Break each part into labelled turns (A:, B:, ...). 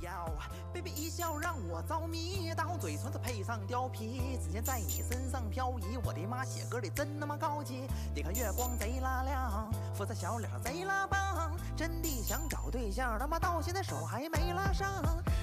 A: 要，微微一笑让我着迷。大红嘴唇子配上貂皮，指尖在你身上漂移。我的妈，写歌里真他妈高级！你看月光贼拉亮，敷在小脸上贼拉棒。真的想找对象，他妈到现在手还没拉上。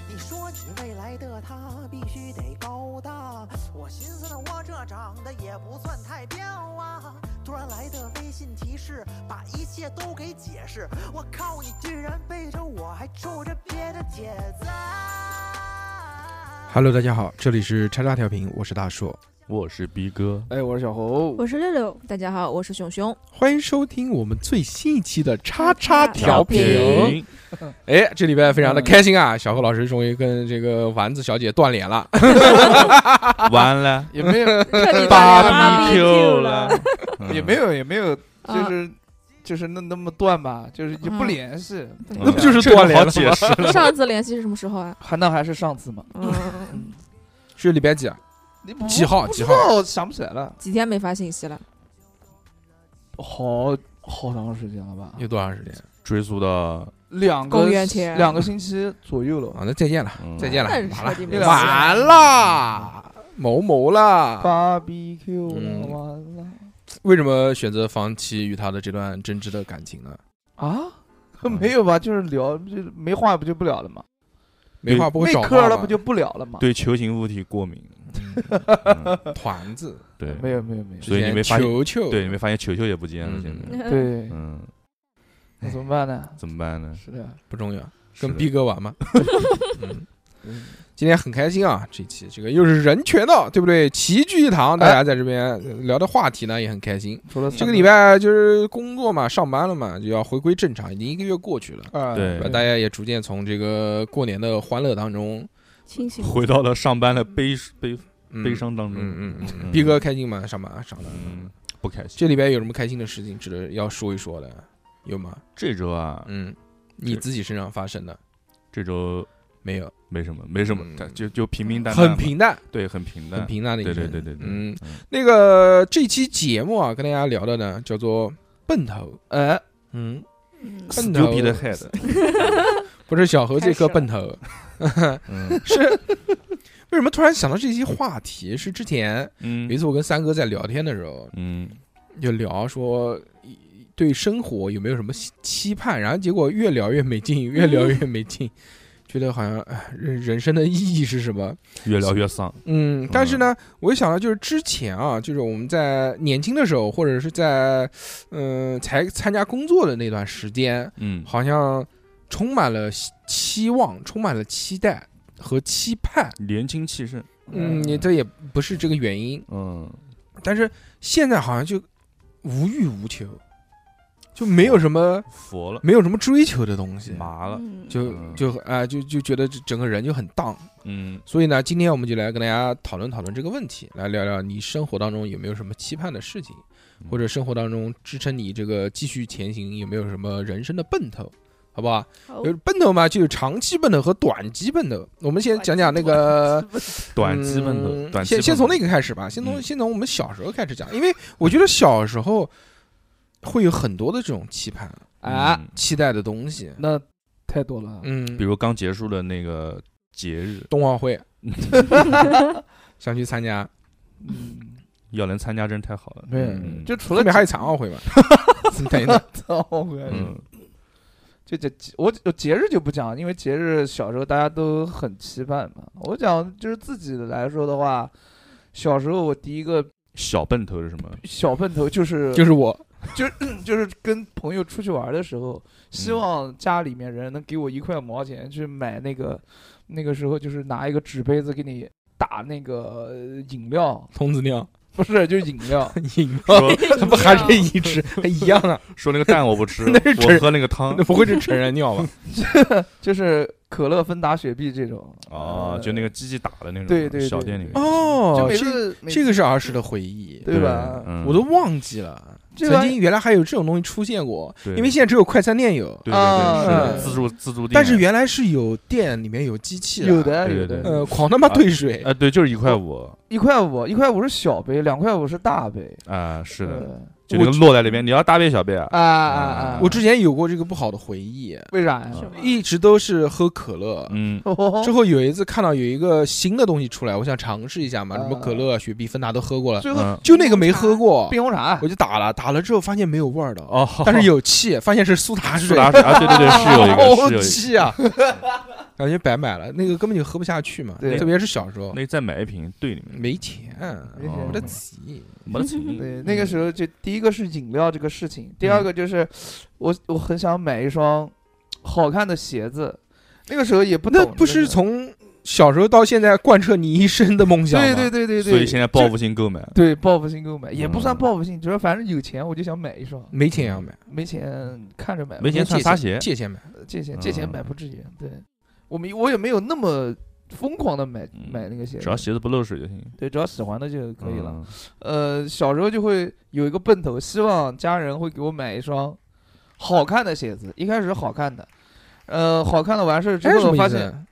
A: 你说你未来的他必须得高大，我寻思呢，我这长得也不算太彪啊。突然来的微信提示，把一切都给解释。我靠，你居然背着我，还处着别的姐子啊！
B: Hello，大家好，这里是叉叉调频，我是大硕，
C: 我是逼哥，
D: 哎，我是小侯，
E: 我是六六，大家好，我是熊熊。
B: 欢迎收听我们最新一期的叉叉调
E: 调
B: 频。哎，这礼拜非常的开心啊，小何老师终于跟这个丸子小姐断联了。
C: 完了
D: 也没有，
B: 哎
C: 芭比 Q 了，
B: 嗯
C: 嗯
D: 也没有，也没有，就
E: 啊
D: 是就是那那么断吧，就是也不
E: 嗯
D: 联系，
C: 嗯
B: 那不就是断联了吗
C: 这个好解释
E: 上次联系是什么时候 啊？
D: 还那还是上次嘛，
E: 嗯，
B: 是礼拜几啊？
D: 你不
B: 几号
D: 不
B: 几
D: 知
B: 号
D: 道想不起来了，
E: 几天没发信息了，
D: 好好长时间了吧？
B: 有多长时间
C: 追溯到
D: 两个
E: 公元前
D: 两个星期左右了
B: 啊？，那再见了，
C: 嗯
B: 再见了
E: 那是，
B: 完
E: 彻
B: 了，
E: 底没
D: 完
E: 发信息
B: 完了，某某了。
D: 芭比 Q 了，
B: 嗯
D: 完了
B: 为什么选择放弃与他的这段真挚的感情呢？
D: 啊。
C: 嗯
D: 没有吧，就是聊，就没话不就不聊了嘛，
B: 没话不会
D: 没
B: 找
D: 嗑
B: 话
D: 了
B: 吗
D: 不就不聊了嘛？
C: 对球形物体过敏， 嗯
B: 团子？
C: 对，
D: 没有没有没有，
C: 所以你没发现
B: 球球
C: 对，你没发现球球也不见了，
B: 嗯
C: 现在，
D: 对，
C: 嗯，
D: 那怎么办呢？
C: 怎么办呢？
D: 是的，
B: 不重要，
C: 是
B: 跟
C: 的
B: 逼哥玩 嘛。嗯
D: 嗯，
B: 今天很开心啊，这期这个又是人权的，对不对？齐聚一堂，
C: 哎
B: 大家在这边呃聊的话题呢也很开心。
C: 嗯
D: 除了
B: 这个礼拜就是工作嘛，上班了嘛，就要回归正常，已经一个月过去了，
D: 拜
C: 对
B: 对吧？大家也逐渐从这个过年的欢乐当中，
E: 清醒
C: 回到了上班的悲悲
B: 嗯
C: 悲，伤当中，
B: 嗯嗯嗯，
C: 嗯
B: 逼哥开心吗？上班上的，
C: 嗯，不开心。
B: 这礼拜有什么开心的事情值得要说一说的？有吗？
C: 这周啊，
B: 嗯，你
C: 这
B: 自己身上发生的
C: 这周
B: 没有？
C: 没什么，没什么，
B: 嗯
C: 它就就平平淡淡，
B: 很，平淡，
C: 对，很平淡，
B: 很平淡的一
C: 对
B: 生。
C: 对对对对，
B: 嗯，
C: 嗯，
B: 那个这期节目啊，跟大家聊的呢叫做奔头，
D: 哎，
B: 嗯，
E: 嗯
B: 奔头
C: stupid head，
B: 不是小何这颗奔头，
C: 嗯
B: 是为什么突然想到这些话题？是之前有一
C: 嗯
B: 次我跟三哥在聊天的时候，
C: 嗯，
B: 就聊说一对生活有没有什么期期盼，然后结果越聊越没劲，越聊越没劲，觉得好像哎人人生的意义是什么？
C: 越聊越丧，
B: 嗯，但是呢，我一想到就是之前啊，就是我们在年轻的时候，或者是在嗯、呃才参加工作的那段时间，
C: 嗯，
B: 好像充满了希期望，充满了期待和期盼。
C: 年轻气盛，
B: 嗯，也这也不是这个原因，
C: 嗯，
B: 但是现在好像就无欲无求，就没有什么
C: 佛了，
B: 没有什么追求的东西，
C: 麻了，
B: 就
C: 嗯
B: 就啊、就就觉得这整个人就很荡。
C: 嗯
B: 所以呢，今天我们就来跟大家讨论讨论这个问题，来聊聊你生活当中有没有什么期盼的事情，或者生活当中支撑你这个继续前行有没有什么人生的奔头，好不好？
C: 哦
B: 就是奔头嘛，就有长期奔头和短期奔头。我们先讲讲那个
C: 短期奔头，
B: 嗯
C: 短期
B: 先先从那
C: 个，
B: 个开始吧，先从
C: 嗯
B: 先从我们小时候开始讲，因为我觉得小时候会有很多的这种期盼、
D: 啊，
C: 嗯
B: 期待的东西，
D: 那太多了，啊
B: 嗯，
C: 比如刚结束的那个节日，
B: 冬奥 会想去参加，
D: 嗯，
C: 要能参加真太好了，
D: 对，
C: 嗯
D: 就除
B: 后
D: 了
B: 面还有 残奥会嘛，等一 等。
D: 操，我也是
C: 嗯，
D: 就这我我节日就不讲，因为节日小时候大家都很期盼嘛。我讲就是自己来说的话，小时候我第一个
C: 小奔头是什么？
D: 小奔头就是
B: 就是我，
D: 就是跟朋友出去玩的时候，
C: 嗯
D: 希望家里面人能给我一块毛钱去买那个，那个时候就是拿一个纸杯子给你打那个呃饮料，
B: 童子尿，
D: 不是就是饮 料
B: 饮料
C: 说
B: 它不还是一 只，还一样啊？
C: 说那个蛋我不吃，
B: 那是真
C: 我喝那个汤
B: 那不会是成人尿 吧？
D: 就是可乐、芬达、雪碧这种。
C: 哦，就那个机器打的那种，
D: 对对对
C: 小店里面，
D: 呃，就
B: 哦
D: 每次每
B: 这
D: 次
B: 个是儿时的回忆，
D: 对吧？
C: 嗯
B: 我都忘记了，
D: 这
B: 曾
D: 个
B: 经原来还有这种东西出现过，
C: 对
B: 因为现在只有快餐店有，
C: 对对对，是的
B: 啊
C: 自助自助店，
B: 但是原来是有店里面有机器，
D: 有，的
C: 对
D: 有
C: 对
D: 的，
B: 呃，狂他妈兑水，
C: 嗯呃啊，对，就是一块五
D: 一块五，一块五是小杯，两块五是大杯。
C: 啊，是的，
D: 呃
C: 就那个落在那边，你要大便小便啊？
D: 啊啊啊！
B: 我之前有过这个不好的回忆，
D: 为啥呀？
E: 是吗？
B: 一直都是喝可乐。
C: 嗯，
B: 之后有一次看到有一个新的东西出来，我想尝试一下嘛，
D: 啊
B: 什么可乐、雪碧、芬达都喝过了，
D: 最后
C: 嗯
B: 就那个没喝过，
D: 冰红茶
B: 我就打了，打了之后发现没有味儿的，
C: 哦，
B: 但 是有气，发现是苏打水，
C: 苏 打水啊，对对对，是有一个，
B: 好
C: 是有一个。
B: 气 啊，感觉白买了，那个根本就喝不下去嘛，
D: 对
B: 特别是小时候
C: 那再买一瓶兑里面，
B: 没钱，
D: 没
C: 钱
B: 我的急，
C: 没得钱。
D: 哦对，那个时候就第一个是饮料这个事情，第
B: 嗯
D: 二个就是我我很想买一双好看的鞋子，那个时候也不
B: 那
D: 懂
B: 不是从小时候到现在贯彻你一生的梦想吗？
D: 对对对对对，
C: 所以现在报
D: 就
C: 复性购买，
D: 对报复性购买也不算
C: 嗯
D: 报复性，主要反正有钱我就想买一双，
B: 没钱要买，
D: 没钱看着买吧，
C: 没钱
B: 借
C: 穿
B: 钱
C: 啥鞋？
B: 借钱买，
D: 借钱借钱
C: 嗯
D: 买不至于，对我没我也没有那么疯狂的买
C: 嗯
D: 买那个鞋子，
C: 只要鞋子不漏水就行，
D: 对只要喜欢的就可以了。
C: 嗯。
D: 呃，小时候就会有一个奔头，希望家人会给我买一双好看的鞋子。一开始是好看的，呃，好看的完事儿之
B: 哎什
D: 后，
B: 么
D: 我
B: 意
D: 发
B: 思
D: 现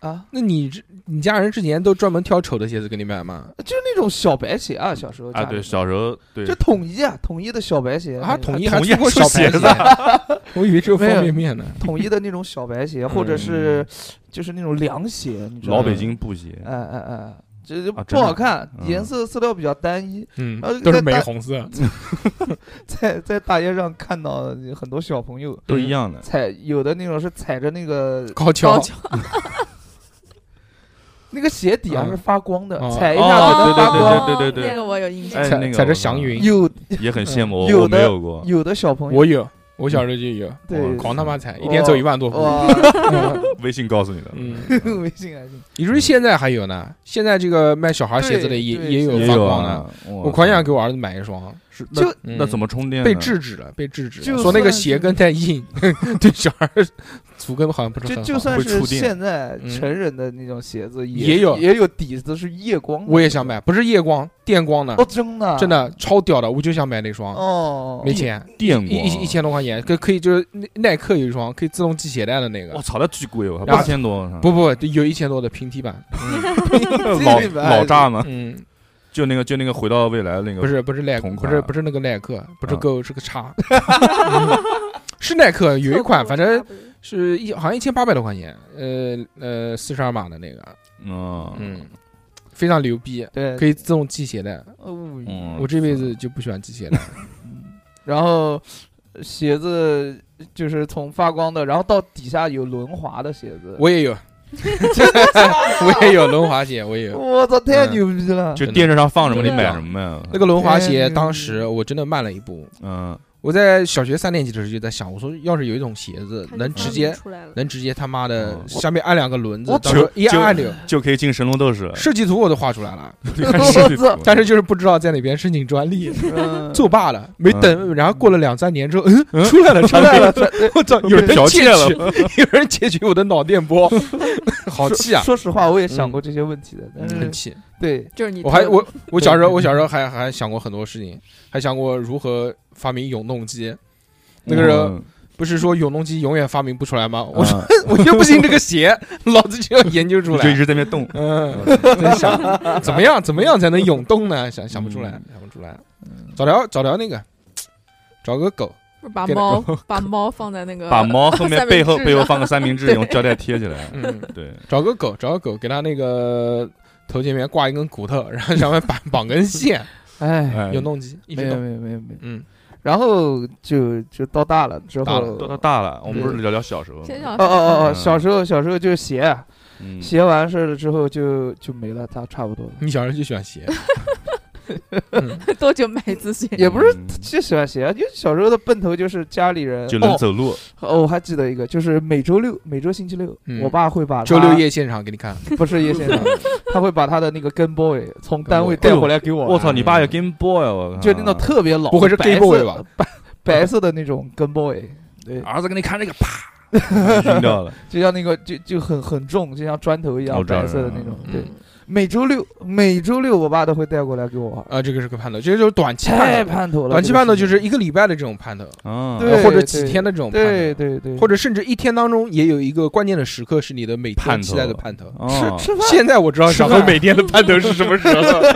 D: 啊，
B: 那你这你家人之前都专门挑丑的鞋子给你买吗？
D: 就那种小白鞋啊，小时候
C: 啊，
D: 家里
C: 对，
D: 面
C: 小时候对
D: 就统一啊，统一的小白鞋
B: 啊，
D: 那种
B: 统一还
C: 统一
B: 出过
C: 还出
B: 小白
C: 鞋子
B: 鞋， 我以为只有方便面呢。
D: 统一的那种小白鞋，或者是就是那种凉鞋，你知
C: 嗯
D: 道
C: 老
D: 吗？
C: 北京布
B: 嗯
C: 鞋，
D: 哎哎哎，这就
C: 啊
D: 不
C: 真的
D: 好看，
C: 嗯
D: 颜色色调比较单一，
B: 嗯
D: 呃，
B: 都是
D: 在
B: 玫
D: 大
B: 红色，
D: 在在大街上看到很多小朋友
C: 都一样的。
D: 踩，有的那种是踩着那个
B: 高跷
D: 高那个鞋底啊
B: 嗯
D: 是发光的
B: 哦，
D: 踩一下
C: 哦
D: 可能发光。
B: 啊
C: 对对对对对对
E: 那个我有印象
C: 哎，，那
B: 踩
C: 个
B: 踩着
C: 我
B: 祥云，
D: 有
C: 也很羡 慕，
D: 有
C: 我我没
D: 的
C: 有过。
D: 有的小朋友，
B: 我有，我小时候就有，
D: 对，
B: 狂他妈踩，一
D: 嗯哇
B: 天走一万多步。
D: 哇，
C: 微信告诉你的，
B: 嗯，
D: 微信还行，
B: 以至于现在还有呢，现在这个卖小孩鞋子的也
D: 对 对
B: 也有
C: 也
B: 发
C: 有
B: 光的。
C: 啊。
B: 我狂想给
C: 我
B: 我儿子买一双，
C: 是那
D: 就
B: 嗯
C: 那怎么充电呢？
B: 被制止了，被制止
D: 就
B: 了，说那个
D: 算
B: 鞋
D: 是
B: 跟太硬， 对小孩儿足跟好像不是很
D: 就
B: 好。
D: 就算
C: 会
D: 是
C: 触电
D: 现在
B: 嗯
D: 成人的那种鞋子，
B: 也有
D: 也有底子是夜光的，
B: 我也想买，不是夜光，电光的
D: 哦，，真的
B: 真的超屌的，我就想买那双，
D: 哦，
B: 没钱，
C: 电
B: 一
C: 光，
B: 一一千多块钱，可可以就是耐耐克有一双可以自动系鞋带的那
C: 我
B: 个，
C: 操，那巨贵，我
B: 然后
C: 八千多，
B: 不不，有一千多的平替版，
C: 老老炸
D: 啊
C: 嘛，
B: 嗯，
C: 就那个就那个回到未来的那个，
B: 不是不是耐克，
C: 同
B: 不
C: 款
D: 啊
B: 是不是那个耐克，不是
C: 嗯
B: Go 是个叉， 是耐克有一 款，反正是一好像一千八百多块钱，呃呃，四十二码的那个，
C: 嗯
B: 嗯，非常牛逼，
D: 对，
B: 可以自动系鞋带。
D: 哦
C: 嗯，
B: 我这辈子就不喜欢系鞋带，
D: 然后呃鞋子就是从发光的，然后到底下有轮滑的鞋子，
B: 我 也有， 我也有轮滑鞋，我也有。
D: 我操，太
B: 嗯
D: 牛逼了！
C: 就电视上放什么你
E: 真的
C: 买什么呀，
B: 那个轮滑鞋，
D: 嗯
B: 当时我真的慢了一步。
C: 嗯，
B: 我在小学三年级的时候就在想，我说要是有一种鞋子能直接
E: 出来了，
B: 能直接他妈的
C: 嗯
B: 下面按两个轮子
D: 我，
B: 到时候
C: 就
B: 一按按钮，
C: 就可以进神龙斗士 了，
B: 设计图我都画出来了，
C: 就开始
D: 我操
B: 但是就是不知道在哪边申请专利，
D: 嗯
B: 作罢了，没
C: 嗯
B: 等，然后过了两三年之后， 嗯，出来了，出来
D: 啊
B: 了，我操，有人
C: 剽窃
B: 窃
C: 了
B: 取，有人窃取我的脑电 波，好气啊！嗯
D: 说实话，我也想过这些问题的，但
B: 很
D: 是
B: 气，
D: 对，
E: 就是你
B: 我还我我小时候我小时候还还想过很多事情，还想过如何发明永动机。那个人
C: 嗯
B: 不是说永动机永远发明不出来吗？我说
C: 嗯
B: 我就不信这个邪，老子就要研究出
C: 你就一
B: 来。
C: 直在那边动，
B: 嗯，真想怎么样怎么样才能永动呢？想想不出来，想不出来。找条找条那个，找个狗，
E: 不是把
B: 给了
E: 猫把猫放在那个
C: 把猫后面
E: 三明
C: 背后
E: 治
C: 背后
E: 上
C: 放个三明治，
E: 对
C: 用胶带贴 起来，
B: 嗯，
C: 对，
B: 找个狗，找个狗，给它那个头前面挂一根骨头，然后上面绑绑根线，
D: 哎，
C: 哎
B: 永动机一
D: 没
B: 直
D: 有
B: 动。
D: 没有没有没有，
B: 嗯，
D: 然后就就到大了之后，
B: 大了
C: 都都
D: 哦
C: 大了，我们不是
D: 对
C: 聊聊小时候吗，
E: 先讲
B: 啊
D: 哦哦哦，
C: 嗯
D: 小时候小时候就是鞋，啊
C: 嗯，
D: 鞋完事儿了之后就就没了，差差不多了，
B: 你小时候就喜欢鞋，嗯
E: 多久买一次鞋？
D: 也不是
C: 嗯
D: 就喜欢鞋，就小时候的奔头就是家里人
C: 就能
D: 哦
C: 走路，
D: 哦，我还记得一个，就是每周六每周星期六
B: 嗯，
D: 我爸会把他
B: 周六夜现场给你看。
D: 不 是夜先生，他会把他的那个 Game Boy 从单位
B: Game Boy
D: 带回来给我玩。
C: 我操，你爸有 Game Boy 啊我靠，
D: 就那种特别老的，
B: 哎不会是 Game
D: 白色
B: Boy 吧？
D: 白白色的那种 Game Boy，对，
B: 儿子给你看这个，啪，
C: 晕掉了，
D: 就像那个就就很很重，就像砖头一
B: 哦
C: 我
D: 样
C: 知道
D: 白色的那种。对
B: 嗯，
D: 每周六每周六我爸都会带过来给我玩，
B: 啊，这个是个盼头，这就是短期
D: 太
B: 盼头。
D: 盼头了。
B: 短期盼头就是
D: 这
B: 一个礼拜的这种盼头，
C: 啊，
D: 对
B: 或者几天的这种
D: 个事情对
B: 盼
D: 对对，
B: 头，或者甚至一天当中也有一个关键的时刻是你的每天
C: 盼头
B: 期待的盼头。
D: 啊
C: 哦
D: 吃吃饭
B: 现在我知道
C: 吃
B: 小呃
C: 饭
B: 何每天的盼头是什么时候了，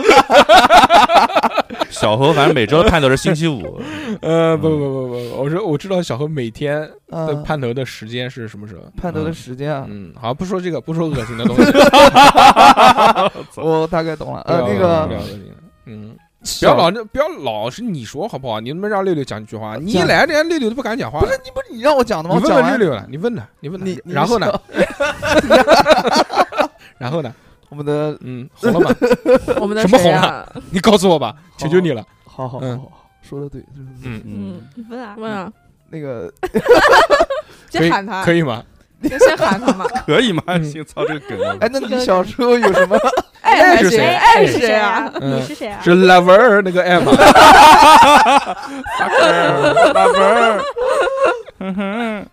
C: 小何反正每周的盼头是星期五，
B: 呃，
C: 嗯
B: 不不不不，不我说我知道小何每天的
D: 嗯，
B: 盼头的时间是什么时候。
D: 盼头的
C: 嗯
D: 时间 啊，
B: 嗯， 好，不说这个，不说恶心的东西。
D: 我大概懂了。呃，
B: 不要
D: 那
B: 不
D: 个
B: 要恶心的嗯，不
D: 小啊
B: 要老不要老是你说好不好？你能不能让六六讲一句话？你一
D: 讲
B: 来，人家六六都不敢讲话了。
D: 不是你不是你让我讲的吗？
B: 啊你
D: 我
B: 问
D: 讲
B: 问六
D: 完
B: 六了，你问他，你问
D: 你
B: 他，然后呢？？然后呢？
D: 我们的
B: 嗯，红了吗？
E: 我们的
B: 什么
E: 谁
B: 红
E: 啊？
B: 你告诉我吧，求求你了。
D: 好好
B: 嗯
D: 好好，说的对，说得对
B: 嗯，
C: 嗯，
F: 你问啊，
E: 问啊，
D: 那 个
B: 可以
E: 先喊他，
B: 可以吗？
E: 就先喊他嘛。
C: 可以吗？
B: 嗯
C: 行，操这个 梗，
D: 哎，那你小时候有什 么？
E: 爱
B: 哎是
E: 谁？
B: 谁
E: 爱
F: 是
E: 哎谁
F: 啊
E: 啊？？
B: 嗯
F: 你是谁啊？
B: 是 lover 那个 M，啊
C: 大门儿，哼哼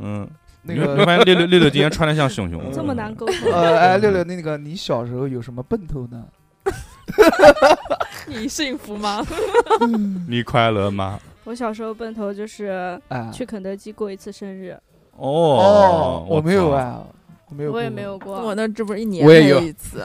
C: 嗯，
D: 那
C: 你没
D: 个
C: 发现六六六六今天穿的像熊熊吗，
F: 这么难沟通，
D: 呃，哎，六六，那个你小时候有什么奔头呢？
E: 你幸福吗？
C: 你快乐吗？
F: 我小时候奔头就是
D: 哎，
F: 去肯德基过一次生日，
D: 哦，我没有
C: 操，
D: 啊，我没有，
F: 我也没。有
E: 我
F: 过。
E: 那这不是一年
B: 我也有
E: 一次，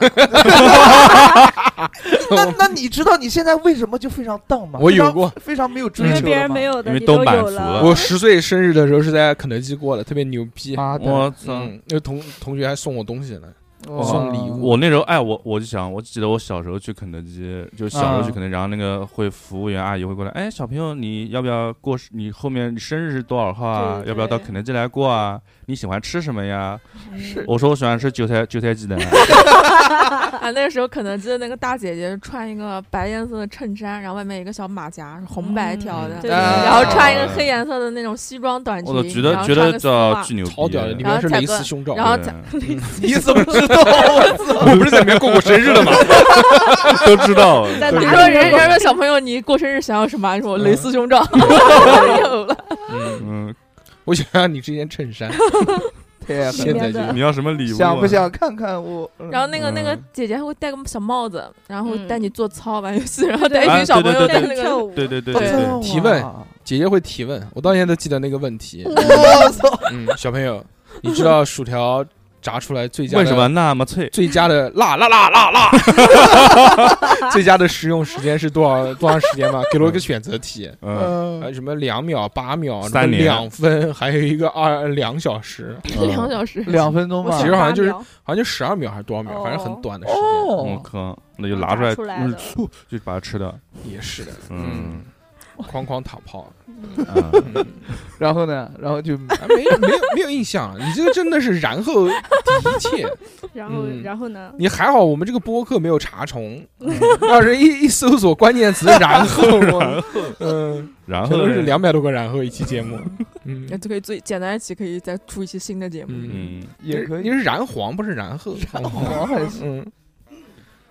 D: 那那你知道你现在为什么就非常荡吗？
B: 我有
D: 非常
B: 过，
D: 非常没有追
F: 因为
D: 求
F: 别
D: 了
F: 人
D: 吗
F: 没有的，
C: 因为
F: 你
C: 都
F: 都
C: 满
F: 有
C: 足
F: 了。
C: 了
B: 我十岁生日的时候是在肯德基过的，特别牛逼。
D: 妈的，
C: 我操！
B: 啊嗯，有同同学还送我东西呢。
D: 哇
B: 送礼物
C: 我那时候哎，我我就想，我记得我小时候去肯德基，就小时候去肯德基，然后那个会服务员阿姨会过来，哎，小朋友，你要不要过生？你后面你生日是多少号啊？
F: 对
C: 要不要
F: 对
C: 到肯德基来过啊？你喜欢吃什么呀？
D: 是
C: 我说我喜欢吃韭菜韭菜鸡蛋。
E: 啊，那时候肯德基的那个大姐姐穿一个白颜色的衬衫，然后外面有一个小马甲，是红白条的，
F: 嗯对，
D: 啊
E: 然后穿一个黑颜色的那种西装短裙，
C: 我觉得
E: 然后
C: 觉
E: 穿
C: 得
E: 个丝袜
C: 叫 巨牛逼，啊
B: 超屌的，里
E: 然
B: 面
E: 后
B: 是
E: 再
B: 蕾丝
E: 过
B: 胸罩。
E: 然后
C: 对
E: 再
D: 你怎么知道？我操！
B: 我不是在里面过过生日了吗？
C: 都知道。
F: 在
E: 你
F: 哪
E: 说
F: 里
E: 人人家说小朋友，你过生日想要什么啊？你说我蕾丝胸罩， 有了。
B: 嗯，
C: 嗯，
B: 我想要你这件衬衫，
D: 太狠
F: 里
B: 现在
D: 了
F: 面
B: 就
F: 的
C: 你要什么礼物啊？
D: 啊想不想看看我？
E: 然后那个那个
C: 嗯
E: 姐姐还会戴个小帽子，然后
F: 嗯
E: 带你做操玩游戏，然后带一
F: 对
E: 群
C: 啊
E: 小朋
C: 对
E: 友
C: 对
E: 在那
F: 在跳
E: 个
F: 舞，
C: 对对对
D: 我
C: 对对
D: 操，
B: 提问姐姐会提问，我到现在都记得那个问题。
D: 我操！
B: 嗯，小朋友，你知道薯条炸出来最佳的
C: 为什么那么脆？
B: 最佳的辣辣辣辣 辣，最佳的食用时间是多少多长时间吗？给了我一个选择题，
C: 嗯，
B: 呃，
D: 哎
B: 什么两秒、八秒、什么
C: 三年
B: 两分，还有一个二两小时，
C: 嗯
E: 两小时，
D: 两分钟吧
B: 其，实好像就是
E: 八秒
B: 好像就十二秒还是多少秒，
F: 哦
B: 反正很短的时间。
C: 我
D: 哦，
C: 靠，那就拿出来，
F: 拿出来的
C: 嗯就把它吃掉。
B: 也是的，
C: 嗯，
B: 哐哐打炮，
C: 啊
B: 嗯
D: 然后呢，然后就
B: 啊没有没有没有印象，你这个真的是然后抵一切。
F: 然后
B: 嗯
F: 然后呢？
B: 你还好，我们这个播客没有查重，嗯要是一一搜索关键词，然 后，嗯，
C: 然
B: 全
C: 后
B: 都是
C: 呢
B: 两百多个然后一期节目，嗯
E: 那就可以最简单一期，可以再出一期新的节目。
B: 嗯，
C: 嗯，
D: 也可
B: 你
D: 以。
B: 是然黄不是然后，
D: 哦，还行。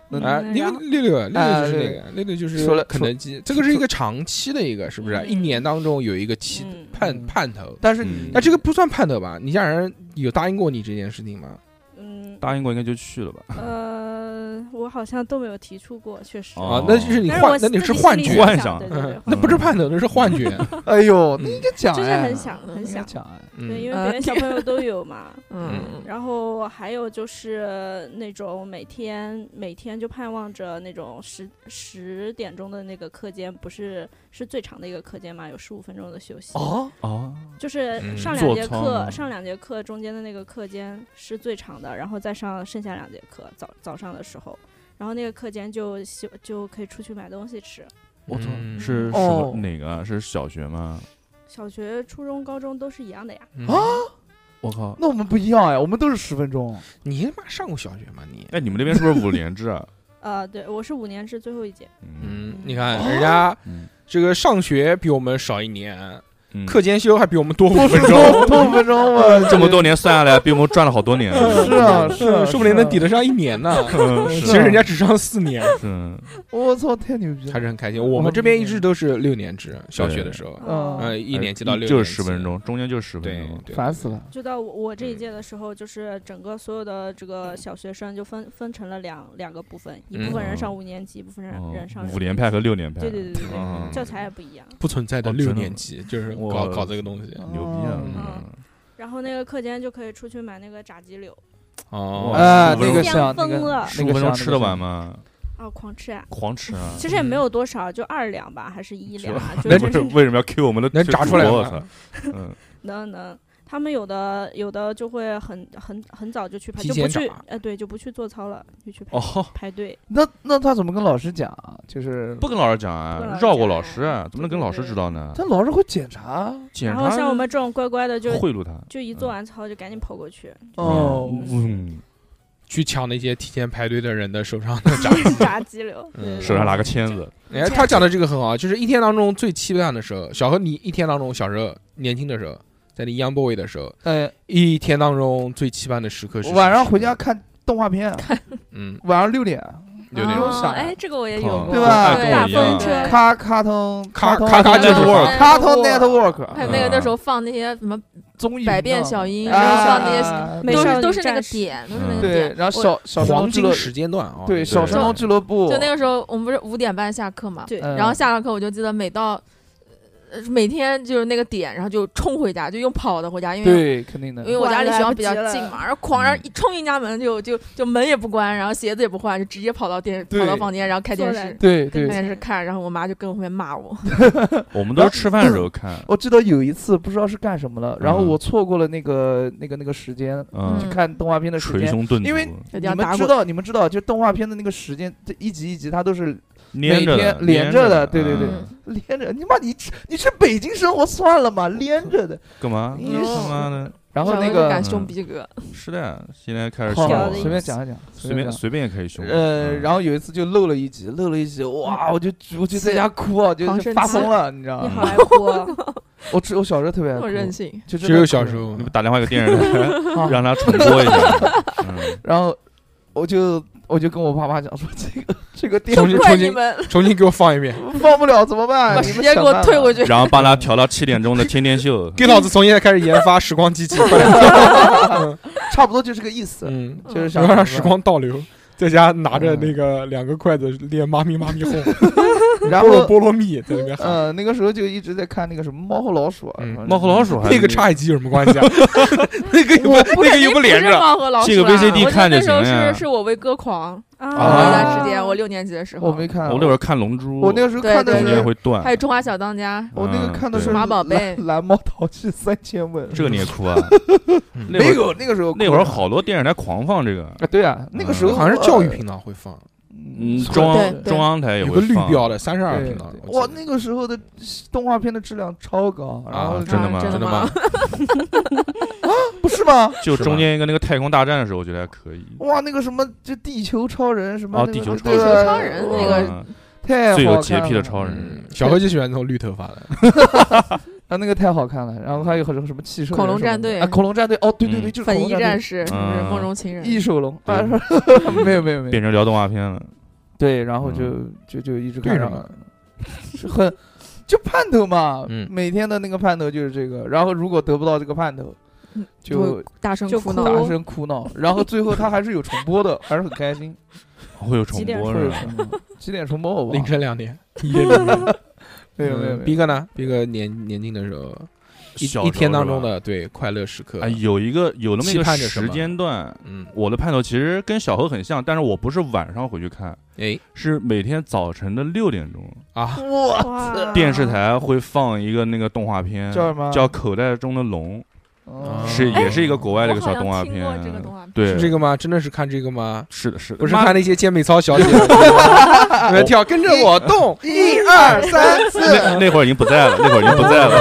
B: 嗯，
D: 那
B: 哎，
F: 嗯
B: 因
F: 然后
B: 为六六啊，六六就是那
D: 哎
B: 个，六六就是
D: 说了
B: 肯德基，这个是一个长期的一个，是不是？
F: 嗯
B: 一年当中有一个期
F: 嗯
B: 盼
D: 嗯
B: 盼头，
D: 但是你
B: 那这个不算盼头吧？你家人有答应过你这件事情吗？
F: 嗯
C: 答应过应该就去了吧？
F: 呃，我好像都没有提出过，确实。
B: 啊
C: 哦，
B: 那就是你
F: 但是我
B: 幻，那你
F: 自己
B: 是
F: 心
B: 幻
F: 里
B: 觉
F: 是，
C: 幻
F: 想
C: 想
F: 的，对对
B: 嗯，那不是盼头，那是幻觉。
D: 哎呦，
B: 嗯
D: 那应该讲
F: 就是
D: 哎
F: 很想很
D: 应该
F: 想，
D: 讲哎。
F: 对，
B: 嗯，
F: 因为别人小朋友都有嘛。
E: 嗯，
F: 然后还有就是那种每天每天就盼望着那种十十点钟的那个课间，不是是最长的一个课间嘛，有十五分钟的休息。
D: 哦，
C: 哦，
F: 就是
B: 嗯
F: 上
C: 做
F: 两节
C: 操
F: 课，
C: 吗
F: 上两节课中间的那个课间是最长的，然后再上剩下两节课，早早上的时候，然后那个课间就休就可以出去买东西吃。
C: 我操，
B: 嗯
C: 是什
D: 哦
C: 么哪个啊？是小学吗？
F: 小学、初中、高中都是一样的呀。
B: 嗯
D: 啊
C: 我靠，
D: 那我们不一样哎，我们都是十分钟。
B: 你他妈上过小学吗？你，
C: 哎，你们那边是不是五连制啊？
F: 呃，对，我是五年制最后一届，
C: 嗯
B: 嗯，你看人家
C: 嗯
B: 这个上学比我们少一年，
C: 嗯，
B: 课间休还比我们多五
D: 多
B: 分
D: 分
B: 钟，
D: 钟，多五分钟我
C: 呃这么多年算下来，比我们赚了好多 年。
D: 是啊，是啊，
B: 嗯说不定能抵
D: 得。
B: 得上一年呢。
C: 嗯，
B: 其
C: 是
B: 实人家只上四年，
C: 是，啊
D: 我操，太牛逼
B: 还
D: 了！
B: 是很开心。我们这边一直都是六年制，小学的时候，
D: 嗯
F: 呃
C: 哎
B: 嗯，一年级到六，
C: 就是十分，钟，中间就是十分
B: 对
C: 钟，。
B: 对
D: 烦死了。
F: 就到我
C: 嗯
F: 我这一届的时候，就是整个所有的这个小学生就分分成了两两个部分，一部分人上五年级，一部分人
C: 嗯哦
F: 嗯人上
C: 五连派和六连派，
F: 对对对对对，
C: 嗯
F: 教材也不一样。
B: 不存在的
C: 哦
B: 六
C: 真的
B: 年
C: 吗
B: 级就是搞
C: 我
B: 搞这个东西
C: 牛逼啊！
F: 嗯
C: 嗯
F: 然后那个课间就可以出去买那个炸鸡柳，
B: 哦
C: 哇
D: 哎，
C: 十五分
D: 那
C: 钟
D: 个像
F: 疯了
C: 十五分钟吃得完？吗？
F: 啊、哦，狂吃啊！
C: 狂吃啊！
F: 其实也没有多少，就二两吧，还是一两啊？就
C: 那
F: 真
C: 这
F: 是
C: 为什么要 Q 我们的
B: 能
C: 这
B: 炸
C: 主
B: 出来
C: 播我
B: 吗
C: 操， 嗯，
F: 能能，他们有的有的就会很很很早就去排，
B: 提
F: 就不
B: 前
F: 去
B: 打，
F: 呃，对，就不去做操了，就去排、
C: 哦，
F: 排队。
D: 那那他怎么跟老师讲啊？就是
C: 不跟老师讲
F: 不跟
C: 啊
F: 老，师
C: 绕过
F: 讲
C: 老师啊，怎么能跟老师
F: 对对
C: 知道呢？
D: 他老师会检查啊
C: 检
F: 然后
C: 查
F: 像我们这种乖乖的就，就
C: 贿赂他。
F: 一做完操就赶紧跑过去
D: 哦，
C: 嗯，
B: 去抢那些提前排队的人的手上的炸 鸡。
F: 炸鸡柳。
B: 嗯
C: 手上拿个签子，
B: 哎，他讲的这个很好，就是一天当中最期盼的时候，小何，你一天当中小时候年轻的时候，在你 young boy 的时候，
D: 哎，
B: 一天当中最期盼的时刻是
D: 晚上回家，看动画片，
B: 嗯，
D: 晚上六点，
B: 有点
D: 种
E: 哦
D: 闪
E: 哎，这个我也有
C: 靠
E: 过，
D: 对吧
E: 对
C: 大跟
E: 大
C: 我一样
E: 风
F: 对
E: 车。
D: 咔咔通
B: 咔
D: 通
B: 咔咔
E: network
D: 咔通 network
E: 还有那个那时候放那些什么
D: 综艺
E: 百变小樱，然后放那些
D: 啊，
F: 美
E: 都
F: 少
E: 是
F: 女
E: 都是那个
F: 战士
E: 点，都是那
C: 嗯
E: 个
D: 对
E: 点，。
D: 然后
E: 我
D: 小小
B: 黄
D: 俱乐
B: 金时间段啊，
D: 对小神
E: 山
D: 龙俱乐部，
E: 就那个时候，我们不是五点半下课嘛，
F: 对，
D: 嗯
E: 然后下了课我就记得每到。呃每天就是那个点，然后就冲回家，就用跑的回家，因为
D: 对肯定的
E: 因为我家离学校比较近
F: 晚来不及
E: 嘛，然后狂然后
C: 嗯
E: 一冲进家门就就就门也不关，然后鞋子也不换，就直接跑到电
D: 对
E: 跑到房间，然后开电
F: 坐在
E: 视
D: 对
E: 开
D: 对。
E: 电视看，然后我妈就跟我后面骂我，
C: 我们都是吃饭的时候看，
D: 我记得有一次不知道是干什么了，然后
C: 嗯
D: 我错过了那个那个那个时间
C: 嗯，
E: 嗯
D: 看动画片的时
C: 捶
D: 间，
C: 胸顿足，
D: 因为你
E: 就这样打
D: 们知
E: 滚。
D: 道你们知道，就动画片的那个时间，这一集一集它都是
C: 连着的
D: 每天连着的对对对
C: 嗯
D: 连着。你妈你去你去北京生活算了嘛，连着的。
C: 干嘛？
D: 你
F: 嗯
C: 他妈的，
D: 然后
E: 小
D: 那
E: 时候就
D: 个嗯
E: 敢凶逼格，
C: 是的，现在开始
D: 好
C: 凶
F: 小
C: 我
F: 的
D: 随
C: 了
D: 便讲一讲，
C: 随便
D: 讲。
C: 随便也可以凶我。
D: 呃，
C: 嗯
D: 然后有一次就漏了一集，漏了一集，哇！我就我就在家哭啊，就
E: 狂
D: 就
E: 生
D: 发
E: 气
D: 疯了，你知道
F: 你
D: 吗？
F: 好爱 哭啊，
D: 我只我小时候特别爱
E: 这么任
D: 哭，
E: 性。
D: 就
B: 只有小时候
C: 你，不打电话给电视台，
D: 候
C: 让他重播一下。嗯
D: 然后我就我就跟我爸妈讲说， 这个这个电
B: 重
D: 视
B: 新
E: 怪
B: 重
E: 你
B: 新
E: 们
B: 重新给我放一 遍，
D: 放不了怎么办？
E: 把
D: 你
E: 时
D: 们
E: 间给
D: 想
E: 我
D: 办
E: 退
D: 法
E: 回去。
C: 然后帮他调到七点钟的《天天秀》
B: 给老子从现在开始研发时光机 器，快点
D: 差不多就这个意思，
B: 嗯，
D: 就是
B: 想
D: 想
B: 要让时。光倒流，在家拿着那个两个筷子练妈咪妈 咪哄，
D: 然
B: 菠萝
D: 后
B: 菠萝蜜在那边喊。
D: 呃，那个时候就一直在看那个什么《猫和老鼠》啊
B: 嗯
D: 什么的，
C: 猫和老鼠还
B: 那个差一级有什么关系 啊？那个又不那个又不连
E: 不是
B: 着，
E: 猫和老鼠
C: 这个
E: 啦
C: VCD
E: 我觉
C: 看
E: 得那
C: 就
E: 时候
C: 行了呀
E: 是是我为歌狂，有
C: 啊
E: 一段时间，我六年级的时 候，
D: 我没看，
C: 我那会儿看《龙珠》，
D: 我那个时候
E: 对
D: 看的
E: 对
C: 中间
D: 是
C: 会断
E: 还。有《中华小当家》，
D: 我那个
C: 嗯
D: 看的
C: 对
D: 是
E: 数码宝贝
D: 蓝蓝猫淘气三千问，
C: 这你也哭啊？那
D: 没
C: 会
D: 有
C: 儿
D: 那个时候
C: 那会儿好多电视台狂放这个，
D: 啊，对啊，那个时候
B: 好像是教育频道会放，
C: 嗯，
D: 呃
C: 中
E: 对
C: 央
E: 对
C: 中央台也
B: 有
C: 呃哎会
B: 个绿
C: 放
B: 标的三十二
D: 对
B: 频道。我
D: 哇
B: 记，得
D: 那个时候的动画片的质量超高，然后
C: 啊，真的吗？
E: 啊真的
C: 的
E: 吗
C: 吗？
D: 不是吗？
C: 就是中
B: 吧
C: 间一个那个太空大战的时候，我觉得还可以。
D: 哇，那个什么，就地球超人什么
C: 哦
D: 那个，啊
C: 地球超
D: 对
E: 人地球超人
D: 哇
E: 那个
C: 嗯
D: 太好
C: 最有
D: 看
C: 洁癖的
D: 了
C: 超人
B: 嗯，，小何就喜欢那种绿头发的，
D: 啊，那个太好看了。然后还有什么汽车人
E: 恐龙
D: 什么
E: 战
D: 的
E: 队
D: 啊，恐龙战队，哦，对对对，
C: 嗯
D: 就是恐
E: 粉
D: 龙
E: 衣战
D: 战
E: 士，是
C: 嗯
E: 梦中情
D: 队，
E: 人，
D: 异兽龙啊， 没有没有没
C: 变
D: 有，
C: 成聊动画片了。
D: 对，然后就
C: 嗯
D: 就就一直
B: 对
D: 看
B: 什
D: 上
B: 么
D: 了，是很就盼头嘛
B: 嗯，
D: 每天的那个盼头就是这个。然后如果得不到这个盼头，
E: 嗯
D: 就
E: 会大声
F: 就
E: 哭
F: 哭
E: 闹。
D: 大声哭闹，然后最后他还是有重播的，还是很开心。
C: 会有重
F: 几点
C: 播
D: 会
C: 是
D: 有
C: 吧？
D: 重播，几点重播我忘
B: 凌
D: 了。
B: 晨两 点，一夜零点。
D: 没有没有
B: 嗯
D: 没
B: 逼
D: 有，
B: 哥呢？逼哥年年轻的时候，一
C: 小
B: 一天
C: 时
B: 当
C: 候是
B: 中
C: 吧
B: 的对快乐时刻
C: 哎，，有一个有那么一
B: 期
C: 个
B: 盼着什么
C: 时间段，
B: 嗯，
C: 我的盼头其实跟小何很像，但是我不是晚上回去看，
B: 哎
C: 是每天早晨的六点钟，
B: 啊，
D: 哇，
F: 哇，
C: 电视台会放一个那个动画片，
D: 叫什么？
C: 叫《口袋中的龙》，
D: 哦
C: 是
B: 哎
C: 也是一个国外的一个小动画
E: 我好像听过这个
C: 片
E: 动画，片
C: 对
B: 是，这个吗？真的是看这个吗？
C: 是的，是的，
B: 不是
C: 妈
B: 看那些健美操小姐， 来跳，跟着我动，
D: 一二三
C: 那
D: 四，
C: 那会儿已经不在了，那会儿已经不 在了，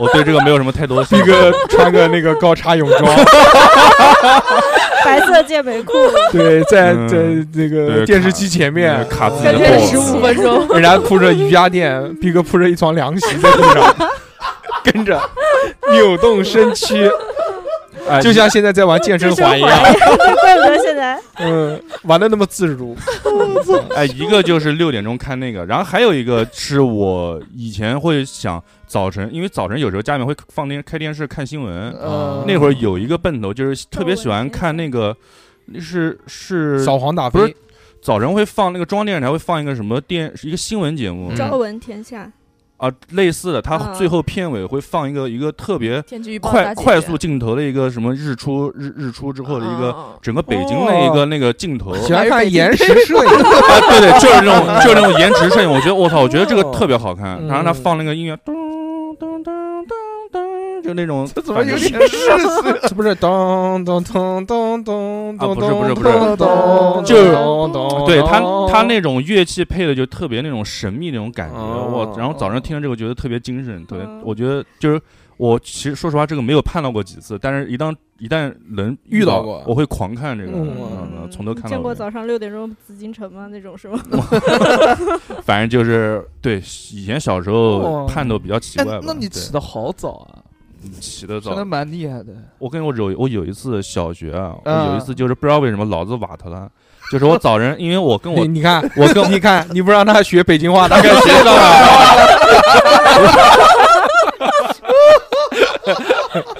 C: 我对这个没有什么太多兴
B: 逼
C: 趣。
B: 哥穿个那个高叉泳 装，
F: 白色健美裤，
B: 对，在
C: 嗯
B: 在那个
C: 对
B: 电视机前面
C: 那个卡自己
E: 感
C: 的
E: 觉
C: 脖
E: 十
C: 子
E: 五分钟
B: 人家铺着瑜伽垫，逼哥铺着一床凉席在地 上，跟着扭动身躯，
C: 哎
B: 就像现在在玩健身环一 样，
F: 怪不得现在
B: 嗯，玩的那么自如。
C: 哎，一个就是六点钟看那个，然后还有一个是我以前会想早晨，因为早晨有时候家里面会放电开电视看新闻，
D: 呃
C: 那会儿有一个奔头就是特别喜欢
F: 周围
C: 看那个，是是
B: 扫黄打
C: 不
B: 非
C: 是，早晨会放那个中央电视台会放一个什么电是一个新闻节目
B: 嗯
F: 朝闻天下，
C: 啊，类似的，它
F: 嗯
C: 最后片尾会放一个一个特别
E: 天气预报
C: 快快速镜头的一个什么日出日日出之后的一个
E: 个
C: 整个北京的一个那个镜头，
B: 喜欢看延时摄影，
C: 啊，对对，就是那种就是那种延迟摄影，我觉得我操，我觉得这个特别好看。
B: 嗯
C: 然后他放那个音乐，咚咚咚咚咚，就那种
D: 这怎么有
C: 反正
D: 点日式？
B: 这不是咚咚咚咚咚
C: 啊
B: 咚
C: 不是不
B: 咚
C: 是不
B: 咚
C: 是
B: 咚，
C: 就是
B: 咚咚
C: 对他
B: 咚
C: 他那种乐器配的就特别那种神秘那种感觉，
B: 哦
C: 我然后早上听了这个觉得特别精神，特别
F: 嗯
C: 我觉得就是我其实说实话这个没有看到过几次，但是一旦一旦能
B: 遇到
C: 到
B: 过
C: 我会狂看这个，
B: 嗯
C: 嗯从头看
F: 见
C: 到
F: 过
C: 尾。
F: 早上六点钟紫禁城吗？那种 是吗？
C: 反正就是对以前小时
D: 哦
C: 候盼都比较奇
D: 哎
C: 怪吧，
D: 那你
C: 对
D: 起的好早啊，
C: 起得早
D: 真的，蛮厉害的。
C: 我跟我有我有一次小学啊，我
D: 啊
C: 有一
B: 嗯
C: 次就是不知道为什么老子瓦特了，就是我早晨，因为我跟我
B: 你你看
C: 我跟
B: 你看你不让他学北京话，他
C: 大概学到了。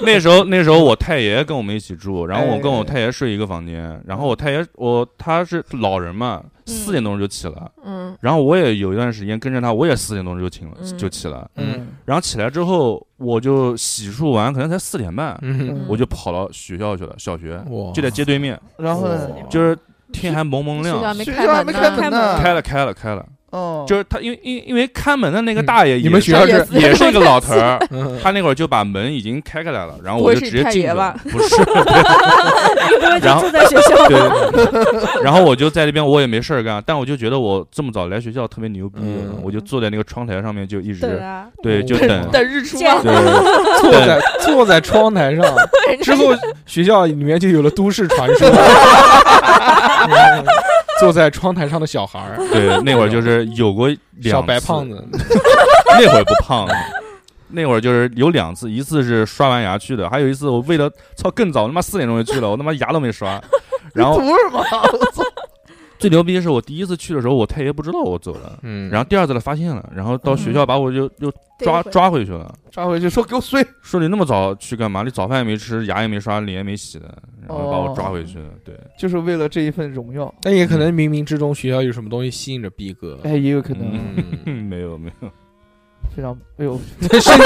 C: 那时候，那时候我太爷跟我们一起住，然后我
B: 哎
C: 跟我太爷睡一个房间，然后我太爷我他是老人嘛，四点钟就起了，
E: 嗯
C: 然后我也有一段时间跟着他，我也四点钟就起了
E: 嗯
C: 就起了，
B: 嗯
C: 然后起来之后我就洗漱完，可能才四点半，
B: 嗯，
C: 我就跑到学校去了，小学
B: 哇，
C: 就在街对面，
D: 然后呢？
B: 哇
C: 就是天还蒙蒙
E: 学校
C: 亮，
E: 没
D: 学
E: 开
D: 校还没
E: 门呢，
D: 开门呢，
C: 开了开了开了，
D: 哦，
C: 就是他因为因为因为看门的那个大爷
B: 嗯你
C: 也
B: 们
C: 是
B: 学校是
E: 是
C: 也是一个老头儿，
B: 嗯
C: 他那会儿就把门已经开开来了，然后
E: 不
C: 我
E: 会
C: 就是直接
E: 你太
C: 进去
E: 爷
C: 了
E: 吧，
C: 不是， 然后
F: 就在学校，
C: 对，然后我就在那边我也没事儿干，但我就觉得我这么早来学校特别牛逼
B: 嗯，
C: 我就坐在那个窗台上面就一
F: 对
C: 直
F: 啊，
C: 对就
B: 等
C: 等，
E: 等日出
F: 见
E: 啊，
C: 对，
B: 坐在坐在窗台 上，之后学校里面就有了都市传 说， 嗯坐在窗台上的小孩儿，
C: 对，那会儿就是有过
B: 小
C: 两
B: 白
C: 次
B: 胖子，
C: 那会儿不胖了，那会儿就是有两次，一次是刷完牙去的，还有一次我为了操更早，他妈四点钟就去了，我他妈牙都没刷。然后
D: 图什么？
C: 最牛逼的是我第一次去的时候，我太爷不知道我走了，
B: 嗯，
C: 然后第二次他发现了，然后到学校把我就又抓抓回去了，
D: 抓回去说给我睡。
C: 说你那么早去干嘛？你早饭也没吃，牙也没刷，脸也没洗的，然后把我抓回去了。对，
D: 就是为了这一份荣耀。
B: 但也可能冥冥之中学校有什么东西吸引着逼哥，
D: 哎，也有可能啊
B: 嗯，
C: 嗯，没有没有，
D: 非常，哎呦，
B: 生气了，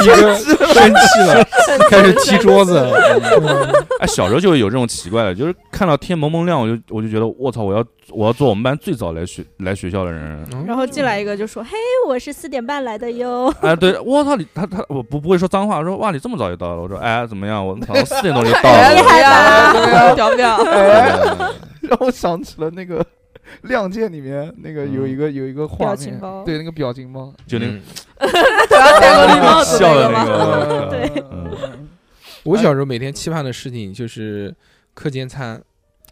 B: 逼哥生气了，开始踢桌子，嗯
C: 哎，小时候就有这种奇怪的，就是看到天蒙蒙亮，我就我就觉得我操，我要我要做我们班最早来学来学校的人。
B: 嗯
F: 然后进来一个就说：“嘿，我是四点半来的 哟。
C: 哎，对，我操你，他他我不不会说脏话，我说哇你这么早就到了，我说哎怎么样，我操四点钟就到
E: 厉
C: 了，
E: 害 吧？屌不屌？
D: 哎，让我想起了那个《 亮剑》里面那个有一个有一个画
F: 表
D: 面
F: 情包，
D: 对，那个表情包，
C: 就那
B: 嗯
C: 个
E: 戴个绿 帽子
C: 笑的
E: 个
C: 那
E: 吗？
C: 个，
F: 对
D: 嗯
B: 我小时候每天期盼的事情就是课间餐，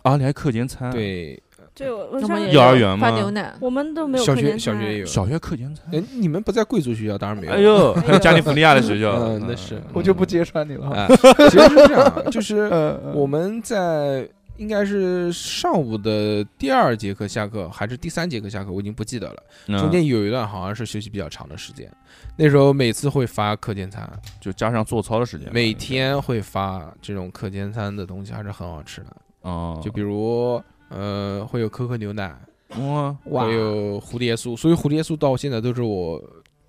C: 啊你还课间餐，，
B: 对，
F: 对，我
E: 那
F: 我上
E: 么也
C: 幼
E: 有
C: 儿园
E: 发
C: 吗哦
E: 牛奶，
F: 我们都没有
B: 小
F: 课
B: 学
F: 间
B: 小
F: 餐
B: 学也有。
C: 小学课间餐，
B: 哎，你们不在贵族学校，当然没有。
C: 哎呦
F: 哎，呦
C: 加利福尼亚的学校，
B: 嗯那是
D: 我就不揭穿你了。
B: 啊，其实是这样，啊就是
D: 呃，
B: 我们在应该是上午的第二节课下课，还是第三节课下课，我已经不记得了。
C: 嗯
B: 中间有一段好像是休息比较长的时间，那时候每次会发课间餐，
C: 就加上做操的时间，
B: 每天会发这种课间餐的东西，还是很好吃的。
C: 哦，
B: 就比如呃，会有可可牛奶，
C: 哇，
E: 哦
D: 哇
B: 会有蝴蝶酥，所以蝴蝶酥到现在都是我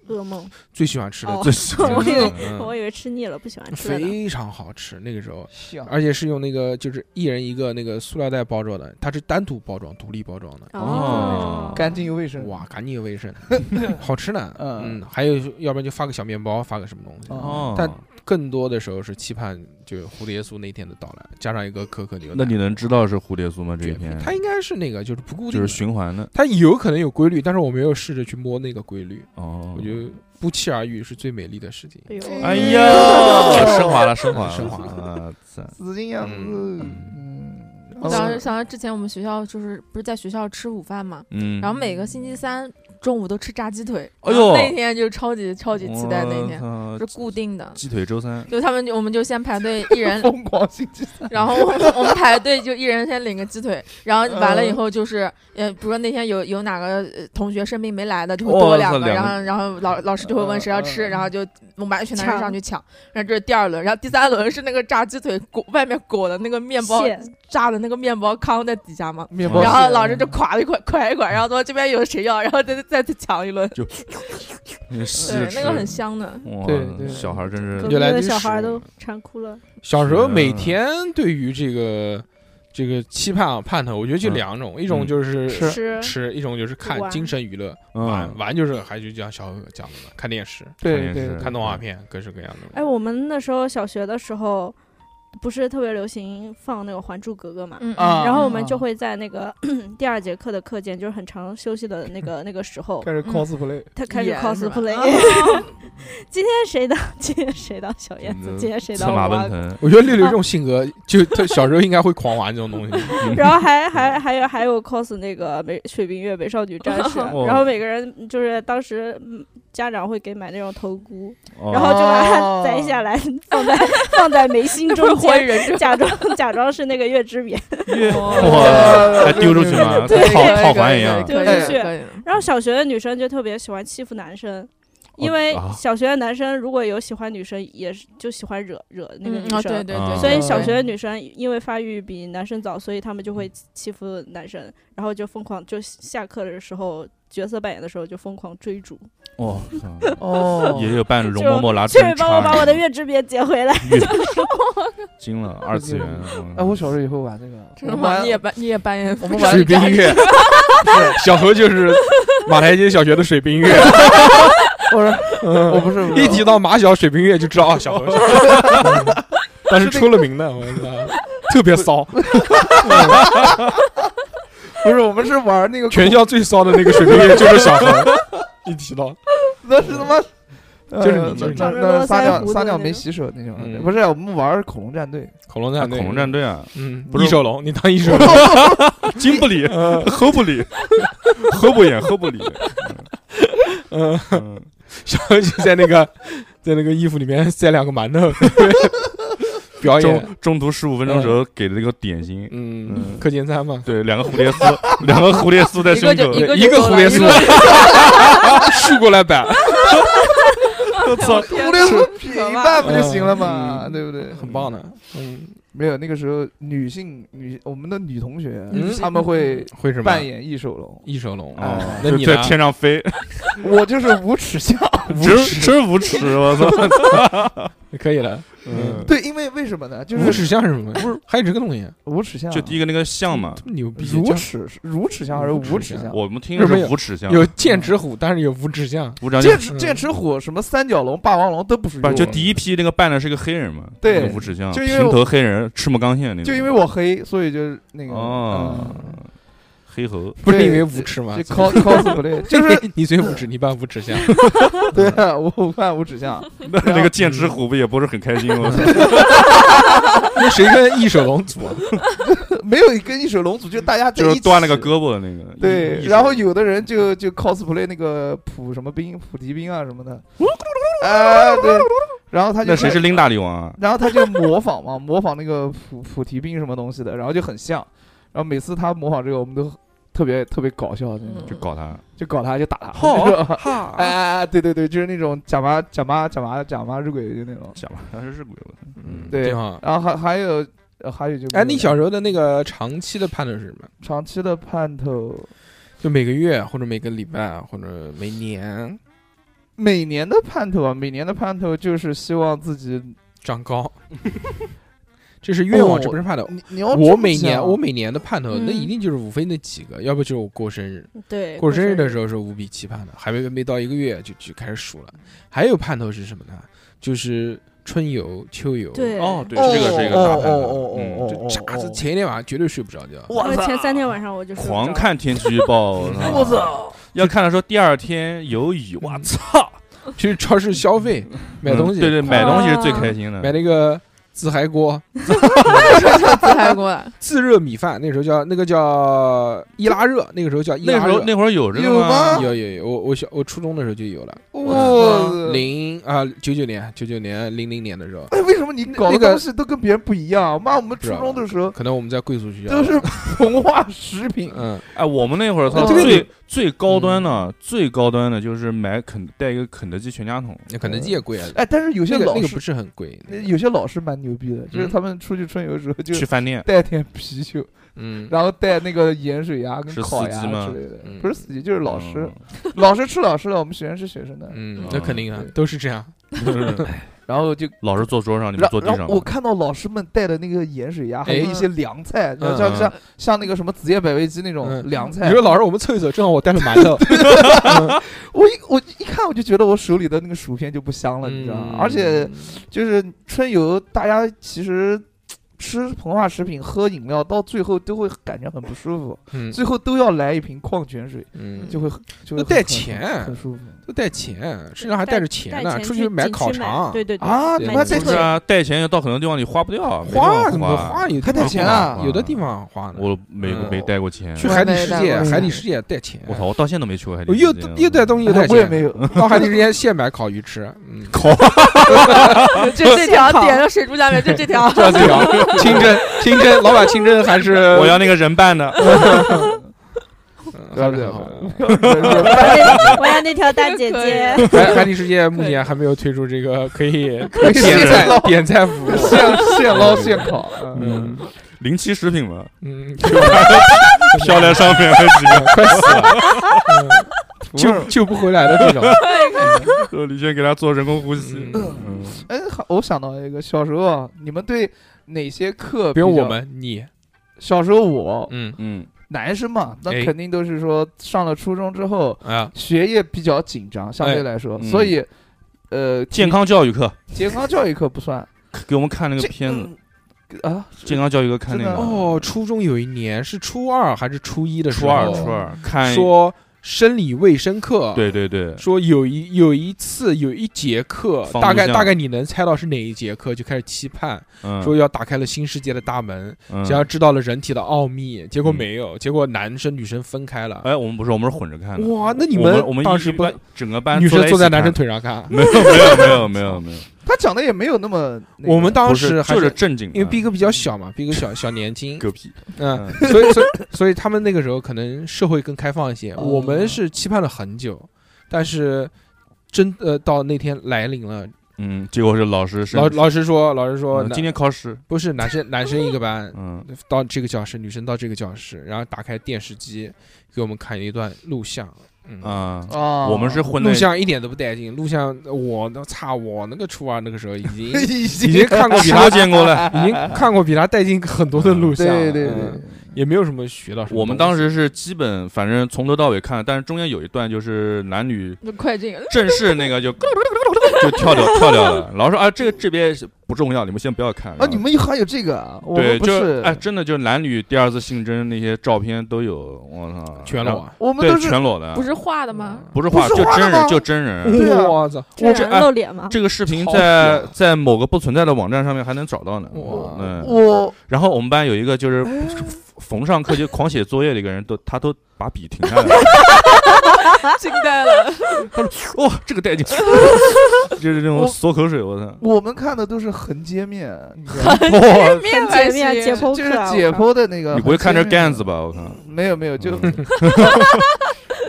F: 噩梦，
B: 最喜欢吃的
F: 哦
C: 最 喜欢
F: 我以为
B: 嗯
F: 我以为吃腻了，不喜欢吃了呢。
B: 非常好吃。那个时候，
D: 想
B: 而且是用那个就是一人一个那个塑料袋包装的，它是单独包装、独立包装的。
C: 哦
D: 干净又卫生，
B: 哇，赶紧有卫生，嗯好吃呢。
D: 嗯
B: 嗯，还有要不然就发个小面包，发个什么东西。
D: 哦
C: 哦，
B: 但更多的时候是期盼就是蝴蝶酥那天的到来，加上一个可可牛奶。
C: 那你能知道是蝴蝶酥吗？这一
B: 卷饼
C: 篇
B: 它应该是那个就是不固定
C: 就
B: 的，
C: 是循环的
B: 它有可能有规律，但是我没有试着去摸那个规律。
C: 哦，
B: 我觉得不期而遇是最美丽的事情。
F: 哎呦，
C: 哎
D: 呦
C: 呀，升华了，升华了，
B: 升华了
C: 啊，赞
D: 紫金样子，嗯
C: 嗯，
D: 然后，
E: 想想到之前我们学校就是不是在学校吃午饭嘛，
C: 嗯，
E: 然后每个星期三中午都吃炸鸡腿，
C: 哎
E: 然后
C: 呦
E: 那天就超级超级期待那天，
C: 我
E: 是
C: 操
E: 固定的。
C: 鸡腿周三，
E: 就他们就我们就先排队一 人
D: 疯狂星期三，
E: 然后我们我们排队就一人先领个鸡腿，然后完了以后就是，呃，比如说那天有有哪个呃同学生病没来的，就会多
C: 哇
E: 两个，
C: 塞两个
E: 然后然后老老师就会问谁要吃，
D: 嗯嗯
E: 然后就我们把一群男生
F: 抢
E: 上去抢，然后这是第二轮，然后第三轮是那个炸鸡腿裹外面裹的那个面包
F: 蟹
E: 炸的那个面包糠在底下嘛，
D: 面包蟹，
E: 然后老师就垮了一块，垮一块，然后说这边有谁要，然后在再再抢一轮，
C: 那吸着
E: 对，那个很
C: 吃
E: 香的。
C: 哇
D: 对对
C: 小孩儿真
F: 隔
C: 是
F: 壁
B: 原来
F: 的
B: 这
F: 小
B: 是
F: 孩儿都馋哭了。
B: 小时候
C: 是啊
B: 每天对于这个这个期盼啊盼头，我觉得就
C: 嗯
B: 两种，一种
C: 嗯
B: 就是
D: 吃
F: 吃
B: 吃，一种就是看
F: 玩
B: 精神娱乐，玩
C: 嗯，
B: 玩就是还就像小何讲的嘛，看电视、
D: 对
C: 看电
D: 对
C: 视
D: 对
B: 看动画片，各式各样的。
F: 哎，我们那时候小学的时候，不是特别流行放那个《还珠格格》嘛，
E: 嗯
D: 啊
F: 然后我们就会在那个 第二节课的课间，就是很长休息的那个那个时候，
D: 开 始 cosplay，
F: 他开始
E: 演是吧
F: cosplay。今天谁当？今天谁当小燕子？
C: 嗯
F: 今天谁
C: 策
F: 当
C: 马
F: 王
C: 奔
F: 阿
C: 腾，
B: 我觉得六六这种性格，就 他小时候应该会狂玩这种东西。
F: 公然后还还还有还有 cos 那个美水冰月美少女战士，
C: 哦
F: 然后每个人就是当时嗯家长会给买那种头箍，
C: 哦
F: 然后就把
D: 哦
F: 它摘下来放在 放在眉心
E: 那不是
F: 中
E: 火影
F: 间，
E: 忍者
F: 假装假装是那个月之棉。
C: 越
D: 哇
E: 哦
C: 哇，还丢出去吗？
D: 对
C: 跟
E: 可以
C: 套套
E: 可
C: 环
E: 以
C: 一样，
E: 可以
F: 对
E: 可以
F: 对
E: 可以
F: 然后小学的女生就特别喜欢欺负男生，因为
C: 啊
F: 小学的男生如果有喜欢女生，也是就喜欢惹惹那个
E: 嗯
F: 女
E: 啊
F: 生。
E: 对对
C: 啊
E: 对，
F: 所以
E: 对
F: 小学的女生因为发育比男生早，所以他们就会欺负男生，然后就疯狂就下课的时候。角色扮演的时候就疯狂追逐，
C: 哇，
D: 哦，
C: 嗯也有伴容
F: 就
C: 嬷嬷
B: 啊
C: 拿
F: 去
C: 针
F: 帮我
C: 插
F: 把我的月之别 捡回来。
C: 越 惊了，二次元。嗯
D: 哎，我小时候也会玩这个，
E: 真的
D: 我玩
E: 吗？你也扮你也扮演
D: 我们玩
B: 水冰月，小何 就是马台街小学的水冰月，
D: 我说我不是
B: 一提到马小水冰月就知道啊，小何是。但是出了名的，我操，特别骚，
D: 不是我们是玩那个
B: 全校最骚的那个水冰月就是小何。一提到，
D: 那是他妈。
B: 就是你
D: 呃
B: 就是你
D: 那那撒尿撒尿没洗手那种，
B: 嗯
D: 不是我们玩恐龙战 队，
B: 恐龙
C: 啊
B: 战队，
C: 恐龙战队啊，
B: 嗯，
C: 不是
B: 异兽龙，你当异兽龙，
C: 金不理，何不理，何不演，何不理。
B: 嗯，
C: 嗯，
B: 小何就在那个在那个衣服里面塞两个馒头，表演，
C: 中中途十五分钟的时候给了一个点心，
B: 嗯，
C: 嗯
B: 课间餐嘛，
C: 对，两个蝴蝶丝， 两个蝴蝶丝在
E: 一个
C: 胸
E: 就
C: 口
E: 一，个
B: 一
E: 就
B: 个
E: 够
B: 蝴
E: 了
B: 蝶
E: 一
B: 丝
E: 个
B: 竖过来摆，
C: 我操！
D: 蝴蝶
E: 可
D: 丝撇一半不就行了嘛，
B: 嗯
D: 对不对？
B: 很棒的，嗯，
D: 没有那个时候女性女我们的女同学，
B: 嗯
D: 她们会
B: 会什么？
D: 扮演异手龙，
B: 异兽龙，
C: 哦，
B: 那
C: 就
B: 你呢
C: 在天上飞，
D: 我就是无耻象。
C: 真真无耻！我操！
B: 可以了。
C: 嗯，
D: 对，因为为什么呢？就
B: 无
D: 是
B: 耻像是什么？不是，还有这个东西，啊
D: 无耻象，
C: 就第一个那个像嘛，
B: 这么牛逼，
D: 如
B: 叫
D: 耻如耻象还是无耻象？
C: 我们听的
B: 日本
C: 是
B: 有
C: 无耻像，
B: 有剑齿虎，但是有无耻像，
C: 无耻像就。
D: 剑齿剑齿虎什么三角龙、霸王龙都不属于
C: 不
D: 我，
C: 是，就第一批那个扮的是个黑人嘛，
D: 对
C: 那个无耻像，
D: 就因为我
C: 平头黑人，赤木刚宪那种，啊
D: 就因为我黑，所以就那个
C: 哦
D: 嗯，
C: 黑 猴，
B: 不是
D: 对
B: 因为无耻吗
D: 就？cos cosplay，就是
B: 你最无耻，你扮无耻像，
D: 对啊，我我扮无指向，
C: 那那个剑齿虎不也不是很开心吗？
B: 那谁跟异手龙组啊？
D: 没有一个一手龙组，就大家在
C: 就
D: 一
C: 是
D: 起
C: 断了个。胳膊那个。
D: 对
C: 一，
D: 然后有的人就就 cosplay 那个普什么兵、普提兵啊什么的，哎对，然后他就
C: 那谁是琳达里王啊？
D: 然后他就模仿嘛，模仿那个普普提兵什么东西的，然后就很像，然后每次他模仿这个，我们都特别特别搞笑，
E: 嗯
C: 就搞他，
D: 就搞他就打他，
B: 好
D: 哎哎哎，对对对，就是那种假妈假妈假妈假妈日鬼就那种，
C: 假吧，他是日鬼，我操
B: 嗯
D: 对
B: 挺好。
D: 然后还还有呃还有就
B: 哎，你小时候的那个长期的盼头是什么？
D: 长期的盼头，
B: 就每个月或者每个礼拜啊或者每年
D: 每年的盼头啊，每年的盼头就是希望自己，
B: 长高，这是愿望，
D: 哦
B: 这不是盼头。
D: 你你要这么啊
B: 我每年
D: 想
B: 我每年的盼头，
F: 嗯
B: 那一定就是无非那几个，要不就是我过生日，
F: 对，
B: 过生日的时
F: 候，
B: 候是无比期盼的，还没没到一个月就就开始数了。还有盼头是什么呢？就是春游、秋游。
F: 对
C: 哦，对，
D: 哦
C: 这个是一个大
D: 哦
C: 牌
D: 哦
C: 的
D: 哦
C: 嗯
D: 哦
B: 就炸子前一天晚上绝对睡不着觉。
F: 因为前三天晚上我就睡不
C: 狂
F: 着，
C: 看天气预报， 我操！要看的时候，第二天有雨，我操！
B: 嗯 去超市消费买东西，
C: 嗯对对，买
B: 狂
C: 东西是最开心的。
B: 买那个自嗨锅、
E: 自嗨锅了，
B: 自热米饭，那时候叫那个叫易拉热，那个时候叫易
C: 那
B: 拉
C: 时候
B: 热。
C: 那会儿有这
D: 有
C: 个
D: 吗
B: 有有有，我我小我初中的时候就有了，
D: 哇，
B: 零啊九九年九九年零零年的时候，
D: 哎，为什么你搞
B: 那
D: 的
B: 个
D: 东西都跟别人不一样？妈，我们
B: 啊
D: 初中的时候
B: 可能我们在贵族学校
D: 都是膨化食品，
B: 嗯，
C: 哎，我们那会儿操
D: 哦
C: 最最高端的最高端的就是买肯带一个肯德基全家桶，
B: 那肯德基也贵啊，
D: 哎，但是有些
B: 那个
D: 老
B: 那个不
D: 师，
B: 是很贵，
D: 有些老师蛮牛牛逼的，就是他们出去春游的时候就
C: 去饭店，
D: 带点啤酒，
B: 嗯，
D: 然后带那个盐水鸭跟
C: 是
D: 烤
C: 司
D: 鸭
C: 机吗
D: 之类的
B: 嗯，哦
D: 不是司机就是老师
C: 嗯，，
D: 老师吃老师的，我们学生吃学生的。
B: 嗯
C: 嗯，
B: 那肯定啊
D: 对，
B: 都是这样。
D: 然后就，
C: 老师坐桌上，你们
D: 然
C: 坐地
D: 然
C: 上
D: 后我
C: 吗，
D: 看到老师们带的那个盐水鸭，还有
B: 哎
D: 一些凉菜，
B: 嗯
D: 像
C: 嗯
D: 像像那个什么紫叶百味鸡那种
B: 嗯
D: 凉菜
B: 你。说老师，我们凑一凑，正好我带了馒 头。
D: 我一我一看我就觉得我手里的那个薯片就不香了，你知道吗？
B: 嗯
D: 而且就是春游，大家其实。吃膨化食品、喝饮料，到最后都会感觉很不舒服，
B: 嗯
D: 最后都要来一瓶矿泉水，
B: 嗯，
D: 就会很就会
B: 那带
D: 很
B: 钱
D: 很舒服。
B: 都带钱，身上还带着钱
F: 带
B: 呢，
F: 钱
B: 出去买
F: 景区
B: 烤肠，
F: 对对对
D: 啊你
F: 买
D: 妈带
F: 鸡
C: 不是
F: 腿
D: 钱
C: 啊，带钱到很多地方你花不掉，啊没地
B: 花
C: 方
B: 怎么花也
D: 还带钱啊
B: 有的地方花呢。
C: 我没
B: 嗯
C: 没带过钱，
B: 去海底世
E: 我也没
B: 界
E: 带，过
B: 海底世界带钱，
C: 我操，我到现在都没去过海底
B: 我
C: 啊世界，
B: 又又带东西又带
D: 哎我也没
B: 钱，
D: 有，
B: 到海底世界现买烤鱼吃， 嗯，
C: 烤
E: 就这 条点到水珠下 面，就这条。
B: 这样清蒸清蒸，老板清蒸还是
C: 我要那个人扮的，
B: 嗯还
D: 对不
B: 是很
D: 对
B: 好的。
F: 我要 我要那条大姐
E: 可以
F: 姐，
B: 海海底世界目前还没有推出这个可以可以
D: 现
B: 点菜
D: 捞
B: 点菜服务，
D: 现现捞现烤，嗯，
B: 嗯
C: 临期食品嘛，
B: 嗯，
C: 飘在上面有几个
B: 快死了，嗯救救不回来的 这种，
C: 呃 李轩给他做人工呼吸，
B: 嗯
C: 嗯
D: 哎，好我想到一个，小时候啊，你们对哪些课？
B: 比如我，们你，
D: 小时候我
B: 嗯
C: 嗯，
D: 男生嘛，那
B: 哎
D: 肯定都是说上了初中之后，
B: 啊，
D: 学业比较紧张，相对来说，
C: 嗯
D: 所以，呃，
C: 健康教育课
D: 健康教育课不算
C: 给我们看那个
D: 这
C: 片子，
D: 啊，
C: 健康教育课看那
D: 真的
C: 个
B: 哦，初中有一年是初二还是初一的时
C: 初
B: 候，
C: 二初二看，
B: 说生理卫生课，
C: 对对对，
B: 说有一有一次有一节课，
C: 放
B: 大概
C: 录像
B: 大概你能猜到是哪一节课，就开始期盼，
C: 嗯
B: 说要打开了新世界的大门，
C: 嗯
B: 想要知道了人体的奥秘，结果
C: 嗯
B: 没有，结果男生女生分开了。
C: 哎，我们不是，我们是混着看的。
B: 哇，那你
C: 哎我们
B: 们
C: 我们
B: 当
C: 一
B: 时不
C: 般整个班
B: 女生
C: 一
B: 坐
C: 起
B: 在男
C: 看
B: 生腿上看，
C: 没有没有没有没有没有，
D: 他讲的也没有那么，那个
B: 我们当
C: 不是
B: 时还
C: 就是嗯正经的，
B: 因为逼哥比较小嘛，逼哥小小年 轻，
C: 狗屁，
B: 嗯， 所以所以所以他们那个时候可能社会更开放一些，
D: 哦
B: 我们是期盼了很久，但是真呃到那天来临了，
C: 嗯，结果是老师生
B: 老
C: 气
B: 老师说老师说
C: 嗯
B: 男
C: 今天考试，
B: 不是男生男生一个班
C: 嗯，
B: 到这个教室，女生到这个教室，然后打开电视机给我们看一段录像，嗯。
C: 啊，
D: 啊，
C: 我们是混
B: 录
C: 在
B: 像一点都不带劲，录像我那差我那个初二那个时候已 经已
D: 已
B: 经看过比
C: 吃
B: 他
C: 都哎见 过了。
B: 已经看过比他带劲很多的录像，
D: 对对对
B: 嗯，也没有什么学到什么。
C: 我们当时是基本反正从头到尾看，但是中间有一段就是男女
E: 快进，
C: 正式那 个就就跳掉跳掉了。老师说啊，这个这边不重要，你们先不要看。
D: 啊，你们还有这个啊，我
C: 对，
D: 们不
C: 就是
D: 是
C: 哎，真的就是男女第二次性征那些照片都有，我操，
B: 全
C: 然
B: 裸
C: 后，
B: 啊，
D: 我们都
C: 对，
D: 是
C: 全裸的，
E: 不是画的吗？
C: 不是画，
D: 不
C: 就是
D: 画的
C: 真
D: 吗
C: 人，就真人。
D: 对啊
B: 我啊操！
F: 这
C: 这啊
F: 人露脸吗？
C: 这个视频
B: 超
C: 在
B: 屌
C: 在某个不存在的网站上面还能找到呢。
B: 哇
C: 嗯，
D: 我
C: 然后我们班有一个就是逢上课就狂写作业的一个人，都他都把笔停下 来了。
E: 惊呆了，
C: 哇，这个带 劲！就是那种
D: 我
C: 缩口水，我 操！
D: 我们看的都是横截面，你知道吗
C: 哇，
E: 面
F: 解面解剖
D: 就是
F: 课啊，
D: 解
F: 我靠
D: 剖的那个。
C: 你不会看
D: 这
C: 这干子？吧？我靠！
D: 没有没有，就
C: 嗯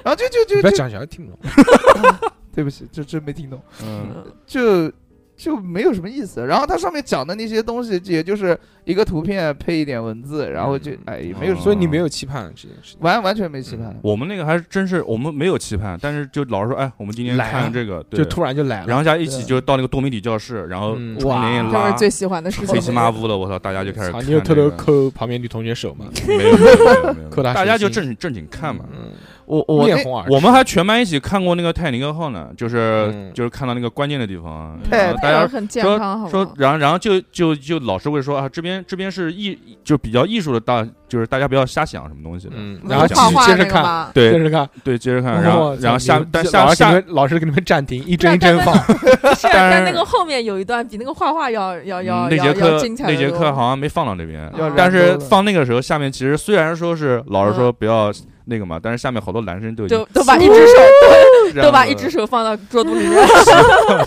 D: 然后就就
B: 你
D: 就
B: 不要
D: 就，
B: 讲小孩听不 懂。
D: 对不起，这真没听懂，
C: 嗯
D: 就就没有什么意思。然后它上面讲的那些东西，也就是一个图片配一点文字，然后就
B: 嗯
D: 哎也没有什
C: 哦
D: 么
B: 所以你没有期盼这件事情。
D: 完完全没期盼。
C: 我们那个还真是，我们没有期盼，但是就老师说，哎，我们今天
B: 来啊
C: 看这个，对
B: 就突然就来了。
C: 然后大家一起
D: 对
C: 就到那个多媒体教室，然后
B: 嗯
C: 窗帘一
E: 这
C: 拉
E: 是，最喜欢的事情。
C: 黑漆麻乌的，我操，大家就开始
B: 操
C: 看
B: 你又偷
C: 这
B: 偷
C: 个
B: 抠旁边女同学手嘛？
C: 没有没有没有没 有，
B: 扣他
C: 大家
B: 手
C: 就
B: 心
C: 正正经看嘛。
B: 嗯，
D: 我我
B: 面
D: 那
B: 红耳赤。
C: 我们还全班一起看过那个泰尼克号呢，就是
B: 嗯
C: 就是看到那个关键的地方，啊
E: 嗯
C: 然后大
E: 那
C: 家
E: 种很健康，好
C: 说
E: 吗
C: 说，然后然后就就就老师会说啊，这边这边是艺，就比较艺术的大，就是大家不要瞎想什么东西的。
B: 嗯，
D: 嗯
B: 然后继
E: 画画
B: 续接
E: 那
B: 着
E: 个
B: 看，嗯
E: 吗？
B: 接
C: 对
B: 着看，
C: 对，接着看，然后
B: 哇操
C: 然后下
B: 你们
C: 但
B: 这
C: 下
B: 老师给
C: 下
B: 你们老师给你们暂停，一帧一
E: 但
B: 帧放。
E: 是，但那个后面有一段比那个画画要要
C: 嗯
E: 要
C: 那节
E: 要
C: 课
E: 要精彩得
C: 那
E: 多
C: 节课好像没放到那边，
D: 要
E: 啊
C: 但
D: 燃
C: 是
D: 烧了
C: 放那个时候，下面其实虽然说是
E: 嗯
C: 老师说不要那个嘛，但是下面好多男生都已经
E: 都都把一只手
C: 这样
E: 都把
C: 子
E: 一 只手放到桌子里面，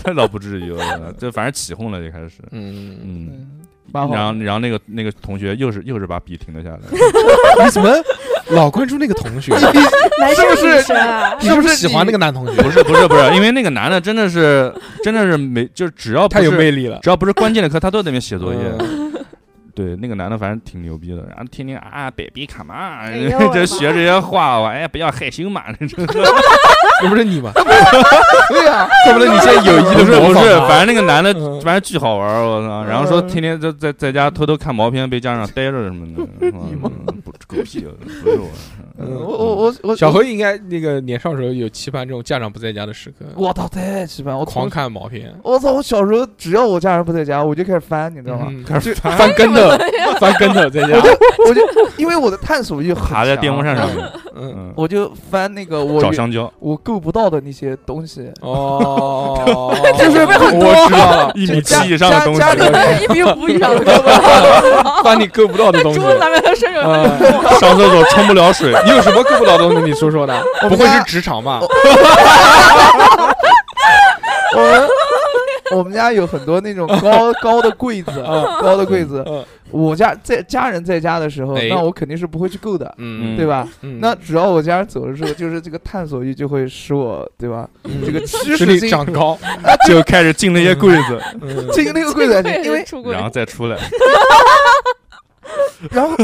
C: 那 倒不至于，我觉得就反正起哄了就开始，
B: 嗯，
C: 嗯，
D: 嗯蛮好
C: 然
B: 嗯
D: 的
C: 后然后那个那个同学又是又是把笔停了下来，
B: 你怎么老关注那个同学，
F: 男生
D: 是不是
F: 女生啊，
B: 你是不是喜欢那个男同学？
C: 不是不是不是，因为那个男的真的是真的是没，就是只要不
B: 太有
C: 是
B: 魅力了。
C: 只要不是关键的课，他都在那边写作业。
B: 嗯
C: 对，那个男的反正挺牛逼的，然后天天啊，baby come on，
F: 哎 呦我的
C: 就
F: 妈
C: 学这些话，我哎呀不要害羞嘛，这 这
B: 又不是你吗？
D: 对呀，
B: 怪不得你现在有意
C: 不是
B: 的模
C: 不
B: 仿
C: 是，
B: 他
C: 反正那个男的
B: 嗯
C: 反正巨好玩儿，我
D: 嗯
C: 操！然后说天天在在在家偷偷看毛片，被家长逮着什么的。
D: 你吗
C: 嗯不狗屁，不是我。
D: 嗯我我我我
B: 小何应该那个年少时候有期盼这种家长不在家的时刻，
D: 我操，太奇葩！我
B: 狂
D: 从，
B: 看毛片，
D: 我操！我小时候只要我家人不在家，我就开始翻，你知道吗？
B: 嗯
C: 开始
B: 翻跟头，翻跟头在家，
D: 我就因为我的探索欲很
C: 爬在电风扇上
D: 强，
C: 面，
B: 嗯，
C: 嗯，
D: 我就翻那个我
C: 找香蕉，
D: 我够不到的那些东西，
B: 哦，
D: 就是
B: 我知道了，
C: 一米
D: 家
C: 七以上的东西，
D: 家家里
E: 一米五 以上的胳膊，
B: 翻你够不到的 东西。
E: 桌子上面的生有那种
B: 嗯
C: 上厕所冲不了水，
B: 你有什么够不到的东西？你说说呢？
D: 我
B: 不
D: 们
B: 会
D: 家
B: 是职场吧？
D: 我们我们家有很多那种高高的柜子，高的柜子。
B: 嗯
D: 我家在家人在家的时候，
B: 哎
D: 那我肯定是不会去够的，
B: 嗯，
D: 对吧？
B: 嗯？
D: 那只要我家人走的时候，就是这个探索欲就会使我，对吧？
B: 嗯
D: 这个趋
B: 实
D: 势
B: 力
D: 性
B: 长高，
C: 就开始进那些柜子，
B: 嗯
D: 这个那个 柜 子，因为
E: 出轨
C: 然，后再出来。
D: 然后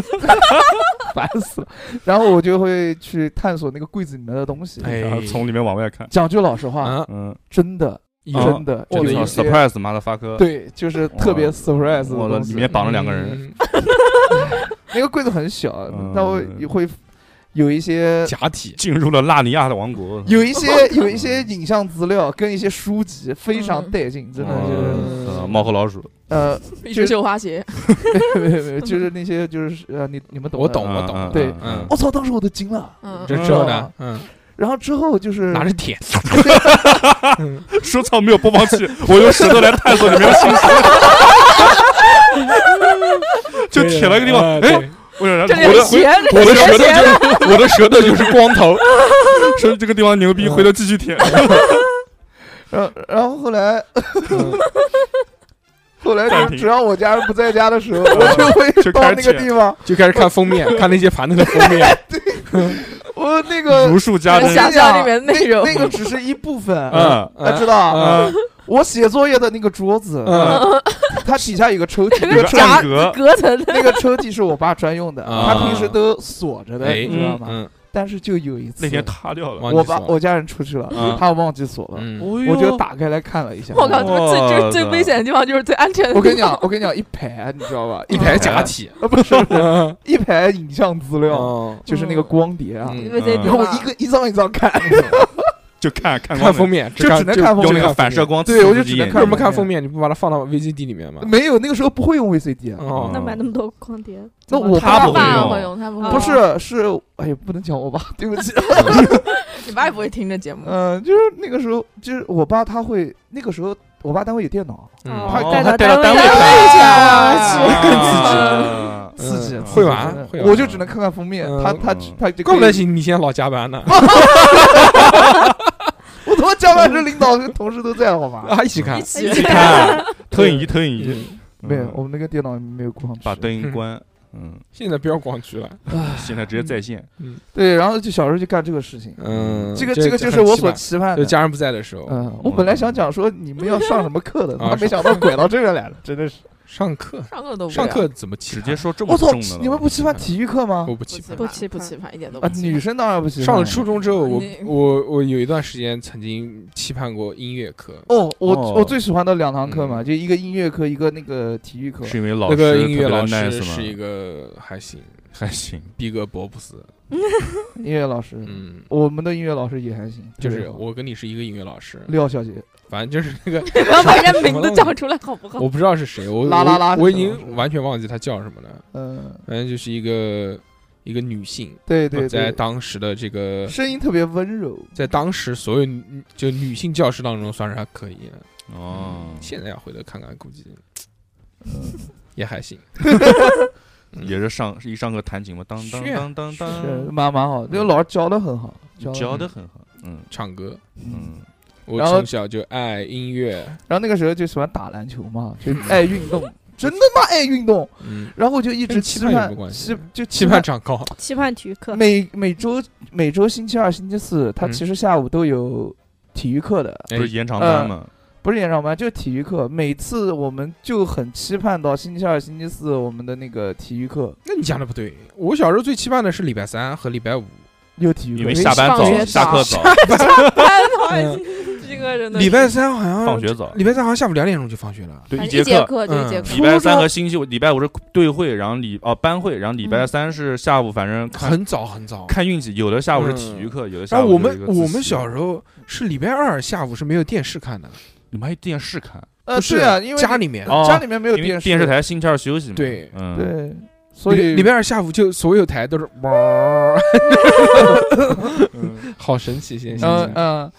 D: 烦死了，然后我就会去探索那个柜子里面的东西。
B: 哎
C: 然后从里面往外看，
D: 讲句老实话，
B: 啊，
C: 嗯，哦
D: 真的
B: 啊
D: 真的
B: 我
C: 我
D: 就
B: 的
D: 是
B: 意
D: 一
B: 思
D: 些
C: surprise 妈的发哥，
D: 对，就是特别
C: 哇
D: surprise 的
C: 我的
D: 东
C: 里
D: 西。
C: 面绑了两个人，
B: 嗯，
D: 那个柜子很小
C: 嗯，
D: 那我会有一些
B: 假体，
C: 进入了纳尼亚的王国，
D: 有一些 有一些影像资料跟一些书籍，非常带劲，真的就是
B: 嗯
C: 呃猫和老鼠，
D: 呃，
E: 一只绣花鞋，
D: 没有 没有，就是那些就是呃，你你们懂的，
B: 我懂，
C: 嗯
B: 我懂，
D: 对
B: 嗯
D: 我操，当时我都惊了。
E: 嗯，
B: 这之后呢？嗯，
D: 然后之后就是
B: 拿着铁，
D: 嗯
C: 说唱没有播放 器，我用石头来探索里面的信息， 就铁了一个地方，
B: 嗯
C: 哎，，
B: 对
C: 我想
E: 这里
C: 我
E: 有
C: 的
E: 鞋，这
C: 我的
E: 里有
C: 舌头就
E: 鞋
C: 是我的舌头就是光头， 说这个地方牛逼，
B: 嗯
C: 回头继续 舔。
D: 然后然后后来
B: 嗯
D: 后来
C: 暂
D: 就
C: 停
D: 是只要我家人不在家的时 候，我就
C: 就
D: 会到
C: 开始
D: 那个
C: 舔
D: 地方，
B: 就开始看封面，看那些盘子的封面，
D: 我那个
C: 如数家珍
D: 我跟你
E: 想
D: 讲
E: 象里面
D: 那
E: 内容
D: 那个只是一部分，
C: 嗯
D: 啊，知道啊，
B: 嗯
D: 我写作业的那个桌子，
B: 嗯
D: 它底下有个抽屉，
E: 那
C: 有
E: 个
C: 个
D: 抽
E: 夹
C: 暗 格，
E: 隔层的，
D: 那个抽屉是我爸专用的，
B: 啊
D: 他平时都锁着的，
B: 哎
D: 你知道吗？
B: 嗯，
D: 但是就有一次
C: 那，天塌掉了。
B: 忘记
D: 我爸
B: 锁了
D: 我家人出去了
C: 啊，
D: 他忘记锁了，
B: 嗯，
C: 我
D: 我就打开来看了一下。
E: 我靠，最最最
C: 哇
E: 危险的地方就是最安 全的地方。
D: 我跟你讲，我跟你讲，一排你知道吧？
B: 一排假体，
D: 啊，不是不是
B: 嗯
D: 一排影像资料，
B: 嗯
D: 就是那个光碟啊。
B: 嗯
E: 为贼
C: 嗯
E: 低
D: 然后我
E: 吧
D: 一个一张一张看，
C: 就看看
B: 看封
C: 面，
B: 面，
D: 就只能看封
C: 用
D: 面
C: 那个反射
B: 光。
C: 光刺
D: 对我就
C: 激
D: 只
C: 眼
D: 能
B: 为
D: 看
B: 什
C: 睛
B: 么看
D: 看
B: 封
D: 封
B: 面？你不把它放到 VCD 里 面吗？
D: 没有那个时候不会用 VCD，啊
B: 哦，
F: 那买那么多光碟，
D: 那
F: 怎么
D: 我
F: 看
C: 嗯他不会
E: 爸
C: 用
E: 会用，嗯他不会用
D: 不是是，哎呀，不能讲我爸， 对 不
B: 嗯
D: 起。啊
E: 你爸也不会听这节目。
D: 嗯，就是那个时候，就是我爸他会那个时候，我爸单位有电脑，
B: 嗯，
C: 哦
F: 带
C: 他
F: 到
C: 带到
F: 单
C: 单位
F: 位
C: 去
F: 去，
D: 啊
C: 啊
D: 刺激，
B: 嗯
D: 刺激
B: 会玩
D: 真的
B: 会玩
D: 我就只能看看封面
B: 嗯，
D: 他他
C: 嗯
D: 他就
B: 怪不得
D: 可以
B: 行，你现在老加班呢，
D: 我他妈加班时领导跟同事都在，好吧？
B: 啊，一起看
E: 一，起
C: 你
D: 啊
C: 看，投影仪，投影仪，
B: 嗯
D: 没有，我们那个电脑没有光驱
C: 把灯一关，嗯，
B: 现在不要光驱了，
C: 现在直接在线，
D: 对，然后就小时候就干这个事情，
B: 嗯，
D: 这个这个
B: 就
D: 就是我所期盼
B: 就
D: 的。
B: 家人不在的时候，
D: 嗯，我本来想讲说你们要上什么课的，
B: 啊
D: 他没想到拐到这边来了，真的是。
B: 上课
E: 上课都不
B: 上
E: 聊
B: 课怎么期
C: 直
B: 盼
C: 接说这么
D: 我操
C: 重的，了，
D: 你们不期盼体育课吗？
B: 我不
E: 不
B: 期
E: 期
B: 盼。
E: 不
F: 不
E: 期
F: 期
E: 不
F: 盼
E: 期盼，一点都不
D: 啊，
E: 期盼
D: 女生当然不期盼。
B: 上了初中之后，我
E: 你
B: 我我有一段时间曾经期盼过音乐课，
D: 哦，我
C: 哦
D: 我最喜欢的两堂课嘛，
B: 嗯
D: 就一个音乐课，一个那个体育课。
C: 是因为
B: 那
C: 老师
B: 个音乐
C: 特别
B: 老
C: 的
B: 师
C: nice 吗？
B: 是一个还行，
C: 还行，
B: 逼格博布斯，
D: 音乐老师，
B: 嗯，
D: 我们的音乐老师也还行，
B: 就
D: 特别
B: 是
D: 好
B: 我跟你是一个音乐老师，
D: 廖小姐，
B: 反正就是那个
E: 不要把人家名字叫出来好不好？
B: 我不知道是谁，我
D: 啦啦啦
B: 我我已
D: 是吗
B: 经完全忘记他叫什么了，
D: 嗯，
B: 反正就是一个一个女性，
D: 对对
B: 在
D: 对，
B: 当时的这个，
D: 声音特别温柔。
B: 在当时所有女就女性教师当中算是还可以的，
C: 哦，
B: 现在要回头看看，估计也还 行，
C: 嗯
B: 嗯
C: 也是上一上课弹琴嘛，当当
B: 是
C: 当当
D: 是
B: 嗯
C: 当，
D: 蛮蛮好，那个老师教的很好，教得
C: 教
D: 很好
C: 的很好，嗯
B: 唱歌。
D: 嗯。
C: 嗯，
B: 我
D: 然后
B: 从小就爱音乐，
D: 然后那个时候就喜欢打篮球嘛，就爱运动，真他妈爱运动。
B: 嗯，
D: 然后我就一直
B: 跟期
D: 期
B: 盼有什
D: 盼
B: 么关系
D: 期就
B: 期
D: 期
B: 盼长高，
F: 期盼体育课，
D: 每每周每周星期二、星期四，他
B: 嗯
D: 其实下午都有体育课的，
B: 哎
C: 不是延长班
D: 嗯
C: 嘛，
D: 不是延长班，就是体育课。每次我们就很期盼到星期二、星期四我们的那个体育课
B: 那你讲的不对。我小时候最期盼的是礼拜三和礼拜五，
D: 有体育课，
C: 因为下班
E: 放
C: 早，
E: 学
C: 下
E: 早
C: 课早，
E: 太讨厌
D: 嗯
E: 这个人的
B: 礼拜三好像
C: 哎放学早，
B: 礼拜三好像下午两点钟就放学了。
C: 对，
E: 一
C: 节
E: 节
C: 课。
E: 课就一
B: 嗯
E: 节课
C: 礼。拜三和星期五，礼拜五是队会，然后礼哦班会，然后礼拜三是下午，反正看
B: 很早很早。
C: 看运气，有的下午是体育课，有的
B: 然
C: 下
B: 后
C: 午
B: 我
C: 就是
B: 们
C: 一个自
B: 我们
C: 习
B: 小时候是礼拜二下午是没有电视看的，
C: 你们还有电视看，
D: 呃，
B: 不
D: 对啊，因为
B: 家里面
C: 哦
D: 家里面没有
C: 因为
D: 电视，
C: 电视台星期二休息嘛。
B: 对
C: 嗯，
D: 对，所以
B: 礼拜二下午就所有台都是 哇，好神奇现
D: 嗯
B: 象。
D: 嗯，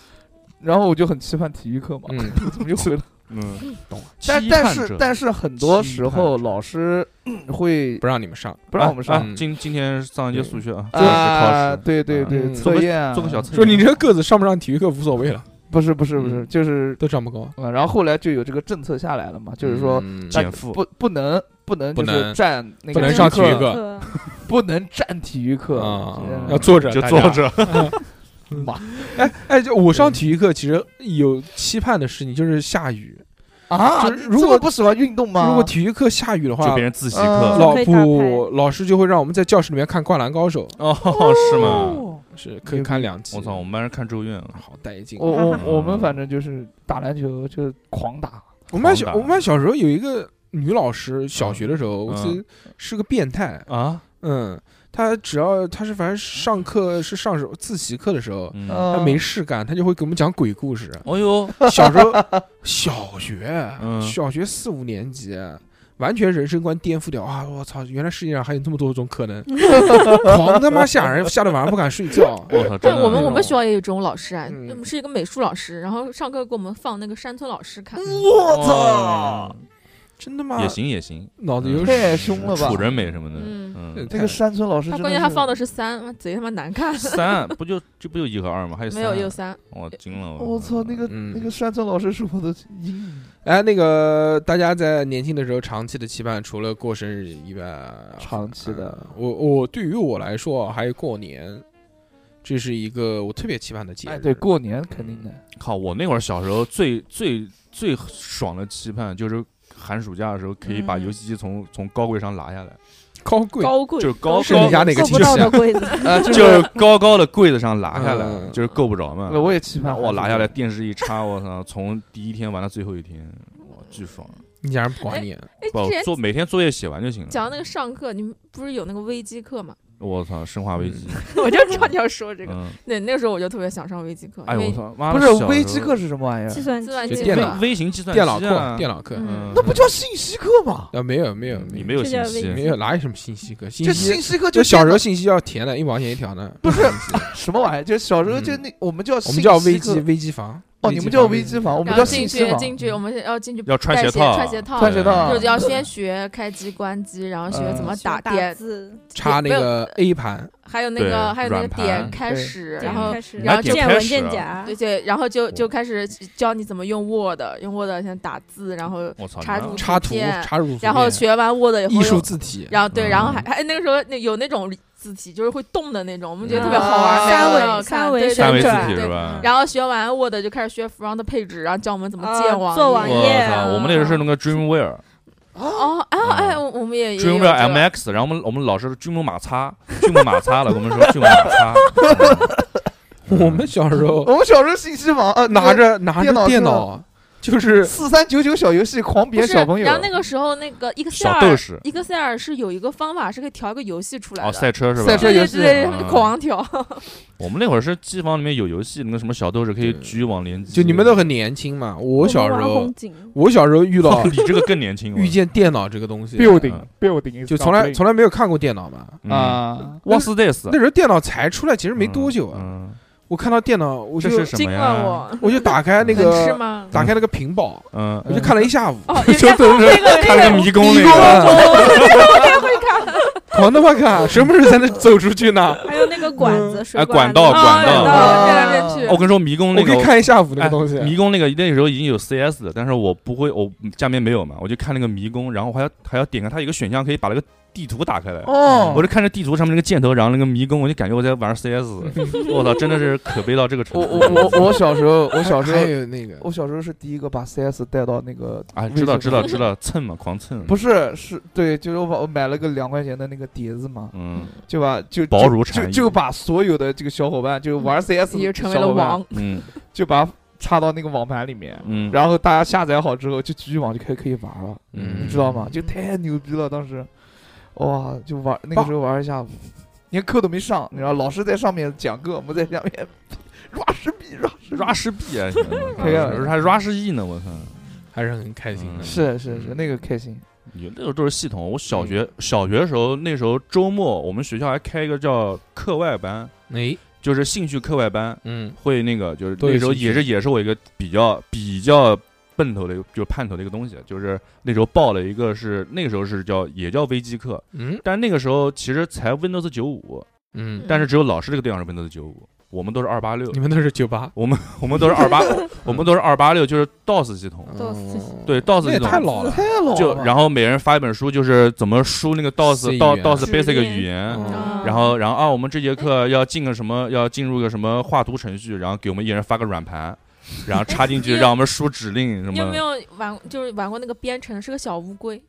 D: 然后我就很期盼体育课嘛，
B: 嗯，
D: 怎么又回来？
C: 嗯，懂。
D: 但
C: 期
D: 但
C: 盼
D: 是
C: 着
D: 但是很多
C: 期
D: 时
C: 盼
D: 候
C: 着
D: 老师嗯会
B: 不让你们上，
D: 不让我们
C: 啊
D: 上
C: 啊今今天上一节数学啊，
D: 啊，
C: 对，
D: 对对对，
B: 嗯
D: 测验啊
C: 做个小测
B: 说你这个个子上不上体育课无所谓了，
D: 不是不是不是，
B: 嗯
D: 就是
B: 都长不高。
D: 啊，然后后来就有这个政策下来了嘛，就是说
B: 嗯
D: 大
C: 减负
D: 不不能不能
B: 不
D: 就
B: 能
D: 是占那
B: 不
D: 个
B: 能
D: 体育
B: 上体育
D: 课，
B: 课
F: 课
D: 不能占体育课
B: 啊
D: 嗯，
B: 要坐着
C: 就
B: 大家
C: 坐着，
D: 妈
B: 哎哎，就我上体育课其实有期盼的事情，就是下雨。
D: 啊！
B: 就是
D: 你
B: 如
D: 这么
B: 果
D: 不喜欢运动吗？
B: 如果体育课下雨的
C: 就
B: 话
C: 变，成自习
D: 嗯
C: 课了。
B: 老
F: 可以打
B: 不老师就会让我们在教室里面看《灌篮高手
C: 哦，是吗？
D: 哦
B: 是可以看两集。
C: 我操，我们班人看咒怨啊了，
B: 好带劲！
D: 我
B: 我
D: 我我们反正就是打篮球就狂打，
B: 我们班
C: 狂
B: 小
C: 打
B: 我们班小时候有一个女老师，小学的时候，我
C: 嗯
B: 是是个变态，
C: 啊，
B: 嗯，她只要她是反正上课是上自习课的时候，
C: 嗯，
B: 她
D: 嗯，
B: 没事干，她就会给我们讲鬼故事。
C: 哦呦，
B: 小时 候小学
C: 嗯
B: 小学四五年级。完全人生观颠覆掉啊！我操，原来世界上还有这么多种可 能，狂他妈吓人，吓得晚上不敢睡觉。
C: 我操，真
E: 对
C: 的，
E: 我们我们学校也有这种老师啊，
B: 嗯
E: 嗯是一个美术老师，然后上课给我们放那个山村老师看，
D: 我操
C: 哦，，
B: 真他妈
C: 也行也行，
B: 脑子有
C: 嗯
D: 太凶了吧
C: 楚！人美什么的，
E: 嗯
C: 嗯，
D: 那个山村老师
E: 他
D: 真
E: 关键他
D: 是
E: 放的是三，妈贼他妈难看，
C: 三啊不就这不就一和二吗？还有
E: 没有也有
C: 三，
E: 三，
C: 我惊了，
D: 我操，那个
B: 嗯
D: 那个山村老师是我的阴影，
B: 哎，那个大家在年轻的时候长期的期盼，除了过生日以外，
D: 长期的
B: 呃我我对于我来说啊，还有过年，这是一个我特别期盼的节日。
D: 哎，对，过年肯定的，
C: 靠！我那会儿小时候最最最爽的期盼就是寒暑假的时候可以把
E: 嗯
C: 游戏机从从高柜上拿下来，
B: 高贵
F: 高贵
C: 就是高
B: 是你
C: 高呃
B: 家哪个
F: 够
B: 亲
F: 不
B: 戚
F: 到
B: 啊
F: 的？柜子，
D: 啊，就
C: 就是高高的柜子上拿下来，
B: 嗯
C: 就是够不着嘛。
D: 呃我也期
C: 然
D: 盼
C: 后我拿下来，电视一插，我操！从第一天玩到最后一天，哇，巨爽！
B: 你竟然不管你，
E: 哎，
C: 不
E: 之前
C: 做每天作业写完就行
E: 讲
C: 了。
E: 到那个上课，你们不是有那个微机课吗？
C: 我操，《生化危机》
E: 我就知道你要说这个，
C: 嗯，
E: 对，那个时候我就特别想上微机课，
C: 哎
E: 因
C: 呦我
E: 为
C: 操，妈
D: 不
C: 的
D: 是
C: 小时候
D: 微机课是什么玩意
F: 计
D: 儿？
F: 算
E: 计算
F: 机
E: 机
B: 就电脑
C: 微微型计算
B: 电脑
C: 机
B: 课，
C: 啊
B: 电脑课，
E: 嗯
D: 那不叫信息课吗？
B: 啊，没有没有
C: 嗯你没
B: 有
C: 有
F: 这
C: 信
F: 叫微
C: 息
F: 信
B: 没有，哪有什么信息课？
D: 就
B: 信息
D: 信息课
B: 就
D: 就
B: 小时候
D: 电
B: 信息要填的，一毛钱一条呢。
D: 不是 什么玩意儿？就小时候就那嗯我们叫
B: 我们叫
D: 信
B: 危
D: 息课
B: 机危机房。
D: 哦，
B: 危
D: 你
B: 机
D: 们叫
B: 房
D: 微机房，我们
E: 然
D: 叫
E: 后
D: 信
E: 进
D: 息
E: 去
D: 房。
E: 进去，我们要进去
C: 要穿
E: 带鞋
C: 套，
E: 穿鞋套
D: 穿鞋套啊
E: 就是要先学开机关机，然后学怎么
F: 打
E: 打点，
F: 字，
B: 插那
D: 呃
B: 个 A 盘，
E: 还有那
C: 对
E: 个还有那个
C: 软盘
E: 点开始，
F: 对
E: 然后
F: 开始
E: 然后就
F: 建
C: 开
F: 文
C: 始
F: 件
C: 啊
F: 夹
E: 对，对，然后就就开始教你怎么用 Word，用 Word 先打字，然后
C: 我操，
E: 插
C: 你
E: 入
B: 插图
E: 图片
B: 插入，
E: 然后学完 Word 以
B: 艺
E: 后
B: 术
E: 又，
B: 字体，
E: 然后对，
C: 嗯
E: 然后还还那个时候那有那种字体就是会动的那种，我们觉得特别
B: 嗯
E: 好玩，每
F: 哦三
E: 个
F: 维
E: 都要看对对
F: 三维
C: 三维
E: 对
C: 字
F: 旋
C: 体
E: 对
C: 是吧？
E: 然后学完 Word 就开始学 Front Page，然后教我们怎么建
F: 啊
E: 网
F: 做网
E: 页。
F: 页
C: 我操，我们那时候是那个 Dreamwear。
E: 哦，哎
C: 嗯
E: 哎，我我们也也有这
C: Dreamwear
E: 个。
C: MX，然后我们我们老师是巨木马擦，巨木马擦了，我们说巨木马 擦。嗯
B: 我们小时候
D: 我们小时候信息房啊，
B: 拿着拿
D: 电
B: 着
D: 脑
B: 电
D: 课
B: 脑，就是
D: 四三九九小游戏狂
E: 不
D: 扁
E: 是，
D: 小朋友。
E: 然后那个时候那个 Excel，
C: 小斗士
E: Excel 是有一个方法是可以调一个游戏出来
C: 哦，
E: 的，
C: 赛车是吧？
D: 赛车
E: 对
D: 游
E: 对
D: 戏
E: 对，
C: 嗯
E: 狂调。
C: 我们那会儿是机房里面有游戏，那个什么小斗士可以
B: 对
C: 局域网联机。哦
B: 就你们都很年轻嘛。我小时
F: 们玩
B: 候
F: 红，警
B: 我小时候遇 到
C: 哦，你这个更年轻。
B: 遇见电脑这个东西，
D: 啊
C: building-
D: building
B: 就从来从来没有看过电脑嘛。
C: 啊
D: 啊，
C: ，What's this？
B: 那时候电脑才出来，其实没多久啊。
C: 嗯，
B: 我看到电脑，我
C: 这
B: 就是
C: 什
E: 惊
C: 么
E: 了
C: 呀？
E: 我，
B: 我就打开那
E: 能吃
B: 个
E: 吗？
B: 打开那个屏保，
C: 嗯，
B: 我就看了一下午，
E: 哦，原
C: 就哦
E: 来
C: 都是
E: 那个
C: 看
E: 那
C: 个
E: 个
C: 迷宫那
B: 迷宫
C: 个，
E: 我也会看，
B: 狂他妈看，什么时候才能走出去呢？
F: 还有那个管子，水
C: 哎管
F: 管
C: 道
F: 那个
C: 管道哦
E: 道变来变去
C: 我，跟你说，迷宫那
G: 我可
C: 个
G: 以看一下午那个东
B: 哎
G: 西。
C: 哎
G: 啊
C: 迷宫那个那时候已经有 CS 的，但是我不会，我下面没有嘛，我就看那个迷宫，然后还要还要点开它有一个选项，可以把那个地图打开来。
D: 哦
C: 我就看着地图上面那个箭头，然后那个迷宫，我就感觉我在玩 CS。我 操，真的是可悲到这个程
D: 我
C: 度。
D: 我我我小时候，我小时
B: 还
D: 候，
B: 有那个
D: 我小时候是第一个把 CS 带到那个
C: 啊，知道
D: 微信
C: 知道知道，蹭嘛，狂蹭。
D: 不是，是对，就是我把我买了个两块钱的那个碟子嘛，
C: 嗯
D: 就把就
C: 薄如
D: 就
C: 蝉翼
D: 就就把所有的这个小伙伴，就玩 CS
E: 你就
D: 的
E: 成为了
D: 小伙伴，
E: 王。
C: 嗯
D: 就把它插到那个网盘里面，
C: 嗯，
D: 然后大家下载好之后，就局域网就可以可以玩了，
B: 嗯
D: 你知道吗？就太牛逼了，当时，哇，就玩那个时候玩一下午，连课都没上，你知道，老师在上面讲课，我们在下面抓石币，抓石
C: 拉尸币 啊，什么
D: 可以啊
C: 还拉尸亿呢，我操！
B: 还是很开心的。
C: 嗯
D: 是是是，那个开心，
C: 你那时候都是系统。我小学
D: 嗯
C: 小学的时候，那时候周末我们学校还开一个叫课外班，
B: 哎，
C: 就是兴趣课外班，
B: 嗯，
C: 会那个就是
B: 都有
C: 那时候
B: 兴趣
C: 也是也是我一个比较比较奔头的一个就是盼头的一个东西，就是那时候报了一个是那个时候是叫也叫微机课，
B: 嗯
C: 但那个时候其实才 Windows 九五，
B: 嗯，
C: 但是只有老师这个电脑是 Windows 九五，我们都是二八六
B: 你，们都是九八，
C: 我们 我们都是二八， 我们都是二八六，就是 DOS 系统，
B: 嗯
C: 对 DOS
B: 那
C: 系
B: 也
C: 统
B: 太老了，
D: 太老了，
C: 就然后每人发一本书，就是怎么输那个 DOS
B: C 语
C: DOS
B: 言
C: DOS
F: 指
C: basic
F: 令
C: 语言，
B: 嗯
C: 然后然后啊，我们这节课要进个什么，要进入个什么画图程序，然后给我们一人发个软盘，然后插进去，
E: 你
C: 让我们输指令什
E: 你有没
C: 么。
E: 有玩，就是玩过那个编程，是个小乌龟，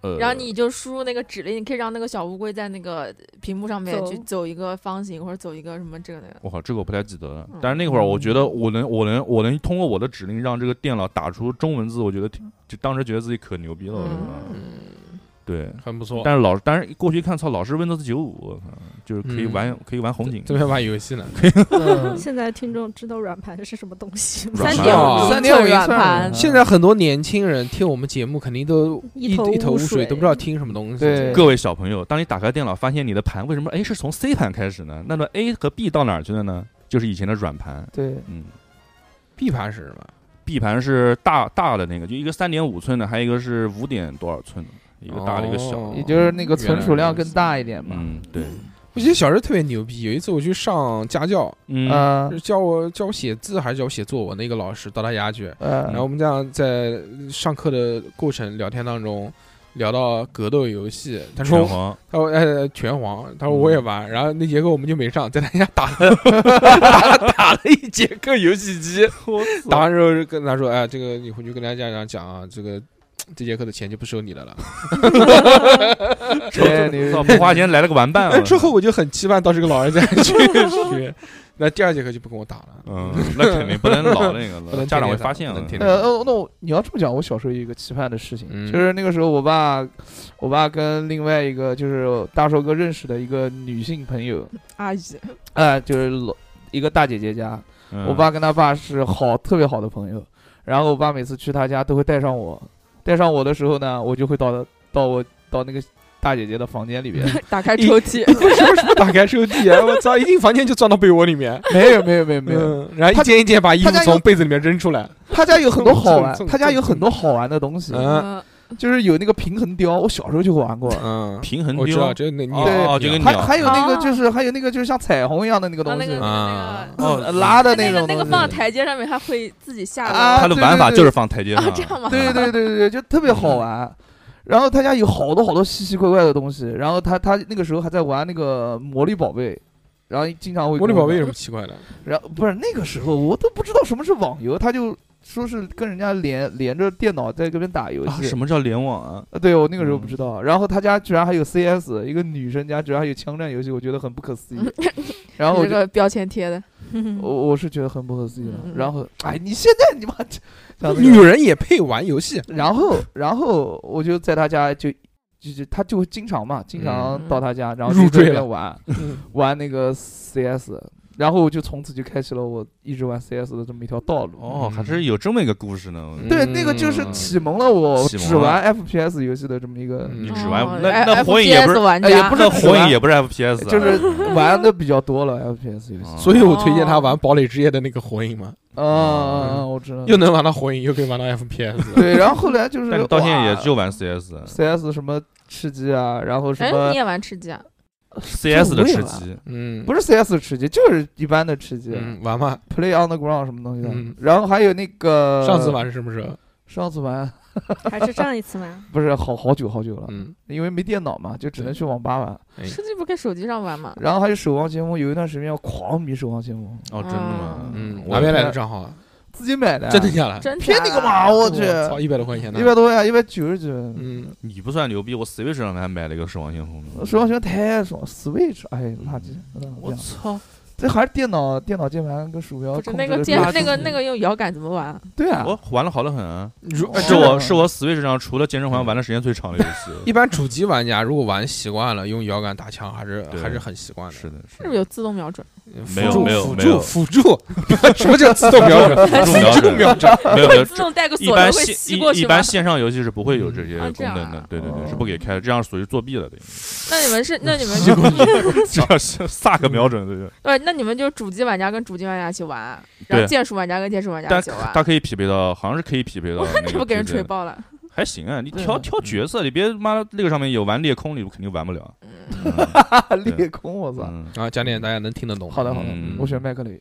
C: 呃，
E: 然后你就输入那个指令，你可以让那个小乌龟在那个屏幕上面
F: 走
E: 去走一个方形或者走一个什么这个 那个。
C: 我靠，这个我不太记得了
E: 嗯。
C: 但是那会儿我觉得我能，我能，我能通过我的指令让这个电脑打出中文字，我觉得挺，就当时觉得自己可牛逼了。我觉得
B: 嗯，
C: 对，
B: 很不错。
C: 但是老，但是过去一看，操，老师 Windows 九五，就是可以
B: 嗯
C: 玩，可以玩红警。
B: 这边玩游戏呢，
F: 现在听众知道软盘是什么东西吗？
C: 软
E: 三
C: 盘
E: 点
B: 啊
E: 五
D: 三点五
E: 寸
D: 一
E: 软
D: 寸
E: 盘，
B: 现在很多年轻人听我们节目，肯定都
F: 一
B: 一
F: 头
B: 一头
F: 雾
B: 雾
F: 水
B: 水，都不知道听什么东西。
D: 对
C: 各位小朋友，当你打开电脑，发现你的盘为什么哎是从 C 盘开始呢？那么 A 和 B 到哪儿去了呢？就是以前的软盘，
D: 对
C: 嗯。
B: B 盘是什么？
C: B 盘是大大的那个，就一个三点五寸的，还有一个是五点多少寸的，一个大的一个小。
B: 哦
D: 也就是那个存储量更大
B: 原
D: 一
B: 来
D: 点嘛，
C: 嗯，对，
B: 我记得小时候特别牛逼，有一次我去上家教，
C: 嗯
D: 嗯
B: 是教我教我写字还是教我写作文的一个老师到他家去，然后
D: 呃，
B: 我们这样在上课的过程聊天当中。聊到格斗游戏，他
C: 拳
B: 说
C: 皇，嗯
B: 他说呃拳皇，他说我也玩，然后那节课我们就没上，在他家打 了打了打了一节课游戏机，打完之后就跟他说，哎，这个你回去跟大家讲讲啊，这个这节课的钱就不收你的了。
D: 太 牛
C: 操
D: 逼
C: 不花钱来了个玩伴
B: 哎，
C: 啊。
B: 之后我就很期盼到这个老人家去 学，那第二节课就不跟我打了。
C: 嗯，那肯定不能老 那个
B: 不
C: 了，
B: 能
C: 家长会
B: 天天打
C: 发现啊
B: 不
C: 了
B: 能。天天
D: 呃，哦那我你要这么讲，我小时候有一个期盼的事情，
B: 嗯
D: 就是那个时候我爸，我爸跟另外一个就是大寿哥认识的一个女性朋友，
E: 阿姨，
D: 哎、就是老一个大姐姐家，
C: 嗯
D: 我爸跟他爸是好特别好的朋友，然后我爸每次去他家都会带上我，带上我的时候呢，我就会到到我到那个大姐姐的房间里 边，
E: 打开抽屉，
B: 什么什么打开抽屉啊！我操，一进房间就钻到被窝里面，
D: 没有没有没有没有，
B: 嗯，然后一件一件把衣服
D: 他家有
B: 从被子里面扔出来。
D: 他家有很多好玩
B: 蹭蹭，
D: 他家有很多好玩的东 西，
B: 嗯
E: 嗯
D: 就是有那个平衡雕，我小时候就 玩过。
B: 嗯，
C: 平衡
B: 我知道，
C: 丢，
B: 这那你
D: 对
C: 哦，就跟
D: 还
C: 鸟
D: 还有那个
E: 啊
D: 就是还有那个就是像彩虹一样的那个
E: 啊
D: 嗯东
E: 那
D: 西
E: 个，
B: 啊
E: 那个
C: 哦
D: 呃拉的
E: 那
D: 种
E: 个
D: 东
E: 那
D: 西
E: 个放在台阶上面，它会自己下
D: 啊
E: 来。
C: 它的玩法
D: 对对对
C: 就是放台阶
E: 啊，
C: 上。
E: 这样吗？
D: 对对对对对，就特别好玩。然后他家有好多好多稀奇怪怪的东西，然后他他那个时候还在玩那个魔力宝贝，然后经常会
B: 魔力
D: 跟我
B: 宝贝有什
D: 玩
B: 么奇怪的？
D: 然后不是那个时候我都不知道什么是网游，他就说是跟人家连连着电脑在跟边打游
C: 啊
D: 戏
C: 什，么叫联网啊？
D: 呃对我那
B: 嗯
D: 个时候不知道。然后他家居然还有 CS，一个女生家居然还有枪战游戏，我觉得很不可思 议。然后我
E: 这
D: 就
E: 个标签贴的，
D: 我我是觉得很不可思议的
E: 嗯嗯。嗯
D: 然后，哎，你现在你妈，讲这个
B: 女 人也配玩游戏？
D: 然后然后我就在他家就就就他就经常嘛，经常
E: 嗯
D: 到他家，然后
B: 入
D: 就在那
B: 赘
D: 边
B: 了
D: 玩玩那个 CS，然后我就从此就开启了我一直玩 CS 的这么一条道路。
C: 哦，还是有这么一个故事呢。
D: 嗯对，那个就是
B: 嗯
D: 启蒙了我
C: 启蒙
D: 只
C: 了
D: 玩 FPS 游戏的这么一个，
B: 嗯
C: 你
E: 哦
C: 只玩
E: 哎
C: 那那火影也不
E: FPS
C: 是，
E: 玩
D: 哎也
E: 家，
D: 不是
C: 那火
D: 只
C: 影
D: 玩
C: 也不是 FPS，啊
D: 就是玩的比较多了 FPS 游戏。
C: 哦
B: 所以我推荐他玩《堡垒之夜》的那个火影嘛，
D: 啊
C: 哦
D: 啊，啊我知道。
B: 又能玩到火影，又可以玩到 FPS。
D: 对，然后后来就是
C: 但你到现在也
D: 哇
C: 就玩 CS。
D: CS 什么吃鸡啊，然后什
E: 哎
D: 么，
E: 你也玩吃鸡啊？
C: CS 的
D: 味
C: 吃
D: 了
C: 鸡，
B: 嗯，
D: 不是 CS 吃鸡，就是一般的吃鸡、
B: 嗯，玩嘛，
D: p l a y on the ground 什么东西的。
B: 嗯
D: 然后还有那个
B: 上次，玩是不是？
D: 上次玩
F: 还是上一次吗？
D: 不是好好久好久了，
B: 嗯，
D: 因为没电脑嘛，就只能
B: 对
D: 去网吧玩。
E: 吃鸡不跟手机上玩吗？
D: 然后还有守望先锋，有一段时间要狂迷守望先锋，
C: 哦，真的吗？
B: 嗯，
C: 我
B: 哪边来的账号啊？
D: 自己买的，
B: 真的假的？
E: 真
D: 骗
E: 假啊
D: 你
E: 的
D: 干嘛？？我去，
B: 操，一百多块钱呢
D: 一！百多呀，一百九十九。
B: 嗯，
C: 你不算牛逼，我 Switch 上面还买了一个《守望先锋》呢。
D: 守望先锋太爽，Switch，哎，垃圾！
C: 我
D: 操，
C: 操！
D: 这还是电脑电脑键盘跟鼠标
E: 不
D: 控
E: 是
D: 制
E: 那
D: 的
E: 个
D: 垃圾。
E: 键，那个那个用摇杆怎么玩？
D: 对啊，
C: 我玩的好的很啊，
B: 如呃
D: 哎
C: 是
D: 真的
C: 我
D: 吗
C: 是我 Switch 上除了健身环玩的时间最长的游戏。
B: 一般主机玩家如果玩习惯了，用摇杆打枪还是
C: 对
B: 还是很习惯的。
C: 是的，是
E: 是不
C: 的
E: 是有自动瞄准？
C: 没有
B: 辅助
C: 没有
B: 辅
C: 没有
B: 助辅助， 什么叫自动瞄准？
C: 自动瞄
B: 自
C: 准
B: 动瞄准，
C: 没有没有，
E: 自动带个
C: 一
E: 锁
C: 般
E: 都会
C: 线
E: 吸过
C: 一
E: 去
C: 一
E: 吗
C: 般？线上游戏是不会有这些
E: 啊这
C: 功
E: 样
C: 能的
E: 啊，
C: 对对对，
D: 哦
C: 是不给开的，这样属于作弊了，等于
E: 那你们是那你们
C: 结果 你这样是萨克瞄准对对。
E: 对，那你们就是主机玩家跟主机玩家一起玩，然
C: 对
E: 后键鼠玩家跟键鼠玩家啊一
C: 但
E: 起玩，
C: 它可以匹配到，好像是可以匹配到那个
E: 这不给人
C: 直接
E: 锤爆了？
C: 还行啊，你
D: 对
C: 挑
D: 啊
C: 挑角色，你别妈那个上面有玩裂空，你肯定玩不了。
D: 裂空，我操！
C: 嗯
B: 啊，讲点大家能听得懂。
D: 好的好的
C: 嗯，
D: 我选麦克雷。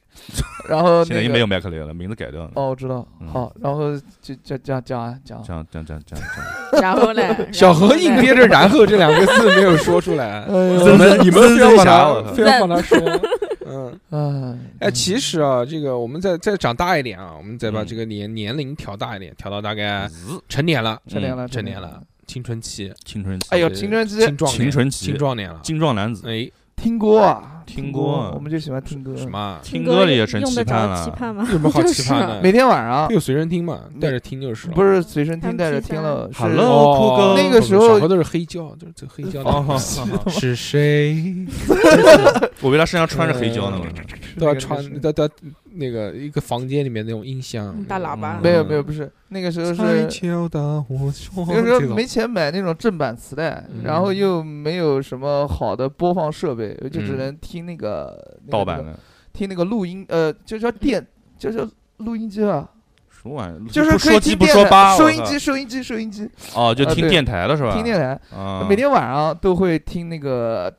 D: 然后
C: 现在已经
D: 那
C: 没
D: 个
C: 有麦克雷了，名字改掉了。
D: 哦，我知道
C: 嗯，
D: 好，然后就就讲讲啊讲啊
C: 这，样这样这样这样这样，
E: 然后嘞，
B: 嗯小何硬憋着“然后”这两个字没有说出 来，
D: 哎
B: 你
D: 呦，
B: 们你们非要把
C: 侠我
B: 它
C: 靠
B: 非要把它说， 嗯。
D: 嗯，
B: 哎，其实啊，这个我们再再长大一点啊，我们再把
C: 嗯
B: 这个年年龄调大一点，调到大概
C: 滋
B: 成年了，
D: 成年了，
B: 成年了，，青春期，
C: 嗯青春期，
D: 啊哎呦，
B: 是
D: 青春期
B: 青壮年
C: 青春期
B: 青壮年了。
C: 精壮男子，
B: 哎，
D: 听歌啊，
C: 听
D: 歌
C: 歌啊，
D: 我们就喜欢听歌，
B: 什么 啊？
C: 听
F: 歌
C: 歌里也成
F: 用得
C: 期盼
F: 着
C: 了
F: 期盼吗？
D: 啊
B: 有什么好期盼
D: 每
B: 的？
D: 天晚上
B: 就随身听嘛，带着听就是了。
D: 啊不是随身听
E: MP3
D: 带着听了，是
C: Hello 酷
B: 哦
C: 哥，
D: 那个时候
B: 小何都是黑胶，就是这黑胶
C: 哦，
B: 的。
C: 好好好
B: 是谁？
C: 哎我以为他身上穿着黑胶呢。我
B: 嗯
C: 说
B: 都要
D: 那个
B: 穿
D: 是
B: 都都要那个一个房间里面那种音箱，
E: 嗯大喇叭
B: 嗯
D: 没有没有不是那个时候
B: 才
D: 是。
B: 敲打我窗
D: 那个时
B: 这
D: 候
B: 种
D: 没钱买那种正版磁带，
B: 嗯
D: 然后又没有什么好的播放设备，就只
B: 嗯
D: 能听那个那个
C: 盗版
D: 那个
C: 的，
D: 听那个录音，呃，就叫电，就叫录音机啊，
C: 什么玩意儿？
D: 就是
C: 不
D: 可以
C: 说鸡
D: 听
C: 不
D: 电
C: 说
D: 台
C: 八，
D: 收
C: 我
D: 音
C: 靠
D: 机，收音机，收音机，
C: 哦，就
D: 呃
C: 听
D: 对
C: 电台的是吧？
D: 听电台。
C: 啊，
D: 每天晚上都会听那个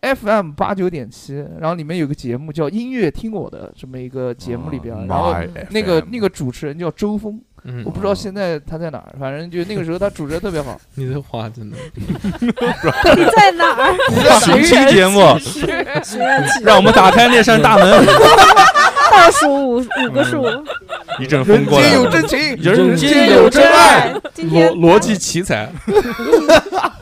D: FM 八九点七，然后里面有个节目叫《音乐听我的》这么一个节目里边，
C: 啊
D: 然后
C: 妈呀
D: 那个
C: FM
D: 那个主持人叫周峰，
B: 嗯
D: 我，不
C: 啊
D: 知道现在他在哪儿，反正就那个时候他主持的特 别好。
B: 你这话真的，
F: 你在哪儿？
C: 哎寻亲节目，
F: 许愿池
C: 让我们打开那扇大门，
F: 倒数五五个数，
C: 一阵风
D: 人
C: 过来
D: 间有
C: 了，
D: 真情，
B: 人
D: 间
B: 有
D: 真爱。。
C: 嗯
F: 今天
B: 奇才，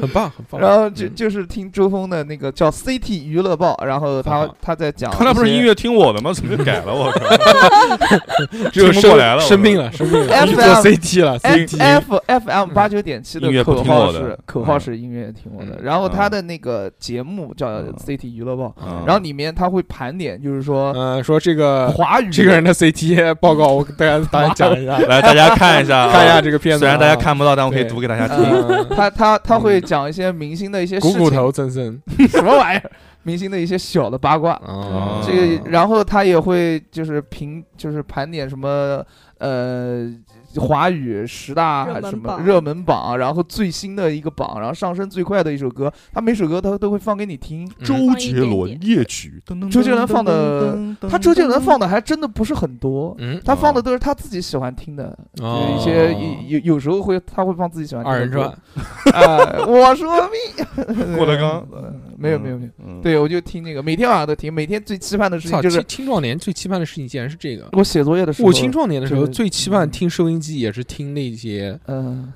B: 很棒很棒。
D: 然后就
B: 嗯
D: 就是听周峰的那个叫 CT 娱乐报，然后他
B: 很好
D: 他在讲，
C: 啊刚才不是音。乐听我的吗？怎么就改了？ 我靠！
B: 只有
C: 听
B: 生
C: 不过来了我
B: 嗯生病了，生病 了，
D: FM
B: 去做 CT 了
D: F
B: ，CT。
D: F F
B: 嗯
D: M 八九点七
C: 音乐
D: 的
C: 不
D: 口
C: 听我
D: 号
C: 的
D: 是
C: 嗯
D: 口号是音乐听我的，
B: 嗯
D: 然后他
C: 嗯
D: 的那个节目叫
C: 嗯
D: CT 娱乐报，
C: 嗯
D: 然后里面他会盘点，就是说呃
B: 嗯，说这个
D: 华语
B: 这个人的 CT 报告，我给大家大家讲一下，
C: 来，大家看一下 啊，
B: 看一下这个片子。
C: 虽然大家，看不到，但我可以
B: 对
C: 读给大家听。
B: 嗯，
D: 他他他会讲一些明星的一些事
B: 股
D: 情，
B: 骨头增生，
D: 什么玩意儿，明星的一些小的八卦。
B: 哦
D: 这个，然后他也会就是评，就是盘点什么呃华语十大
F: 热门
D: 什么
F: 榜
D: 热门榜，然后最新的一个榜，然后上升最快的一首歌，他每首歌他都会放给你听。
C: 周杰伦夜曲，
D: 周杰伦放的，他周杰伦放的还真的不是很多，
B: 嗯，哦
D: 他放的都是他自己喜欢听的，就是
C: 嗯
D: 一
C: 哦
D: 些有有有时候会他会放自己喜欢听的
B: 二人
D: 歌
B: 转，
D: 啊，我说命，
C: 郭德纲
D: 嗯，没有没有没有，
C: 有，
D: 对我就听那个，每天晚上都听，每天最期盼的事情
B: 操，
D: 就
B: 青
D: 是
B: 青壮年最期盼的事情竟然是这个。
D: 我写作业的时候，
B: 我青壮年的时候
D: 就是
B: 最期盼听收音机，也是听那些
D: 嗯，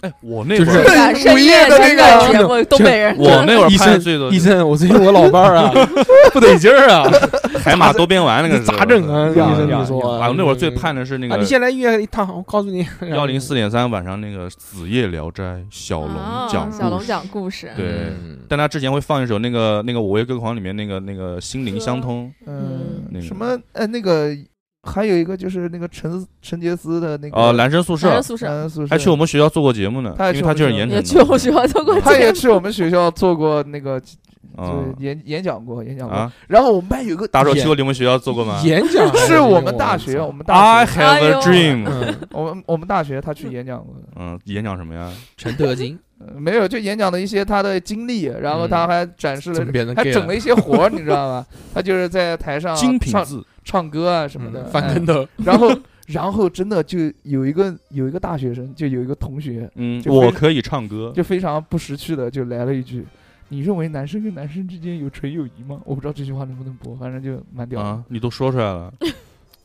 C: 哎，我那会
B: 就是
C: 儿，
E: 感
D: 午
E: 深
D: 夜
E: 夜
D: 的那
E: 真的
D: 个
E: 节目，东 北人，
C: 我那会儿
B: 医
C: 拍
B: 生
C: 的最多
B: 医生， 我最近我老伴儿啊不得劲儿啊，
C: 海马多边 丸那个时候
B: 咋整啊？医
D: 呀
B: 生
D: 呀
B: 你说
C: 啊，我那会儿最盼的是那
B: 啊！
C: 个
B: 你先来医院一趟，我告诉你，
D: 啊
C: 幺零四点三晚上那个子夜聊斋小龙
E: 啊
C: 讲
E: 小
C: 故
E: 龙
C: 事，
E: 讲故事，
C: 对
B: 嗯
C: 但他之前会放一首那个那个《我为歌狂》里面那个那个心灵相通，那个
D: 嗯，什么呃那个，还有一个就是那个陈陈杰斯的那个
C: 哦，男生宿
E: 男
C: 舍
E: 人，宿舍
D: 男宿舍，
C: 还去我们学校做过节目呢，
D: 他还
C: 因为
D: 去
C: 他
D: 我们
C: 就是
D: 学校
C: 盐
E: 也
C: 城
E: 去
C: 的，
E: 我学校做过
D: 他
E: 节
D: 也
E: 目
D: 去我们学校做过那个
C: 嗯
D: 对，演演讲过，演讲过。
C: 啊！
D: 然后我们班有个
C: 大手去
D: 演
C: 过你们学校做过吗
B: 演讲还
D: 是我们大学，我们大
C: ？I
D: 学，
C: have
E: 哎
C: a
E: 呦
C: dream。
B: 嗯，
D: 我们我们大学他去演讲过，
C: 嗯，演讲什么呀？
B: 陈德金
D: 呃没有就演讲的一些他的经历，然后他
B: 嗯
D: 还展示
B: 怎么
D: 了，
B: 变成
D: 还
B: gay
D: 整了
B: 了？
D: 一些活儿，你知道吧？他就是在台上
C: 精品
D: 啊唱
C: 字，
D: 唱歌啊 什么的
B: 嗯，翻
D: 哎
B: 跟头，
D: 然后然后真的就有一个有一个大学生，就有一个同学，
C: 嗯，
D: 就非
C: 我可以唱歌。
D: 就非常不识趣的就来了一句：“你认为男生跟男生之间有纯友谊吗？”我不知道这句话能不能播，反正就蛮屌的。
C: 啊，你都说出来了，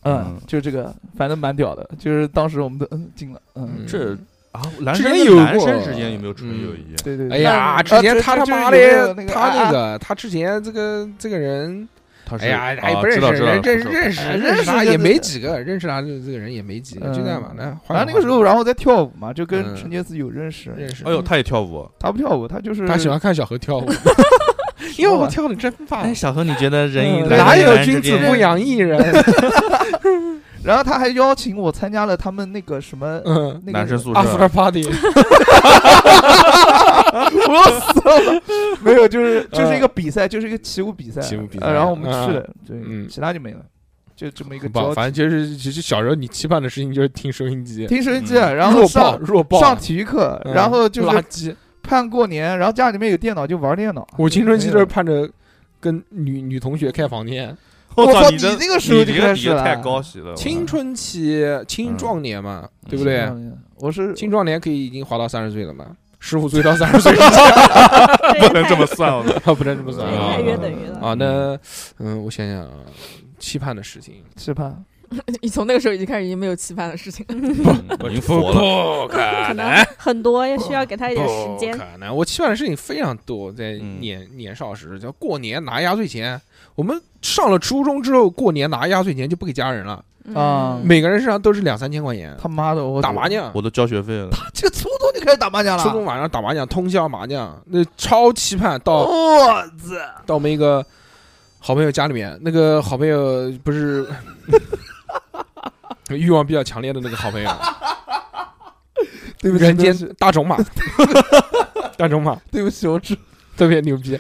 D: 嗯
C: 嗯，
D: 就这个，反正蛮屌的。就是当时我们都嗯惊了，嗯，
B: 嗯
C: 这啊，男
B: 之
C: 生
B: 前
C: 跟
B: 有
C: 男
B: 过
C: 生之间有没有纯
B: 嗯
C: 友谊？
D: 对对，
B: 哎
D: 对
B: 呀，
D: 啊
B: 之前他
D: 这这
B: 他
D: 就是
B: 妈
D: 有
B: 的
D: 个那，个
B: 他那
D: 啊
B: 个，他之前这个这个人，
C: 他是
B: 哎呀，
C: 啊
B: 还不认
C: 知道
B: 识
C: 知道
B: 人，认识
C: 知道
B: 认识
D: 哎
B: 认识
D: 认识
B: 他
D: 就
B: 也
D: 是
B: 没几个，认识他的这个人也没几个，就这样吧。
D: 嗯
B: 来，换
D: 反正那个时候，然后在跳舞嘛，就跟
B: 嗯
D: 陈杰斯有认识。嗯
B: 认识
C: 哎，呦，他也跳舞。
D: 他不跳舞，他就是
B: 他喜 欢看小何 跳舞，
D: 因为我
B: 跳的真棒
C: 哎，小何，你觉得人与
D: 嗯
C: 人
B: 哪
C: 与
B: 有
C: 人
B: 君
C: 之
B: 子
C: 间
B: 不养艺人？
D: 然后他还邀请我参加了他们那个什么
B: 嗯
D: 那个啊
C: 男生宿舍
B: ，After Party，
D: 我要死 了，没有，就是就是一个比赛，就是一个骑舞比
B: 嗯
D: 赛，
B: 起舞比赛
D: 呃然后我们去
B: 嗯
D: 了，对，
B: 嗯
D: 其他就没了，就这么一个
B: 很
D: 交
B: 棒。
D: 集。
B: 反正就是，其实小时候你期盼的事情就是听收音机，
D: 听收音机，啊
C: 嗯
D: 然后
B: 弱爆
D: 上
B: 弱爆，
D: 上体育课，
B: 嗯
D: 然后就
B: 垃
D: 是
B: 圾。
D: 盼过年，然后家里面有电脑就玩电脑。
B: 我青春期就是
D: 没有
B: 盼着跟女女同学开房间，
D: 我操，
C: 操，
D: 你
C: 这
D: 那个时候
C: 你
D: 就
C: 这个
D: 开
C: 底
D: 始
C: 子
D: 了，
C: 太高级了。我
B: 青春期青壮年嘛，
C: 嗯
B: 对不对？
D: 嗯。我是
B: 青壮年可以已经滑到三十岁了嘛，十五岁到三十岁
C: 不能这么算，我 操
B: 不能这么
F: 这
B: 算
F: 也太
B: 啊
F: 约等于了。
B: 啊。那嗯，我想想啊，期盼的事情，
D: 期盼，
B: 嗯
E: 你从那个时候已经开始已经没有期盼的事情了。
C: 嗯已经佛了。
B: 不可
F: 可能很多，也需要给他一点时间，
B: 不。可能，我期盼的事情非常多，在年、年少时，叫过年拿压岁钱。我们上了初中之后，过年拿压岁钱就不给家人了，
E: 嗯
D: 啊
B: 每个人身上都是两三千块钱，
D: 他妈的，我
B: 打麻，将。
C: 我都交学费了，
D: 这个初中就开始打麻将了，
B: 初中晚上打麻将，通宵麻将，那超期盼到、
D: 我操，
B: 到我们一个好朋友家里面，那个好朋友不是欲望比较强烈的那个好朋友，
D: 对不起，
B: 人
D: 对
B: 间
D: 不起，
B: 大种马， 大种马
D: 对不起，我知，
B: 特别牛逼。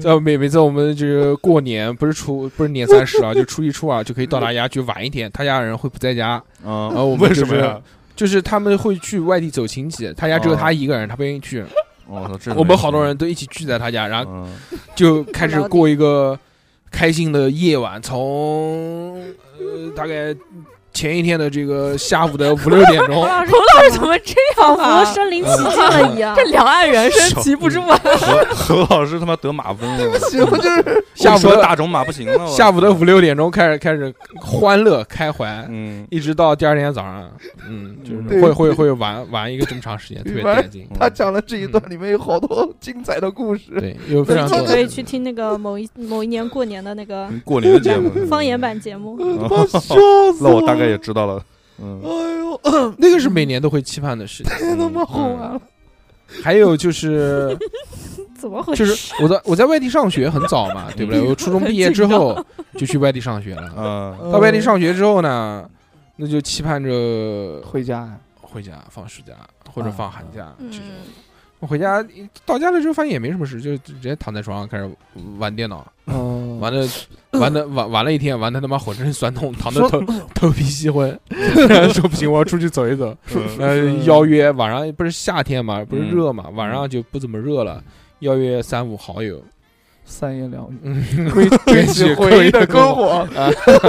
B: 在每每次我们就是过年，不是初不是年三十啊，就初一初二就可以到他家去晚一点，他家人会不在家，
C: 嗯
B: 然啊后我们
C: 为
B: 就
C: 什么
B: 是
C: 呀？
B: 就是他们会去外地走亲戚，他家只有他一个人，他不愿意去。
C: 我操，这
B: 我们好多人都一起聚在他家，然后
C: 嗯，
B: 就开始过一个开心的夜晚，从呃大概前一天的这个下午的五六点钟
F: 老师
E: 彭老师怎么这样
F: 仿佛
E: 啊？
F: 身临其境了一样
E: 这。两岸猿声齐不 住啊！
C: 何何老师他妈得马蜂了，
D: 起我就是
B: 下午
C: 我说
B: 的
C: 大种马不行了，我
B: 下午的五六点钟开始开始欢乐开怀，
C: 嗯，
B: 一直到第二天早上，嗯，就
C: 对
B: 是会会会玩玩一个这么长时间，特别
D: 玩
B: 带劲。
D: 他讲了这一
B: 嗯
D: 段里面有好多精彩的故事，
B: 对，有非常
F: 就
B: 多
F: 可以去听那个某一某一年过年的那个
C: 嗯过年的 节目
F: 方言版节目。
D: 我
B: 嗯
D: 他妈笑死
C: 那我大概也知道了，嗯，
D: 哎呦，
B: 那个是每年都会期盼的事情。
D: 太他妈好玩了！
B: 还有 就是
F: 怎么回
B: 就
F: 事？
B: 是我在我在外地上学很早嘛，对不对？我初中毕业之 后就去外地上学 了。
C: 嗯，
B: 到外地上学之后呢，那就期盼着
D: 回家啊呀，
B: 回家放暑假或者放寒假这种。
F: 嗯，
B: 我回家到家了之后发现也没什么事，就直接躺在床上开始玩电脑，
D: 哦
B: 玩的玩的玩玩了一天，玩的他妈浑身酸痛，躺的
D: 说
B: 头 头皮吸昏， 说不行，我要出去走一走。
C: 嗯
B: 呃，邀约晚上不是夏天嘛，不是
C: 嗯
B: 热嘛，晚上就不怎么热了，邀约三五好友，
D: 三言两语，
B: 嗯，归归去
D: 回忆的篝
B: 篝火，
D: 火，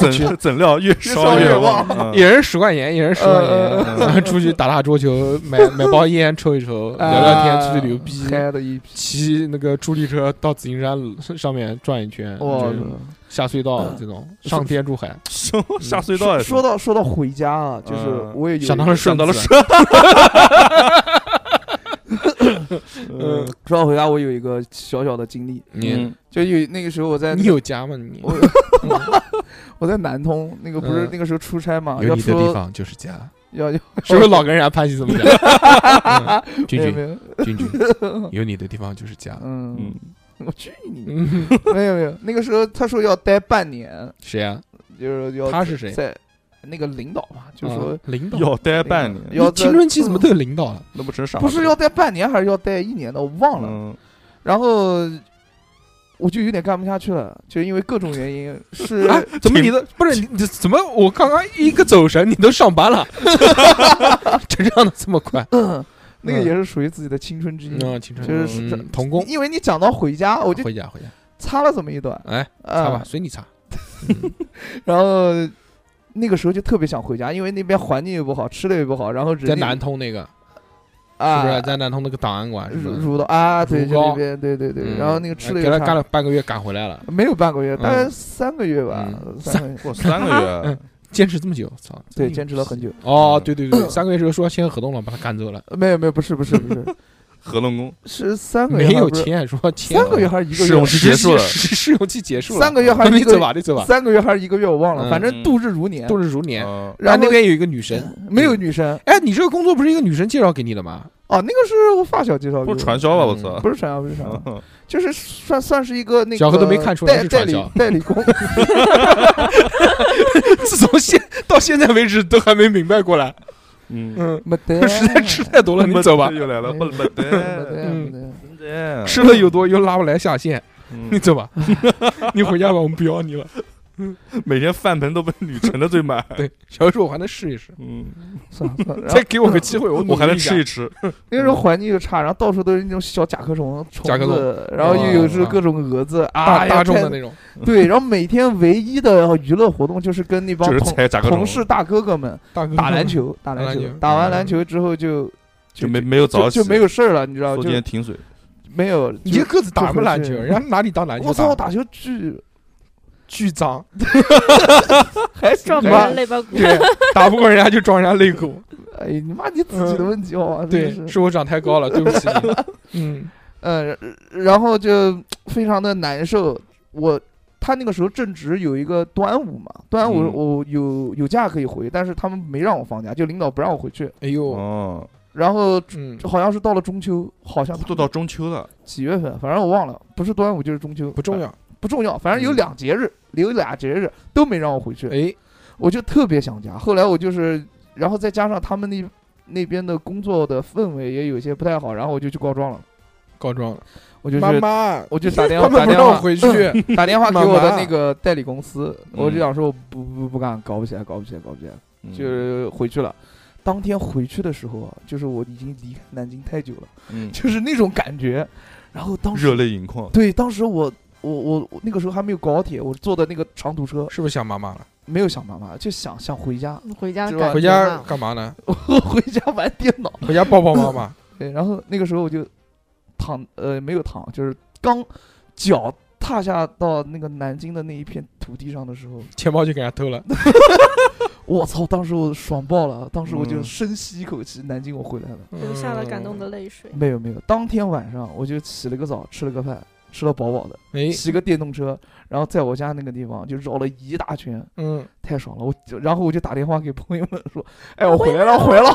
C: 怎 怎料越烧
D: 越
C: 旺
D: 旺，
B: 一人十块钱，一人十块钱，
C: 嗯
B: 然后出去打打桌 球，买买包烟抽一抽，
D: 啊
B: 聊聊天，吹吹牛逼。
D: 开哎的一批，
B: 骑那个助力车到紫金山 上面转一圈，
D: 哇嗯
B: 就是！下隧道这种，上天入海，
C: 上下隧道
D: 说
C: 也
D: 说到说到回家啊，就是
C: 嗯
D: 我也有
B: 想到了
C: 想到了
B: 顺子
C: 车，
D: 嗯，说到回家，我有一个小小的经历，
B: 你
D: 就有那个时候我在
B: 你有家吗？你
D: 嗯我 嗯我在南通，那个不是
B: 嗯
D: 那个时候出差嘛，
B: 有
D: 要
B: 你的地
D: 说
B: 方就是家，
D: 要要
B: 是不是老跟人家潘西这么讲？嗯 君
D: 没
B: 君
D: 有没有，
B: 君君，有你的地方就是家。
D: 嗯，我去你！
B: 嗯，
D: 没有没有，那个时候他说要待半年，
B: 谁啊呀？
D: 就是要
B: 他是谁？
D: 在那个领导嘛，就说
B: 啊领导。
C: 要待半年，
D: 嗯要
B: 你青
D: 在
B: 春期怎么都有领导了？啊
C: 那不成傻
B: 嗯
C: 子？
D: 不是要待半年还是要待一年的，我忘了。
C: 嗯
D: 然后我就有点干不下去了，就因为各种原因是
B: 啊，怎么你的不是你你怎么我刚刚一个走神，你都上班了， 成长的这么快？
D: 那个也是属于自己的青春之一。
B: 嗯，青春
D: 嗯就是
B: 嗯童工，
D: 因为你讲到回家，我就
B: 回家回家，
D: 擦了这么一段，
B: 哎，擦
D: 啊
B: 吧，，随你擦。
D: 然后那个时候就特别想回家，因为那边环境也不好，吃的也不好，然后人
B: 在
D: 也
B: 南通那个是不是
D: 啊，
B: 在南通那个档案馆是
D: 乳
B: 不是？
D: 乳的啊，对，
B: 乳
D: 就那
B: 糕
D: 边，对对对，
B: 嗯
D: 然后那个吃的
B: 给
D: 也
B: 他
D: 差
B: 干了半个月，赶回来了，
D: 没有半个月，大概
B: 嗯
D: 三个月吧，
B: 嗯
D: 三个月，
C: 过三个 月，
B: 坚持这么久，操！
D: 对，坚嗯持了很久。
B: 哦，对对 对，三个月之后说签合同了，把他赶走了，
D: 没有没有，不是不是 不是，
C: 合同工
D: 是三个月，
B: 没有，签，说签
D: 三个月还是一个
C: 试
D: 月
C: 用？期结束了，
B: 试试用期结束了，
D: 三个月还
B: 那
D: 是
B: 你
D: 一个
B: 走
D: 月？
B: 吧，你走吧，
D: 三个月还是一个月？我忘了，
B: 嗯
D: 反正度日如年。
B: 度日如年。
C: 嗯
D: 然
B: 然
D: 后
B: 后那边有一个女神，
D: 没有女生
B: 哎，你这个工作不是一个女神介绍给你的吗？
D: 哦，那个是我发小介绍给
C: 不
D: 我
C: 是
D: 的，
C: 传销吧？我操！
D: 不是传销，不是传销，就是算算是一个那个
B: 小何都没看出来
D: 代
B: 是
D: 代
B: 传
D: 理
B: 销
D: 代理工，
B: 自从现到现在为止都还没明白过来，
C: 嗯，
B: 嗯，
D: 没 得，
B: 实在吃太多了，你走吧。
C: 又来了，
D: 没
C: 不不
D: 没得
C: 对，
B: 嗯
D: 没得，
C: 真的
B: 吃了又多又拉不来下线，你
C: 嗯
B: 走吧， 你回家吧，我们不要你了。
C: 每天饭盆都被女盛的最满，
B: 对，小时候我还能试一试，
C: 嗯，
D: 算了算了。然后嗯
B: 再给我个机会，我
C: 我
B: 我
C: 还能吃一 吃，
D: 那时候环境又差，然后到处都是那种小甲壳虫、虫
B: 甲壳
D: 子，然后又有是各种蛾子
B: 大
D: 啊，
B: 大众的
D: 那
B: 那种，
D: 对，然后每天唯一的娱乐活动就是跟那帮
C: 就是
D: 同
C: 踩甲壳虫
D: 同，事大哥哥们
B: 大哥
D: 打篮，球，打篮
B: 嗯篮
D: 球
B: 球，
D: 打完篮球之后就
C: 就没没有早
D: 就
C: 起，
D: 就没有事儿了，你知道
C: 昨
D: 就
C: 天停水，
D: 没有。
B: 你
D: 就
B: 这个子打什么篮球？
D: 就回去
B: 人家拿你当篮球
D: 我操，我打球巨
B: 巨脏，
D: 还
F: 撞
D: 你
F: 别
D: 妈
F: 人，肋巴骨，
B: 对，打不过人家就撞人家肋 骨，
D: 哎，你妈你自己的问题好吧？真
B: 对，
D: 是
B: 是我长太高了，对不起 你，嗯，
D: 嗯，然后就非常的难受。我他那个时候正值有一个端午嘛，端午
C: 嗯
D: 我有有假可以回，但是他们没让我放假，就领导不让我回去。
B: 哎呦，
C: 哦，
D: 然后
B: 嗯，
D: 好像是到了中秋，好像
C: 都到中秋了，
D: 几月份，反正我忘了，不是端午就是中秋，
B: 不重要，
D: 不重要，反正有
B: 嗯
D: 两节日，有俩节日都没让我回去，
B: 哎，
D: 我就特别想家。后来我就是，然后再加上他们那那边的工作的氛围也有些不太好，然后我就去告状了，
B: 告状了，
D: 我就去
B: 妈妈，
D: 我就打电 话
B: 他们
D: 打
B: 不
D: 电
B: 让我
D: 话嗯
B: 回去，
D: 打电话给我
B: 妈
D: 的
B: 妈
D: 那个代理公司，我就
C: 嗯
D: 想说我不不不干，搞不起来，搞不起来，搞不起来，
B: 嗯
D: 就是回去了。当天回去的时候啊，就是我已经离开南京太久了，
C: 嗯
D: 就是那种感觉。然后当时
C: 热泪盈眶，
D: 对，当时我我我我那个时候还没有高铁，我坐的那个长途车，
B: 是不是想妈妈了？
D: 没有想妈妈，就想想回家，
E: 嗯回家
D: 是
E: 的
D: 吧
E: 感觉
B: 回家
E: 嘛
B: 干嘛呢？
D: 我回家玩电脑。
B: 回家抱抱妈 妈，
D: 对，然后那个时候我就躺呃没有躺，就是刚脚踏下到那个南京的那一片土地上的时候，
B: 钱包就给人家偷了，
D: 我操！当时我爽爆了，当时我就
C: 嗯
D: 深吸一口气，南京我回来了。
F: 流下了感动的泪水。
C: 嗯
D: 没有没有，当天晚上我就洗了个澡，吃了个饭，吃了饱饱的，
B: 哎，
D: 骑个电动车，然后在我家那个地方就绕了一大圈，
B: 嗯，
D: 太爽了。我就然后我就打电话给朋友们说：“哎，我回来了，我回来了，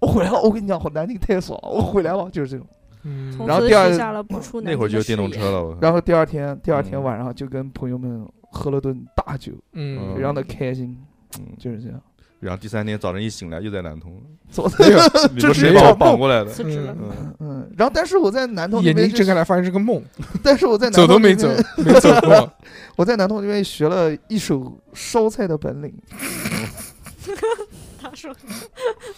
D: 我回来了！我跟你讲，好南京太爽了，我回来了，就是这种。”
B: 嗯
F: 从
D: 然后
F: 此
D: 第二
F: 许下了不出南
C: 那会儿
F: 京
C: 就
F: 的
C: 有电动
F: 誓
C: 车
F: 言。
C: 了，我靠
D: 然后第二天，第二天
C: 嗯
D: 晚上就跟朋友们喝了顿大酒，
B: 嗯
D: 非常的开心，
C: 嗯
D: 就是这样。
C: 然后第三天早晨一醒来又在南通，
D: 走
B: 没有，
C: 你们
D: 是
C: 谁
D: 一
C: 把我
D: 场
C: 绑
D: 梦
C: 过来的？
F: 辞职了，
C: 嗯，
D: 嗯，然后但是我在南通那
B: 眼
D: 边
B: 睛
D: 就
B: 睁开来发现是个梦，
D: 但是我在南
B: 走都
D: 通那
B: 没
D: 边
B: 走，没走过，
D: 我在南通这边学了一手烧菜的本领，
B: 嗯
F: 他说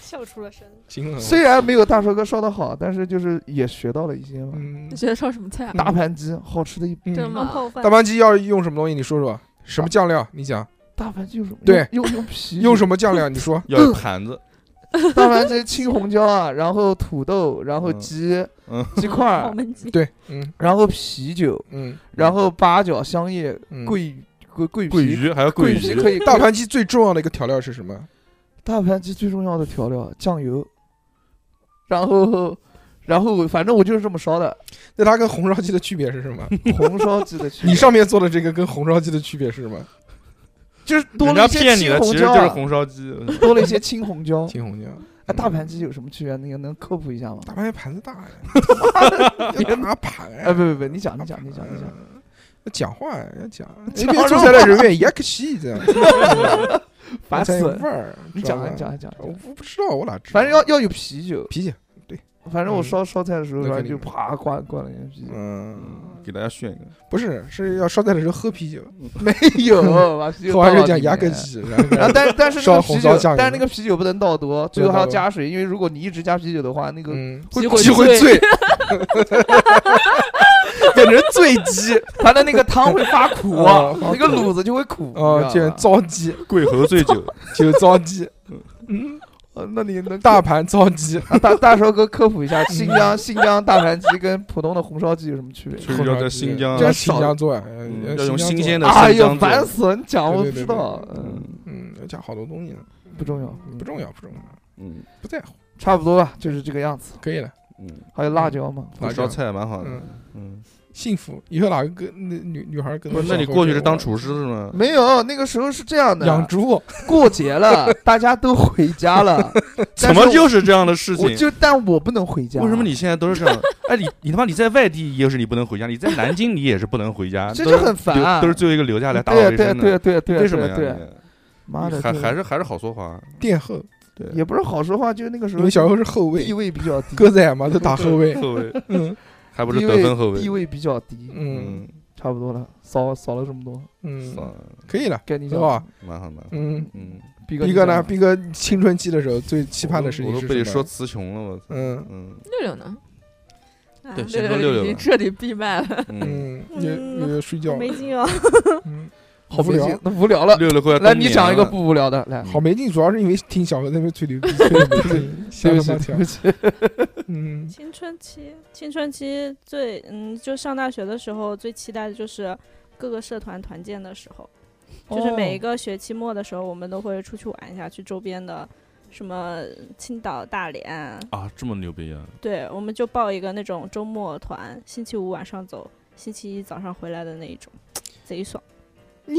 F: 笑出了声。
B: 惊了。
D: 虽然没有大寿哥烧的好，但你就是也学到了一些嘛。
B: 嗯
E: 你，学的烧什么菜啊？
D: 大盘鸡好吃的一，
B: 嗯
E: 真
F: 冒
E: 吗？
F: 泡饭
B: 大，盘鸡要用什么东西？你说说，什么酱料？你讲，
D: 大盘鸡用什么？
B: 对
D: 用用皮，
B: 用什么酱料？你说，
C: 要有盘子，
D: 大盘鸡青红椒啊，然后土豆，然后
C: 嗯
D: 鸡
C: 嗯
D: 鸡块
F: 泡
D: 儿，
F: 焖鸡，
B: 对，嗯
D: 然后啤酒，
B: 嗯
D: 然后八角、香叶、
B: 嗯。
D: 桂桂桂
C: 桂
D: 皮，
C: 鱼还有
D: 桂
C: 桂鱼
D: 皮，可以。
B: 大盘鸡最重要的一个调料是什么？
D: 大盘鸡最重要的调料酱油，然后然后反正我就是这么烧的
B: 那它跟红烧鸡的区别是 什么？
D: 红烧鸡的 区别。
B: 你上面做的这个跟红烧鸡的区别是什么？
D: 就是多
C: 人家
D: 了一些
C: 骗你
D: 青
C: 的其
D: 红
C: 实
D: 椒
C: 就是
D: 啊，
C: 红烧鸡，嗯我
D: 多了一些青红 椒。
B: 青红椒。嗯
D: 哎，大盘鸡有什么区别？那个能科普一下吗？
B: 大盘鸡盘子大 呀，别拿盘啊
D: 哎，
B: 呀。
D: 不不不，你讲你讲你讲你讲，
B: 嗯要讲话呀，要 讲。即
D: 讲
B: 便做菜的人员也可惜这样，
D: 烦
B: 才
D: 死
B: 有
D: 了
B: 味！儿。
D: 你
B: 知道
D: 讲啊
B: 吧
D: 你讲你讲，
B: 我不知道，我哪知道？
D: 反正要要有啤酒。
B: 脾气。
D: 反正我
B: 嗯
D: 烧烧菜的时候，
B: 那
D: 反正
B: 肯
D: 就
B: 定
D: 啪灌灌了一点啤酒。
B: 嗯，
C: 给大家炫一个，
B: 不是，是要烧菜的时候喝啤酒，
D: 没 有，把啤酒
B: 喝完就
D: 倒到
B: 讲
D: 里
B: 牙根
D: 面
B: 起，然后
D: 然后但但是那
B: 烧
D: 个
B: 红
D: 啤
B: 烧
D: 酒
B: 酱，油
D: 但是那个啤酒不能倒多，最后还要加水，因为如果你一直加啤酒的话，那个
B: 嗯，
D: 会
E: 会
B: 鸡会
E: 醉
B: 醉， 变成醉 鸡
D: 它的那个汤会发 苦
B: 哦，发
D: 那个
B: 苦
D: 卤子就会苦。
B: 哦，
D: 这
B: 就糟鸡，
C: 贵侯醉酒，
B: 酒糟鸡，
D: 呃那你能
B: 大盘糟鸡，
D: 啊 大大勺哥科普一
C: 嗯
D: 下，新疆新疆大盘鸡跟普通的红烧鸡有什么区别？
C: 就是要在新疆啊
B: 这
D: 这
B: 样
D: 样
B: 新
D: 少
B: 疆做，
C: 嗯
B: 呃
C: 要用新鲜。
B: 呃疆做
C: 的
D: 哎
C: 新
D: 呦，
C: 疆做
D: 烦死了！你讲我
B: 对对
D: 知
B: 对
D: 道，
B: 对
D: 嗯，
B: 嗯，要加好多东西呢，
D: 不重要，
B: 不重要，不重要，
C: 嗯
B: 不在乎，
D: 差不多吧，就是这个样子。
B: 可以了。
C: 嗯，
D: 还有辣椒吗？
B: 辣
C: 那
B: 椒
C: 烧菜蛮好的，
B: 嗯
C: 嗯，
B: 幸福，以后哪个跟那女女孩跟
C: 不是，那你过去是当厨师是吗？
D: 没有，啊那个时候是这样
B: 啊养
D: 的，
B: 猪，啊
D: 过节了，大家都回家了，
C: 怎
D: 但
C: 么
D: 是
C: 就是这样的事情
D: 我？就但我不能回家，
C: 为什么你现在都是这 样？哎，你你他妈你在外地也是你不能回家，你在南京你也是不能回家，
D: 这
C: 都是
D: 就很烦啊
C: 留都是最后一个留下来打扫
D: 对
C: 卫
D: 对
C: 生
D: 对
C: 的，
D: 对对，
C: 为什么
D: 对对，
C: 呀？
D: 妈
C: 你
D: 的，
C: 还
D: 这
C: 还是还是好说话，啊
B: 殿后，
D: 也不是好说话，就是那个时
B: 因
D: 候
B: 为小时候是后
D: 地
B: 卫，
D: 位比较低，
B: 哥仔嘛都打后卫，
C: 后卫
B: 嗯
C: 还不是
D: 地
C: 得分
D: 位
C: 后
D: 地
C: 卫？
D: 位比较低，
B: 嗯
C: 嗯，
D: 差不多了，扫扫了这么多，
B: 嗯，
C: 算了
B: 可以了，
D: 该你
B: 对
D: 讲
B: 吧
D: 了，？
C: 蛮好蛮好，
B: 嗯，
C: 嗯，
D: 逼
B: 逼哥呢？逼哥青春期的时候最期
C: 期
B: 盼的事情
C: 我
B: 是
C: 都
B: 什
C: 被你说
B: 么？
C: 词穷了，我操，
B: 嗯
C: 嗯
E: 六六呢？
F: 啊
C: 对先
E: 六
C: 说六六
E: 已经
C: 吧
E: 彻底闭麦了。
C: 嗯，
B: 嗯，
F: 嗯
B: 也也睡觉
F: 没，劲哦。
B: 嗯，
D: 好
B: 无
D: 没
B: 聊
D: 劲，那无聊了，
C: 六六快要
D: 嗯来
C: 冬
D: 你
C: 眠
D: 讲一个
C: 了
D: 不无聊的，来，
B: 好没劲，主要是因为听小何在那边吹 牛逼，吹牛逼，瞎
D: 对不
B: 他
D: 起
B: 妈讲
D: 对不，起，
B: 嗯，
F: 青春期，青春期最嗯，就上大学的时候最期待的就是各个社团团建的时候， 就是每一
D: 哦
F: 个学期末的时候，我们都会出去玩一下，去周边的什么青岛、大连，
C: 啊，这么牛逼啊！
F: 对，我们就报一个那种周末团，星期五晚上走，星期一早上回来的那一种，贼爽。
B: 你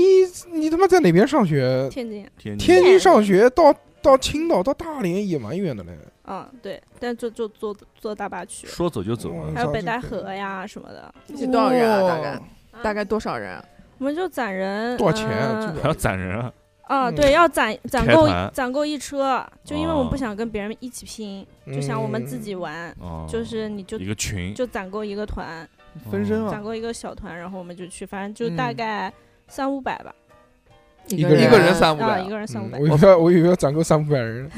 B: 你他妈在哪边上学？
F: 天津，
C: 天
B: 天津上学到到青岛到大连也蛮远的嘞，
F: 嗯，对，但就就坐坐大巴去，
C: 说走就走
B: 嗯
F: 还
C: 啊，
F: 有北戴河呀什么的，
E: 一起多少人啊？大概
B: 哇
E: 大概多少人啊？
F: 我们就攒人
B: 多少钱啊
F: 嗯
B: 这个
C: 还要攒人啊！
F: 啊，
B: 嗯
F: 对，要攒攒
C: 开
F: 够
C: 团
F: 攒够一车，就因为我们不
C: 哦
F: 想跟别人一起拼，就想我们自
B: 嗯
F: 己玩，
C: 哦，
F: 就是你就
C: 一个群，
F: 就攒够一个团，
D: 分身
B: 嗯
F: 攒
D: 啊，
F: 够一个小团，然后我们就去，反正就大
D: 嗯
F: 概三五百吧，
E: 一
B: 个
D: 一个人三五
F: 啊，
D: 百
F: 一，个人三五
B: 嗯
F: 百
B: 我，以为要我以为要攒够三五百 人，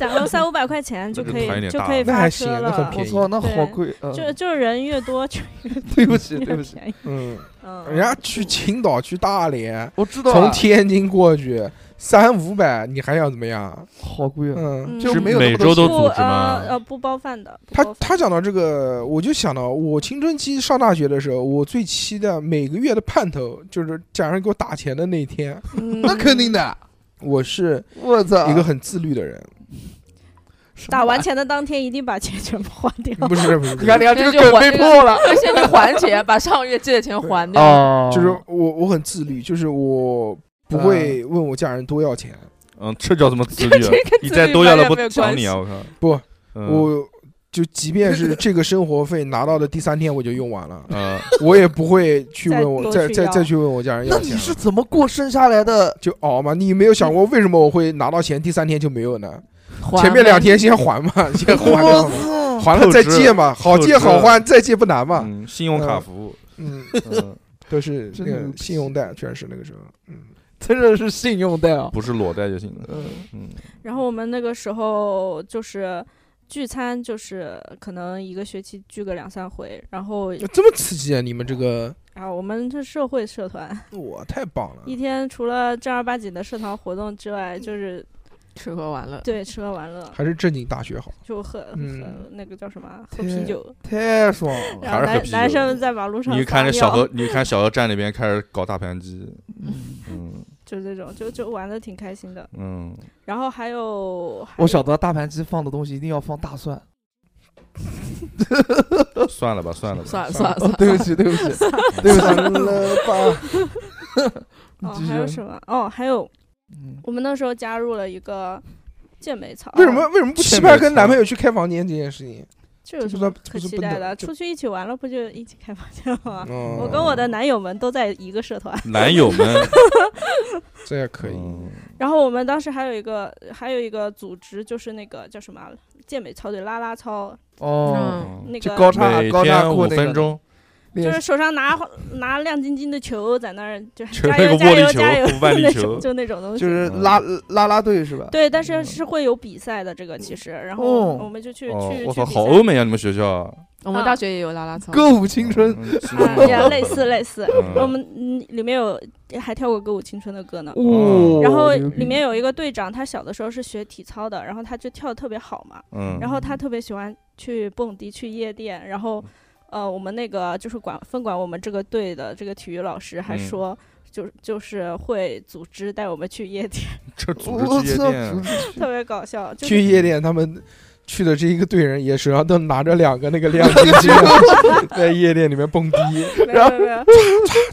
F: 攒够三五百块钱就
C: 那就团
F: 可
C: 有
F: 以
C: 点
F: 就
C: 大
F: 可以
C: 了
B: 那
F: 发
B: 还行
F: 车
B: 那很
F: 了，
D: 我
B: 便宜
D: 操，那好
F: 对
D: 贵，嗯
F: 就就人越 多就越
D: 对不起对
F: 越
D: 不起，
F: 便宜，
B: 嗯，
F: 嗯，
B: 人家去青岛去大连，
D: 我知道啊，
B: 从天津过去三五百，你还想怎么样？
D: 好贵啊，
B: 嗯，
D: 就是没有那
C: 每
D: 么
C: 周
D: 多
C: 都
F: 不
C: 组织
F: 呃
C: 吗？
F: 呃不包饭的，不
B: 他
F: 包饭
B: 他讲到这个，我就想到我青春期上大学的时候，我最期待每个月的盼头就是家人给我打钱的那一天。
F: 嗯
D: 那肯定的，啊
B: 我是
D: 我操，
B: 一个很自律的 人，
F: 打完钱的当天一定把钱全部花掉，
B: 不是不是，不是
D: 你看，你看这个
E: 这就
D: 梗
E: 我
D: 被
E: 这个
D: 破了。
E: 要先去还钱，把上个月借的钱还 掉。
D: 哦嗯
B: 就是我我很自律，就是我不会问我家人多要钱，
C: 嗯，这叫什么自律啊？你再多要了不抢你啊！我靠，
B: 不，
C: 嗯，
B: 我就即便是这个生活费拿到的第三天我就用完了
C: 啊，
B: 我也不会去问我再
F: 再多去
B: 再
F: 要
B: 再去问我家人
D: 那
B: 要钱
D: 你
B: 了。
D: 是怎么过剩下来的？
B: 就熬嘛？你没有想过为什么我会拿到钱第三天就没有呢？
E: 还
B: 前面
E: 呗
B: 两天先还嘛， 先还了嘛，
D: 我操！
B: 还了再借嘛，好借好
C: 透
B: 还，再借不难嘛。
C: 嗯，信用卡服务，
B: 嗯，
C: 嗯，
B: 都是那
D: 真牛
B: 个
D: 逼
B: 信用贷，全是那个时候。嗯，
D: 真的是信用贷啊！
C: 不是裸贷就行了。
D: 嗯，
C: 嗯，
F: 然后我们那个时候就是聚餐，就是可能一个学期聚个两三回，然后
B: 这么刺激啊！你们这个，
F: 啊，我们是社会社团，
B: 我太棒了
F: 一。天除了正儿八经的社团活动之外，就是
E: 吃喝玩乐，
F: 对吃喝玩乐，
B: 还是正经大学好，
F: 就喝喝
B: 嗯
F: 那个叫什么啊喝啤酒，
D: 太爽了！
F: 然后
C: 还是喝啤
F: 男
C: 酒
F: 男生们在马路上
C: 你看
F: 撒
C: 那小
F: 尿
C: 何，你看小何站那边开始搞大盘鸡，嗯
F: 就这种，就就玩的挺开心的。
C: 嗯，
F: 然后还有还
D: 我
F: 有
D: 晓得大盘鸡放的东西一定要放大蒜。
C: 算了吧，算 了吧，
E: 算
D: 哦
E: 了算了 算，了，
D: 对不起，对不起，对不起。
B: 了吧？
D: 你
F: 哦
D: 继续
F: 还有什么哦还有
D: 嗯
F: 我们那时候加入了一个健美操，
B: 为什么为什么不期
C: 欠
B: 盼
C: 没
B: 跟
C: 钱
B: 男朋友去开房间这件事情？
F: 这有
B: 这
F: 什
B: 不
F: 么
B: 是这
F: 可
B: 不是
F: 期
B: 笨
F: 待
B: 蛋
F: 的？
B: 这嗯
F: 出去一起玩了，不就一起开房间了吗？我
B: 我
F: 跟我的男友们都在一个社团，
C: 男友们
B: 这也可以。
C: 嗯
F: 然后我们当时还有一个还有一个组织，就是那个叫什么啊健美操对啦啦操，
D: 哦，
E: 嗯，
F: 那
D: 就
F: 个
D: 高叉
C: 每
D: 高叉
C: 天
D: 裤
C: 五
D: 那
C: 分
D: 个，
C: 钟，
F: 就
D: 脸
F: 是手 上拿拿亮晶晶的球在那儿，就
C: 就是
F: 加
C: 那
F: 油
C: 个
F: 加
C: 握力
F: 油
C: 球
F: 加油
C: 万力
F: 那
C: 球
F: 种，就那种东西。
D: 就是拉拉拉队是吧？
F: 对，但是是会有比赛的这个其实，然后
D: 哦
F: 我们就去、
C: 嗯哦
F: 去，
C: 我
F: 去
C: 操，
F: 比
C: 好
F: 赛
C: 欧美啊！你们学校，
E: 我们大学也有拉拉操，
D: 歌舞青春，
C: 嗯是
F: 啊
C: 吗
F: 也类似类似。
C: 嗯
F: 我们嗯里面有还跳过《歌舞青春》的歌呢。
C: 哦
F: 然后里
D: 牛
F: 面有一个队长，他小的时候是学体操的，然后他就跳的特别好嘛，
C: 嗯，
F: 然后他特别喜欢去蹦迪、去夜店，然后，
C: 嗯
F: 呃，我们那个就是管分管我们这个队的这个体育老师还
C: 嗯
F: 说，就就是会组织带我们去夜店，
C: 这组织
D: 我
C: 去夜
D: 操，
C: 店，
F: 特别搞笑。就是
B: 去夜店，他们去的这一个队人也手上都拿着两个那个亮晶晶， 在夜店里面蹦迪。
F: 没有没有没有，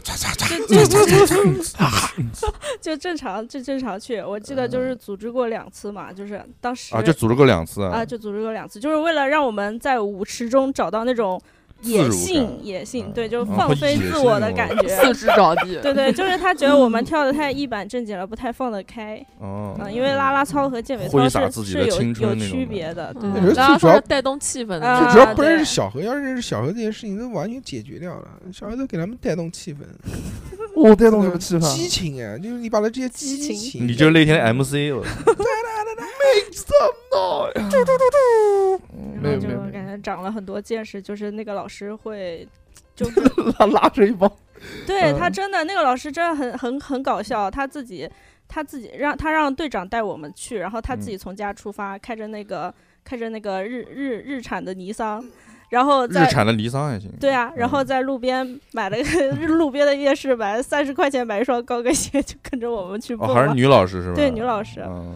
F: 就就就
D: 啊
F: 就正常就正常去。我记得就是组织过两次嘛，就是当时
C: 嗯啊，就组织过两次
F: 啊，就组织过两次，就是为了让我们在舞池中找到那种
C: 自
F: 野
C: 如
F: 性
C: 感
F: 野性，
C: 嗯
F: 对，就
C: 嗯
F: 放
C: 会
F: 飞
C: 野
F: 自
C: 性
F: 我的
C: 我
F: 感
E: 四
F: 觉。
E: 肢着地。
F: 对对，就是他觉得我们跳的太一板正经了，不太放得开。
C: 哦
F: 嗯，因为拉拉操和健美
C: 挥
F: 操
C: 洒
F: 是
C: 自己
F: 是
C: 的
F: 有
C: 青春
F: 有
C: 那种
F: 区
C: 的
F: 别的，对
E: 嗯
B: 我觉得
E: 拉
B: 最
E: 拉
B: 主
E: 操
B: 要
E: 是带动气氛
F: 啊
E: 的，
B: 就只要
F: 对
B: 不认识小何，要认识小何这件事情，都完全解决掉了。小何都给他们带动气氛，
D: 我带哦动什么气
B: 激
D: 氛？
B: 情啊，就是你把他这些激
F: 激
B: 情，
C: 嗯你就是那天的 MC，我
F: 然
D: 没
F: 后
B: 嗯
D: 有没有
F: 就
D: 没有
F: 感觉长了很多见识，就是那个老师 会，就是
D: 拉 拉着一帮，
F: 对他
D: 嗯
F: 真的那个老师真的很很很搞笑，他自己他自己让他让队长带我们去，然后他自
C: 嗯
F: 己从家出发，开着那个开着那个日日日产的尼桑，然后
C: 日
F: 在。
C: 产嗯的离桑也行，
F: 对啊，然后在路边买了个 路边的夜市买三十块钱买一双高跟鞋，就跟着我们去蹦
C: 哦，还是
F: 了。
C: 女老师是吧？
F: 对女老师
C: 嗯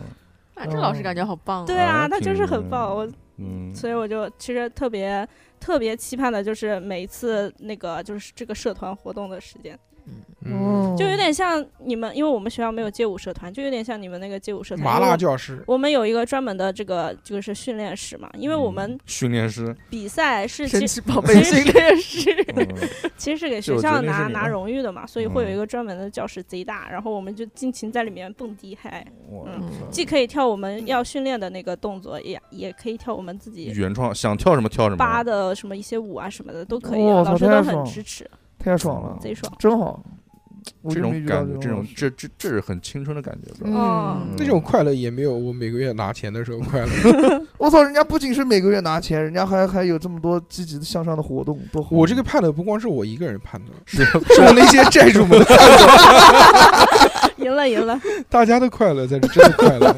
E: 啊，这老师感觉好棒啊。
F: 对啊，
C: 还
F: 他就是
C: 挺
F: 很棒，我
C: 嗯，
F: 所以我就其实特别特别期盼的就是每一次那个就是这个社团活动的时间，
B: 嗯，
F: 就有点像你们，因为我们学校没有街舞社团，就有点像你们那个街舞社团。
B: 麻
F: 因为
B: 辣
F: 我
B: 教师，
F: 我们有一个专门的这个就是训练室嘛，因为我们
C: 嗯训练 师，
F: 比赛是
E: 神
F: 其
E: 奇宝贝
F: 其实
E: 训练室，
C: 嗯
F: 其实是给
C: 就
F: 学
C: 我觉
F: 校
C: 得那是
F: 拿
C: 你
F: 拿
C: 们
F: 荣誉的嘛，所以会有
C: 嗯
F: 一个专门的教室贼大，然后我们就尽情在里面蹦迪嗨，
C: 我
F: 嗯
C: 操
F: 既可以跳我们要训练的那个动作，也也可以跳我们自己
C: 原创想跳什么跳什
F: 扒
C: 么，
F: 的什么一些舞啊什么的都可以，
D: 哇
F: 老
D: 操
F: 师
D: 太
F: 都
D: 爽
F: 很支持，
D: 太爽了，
F: 贼爽。
D: 真好。我
C: 这
D: 就
C: 种
D: 没遇到
C: 感觉，这种
D: 老师
C: 这这这是很青春的感觉，不知道
E: 哦
F: 嗯
B: 那种快乐也没有我每个月拿钱的时候快乐。
D: 我操，人家不仅是每个月拿钱，人家还还有这么多积极向上的活动，多好
B: 我这个判断不光是我一个人判断，
C: 是
B: 是我那些债主 们的判断，
F: 赢了赢了，
B: 大家都快乐在这，真的快乐。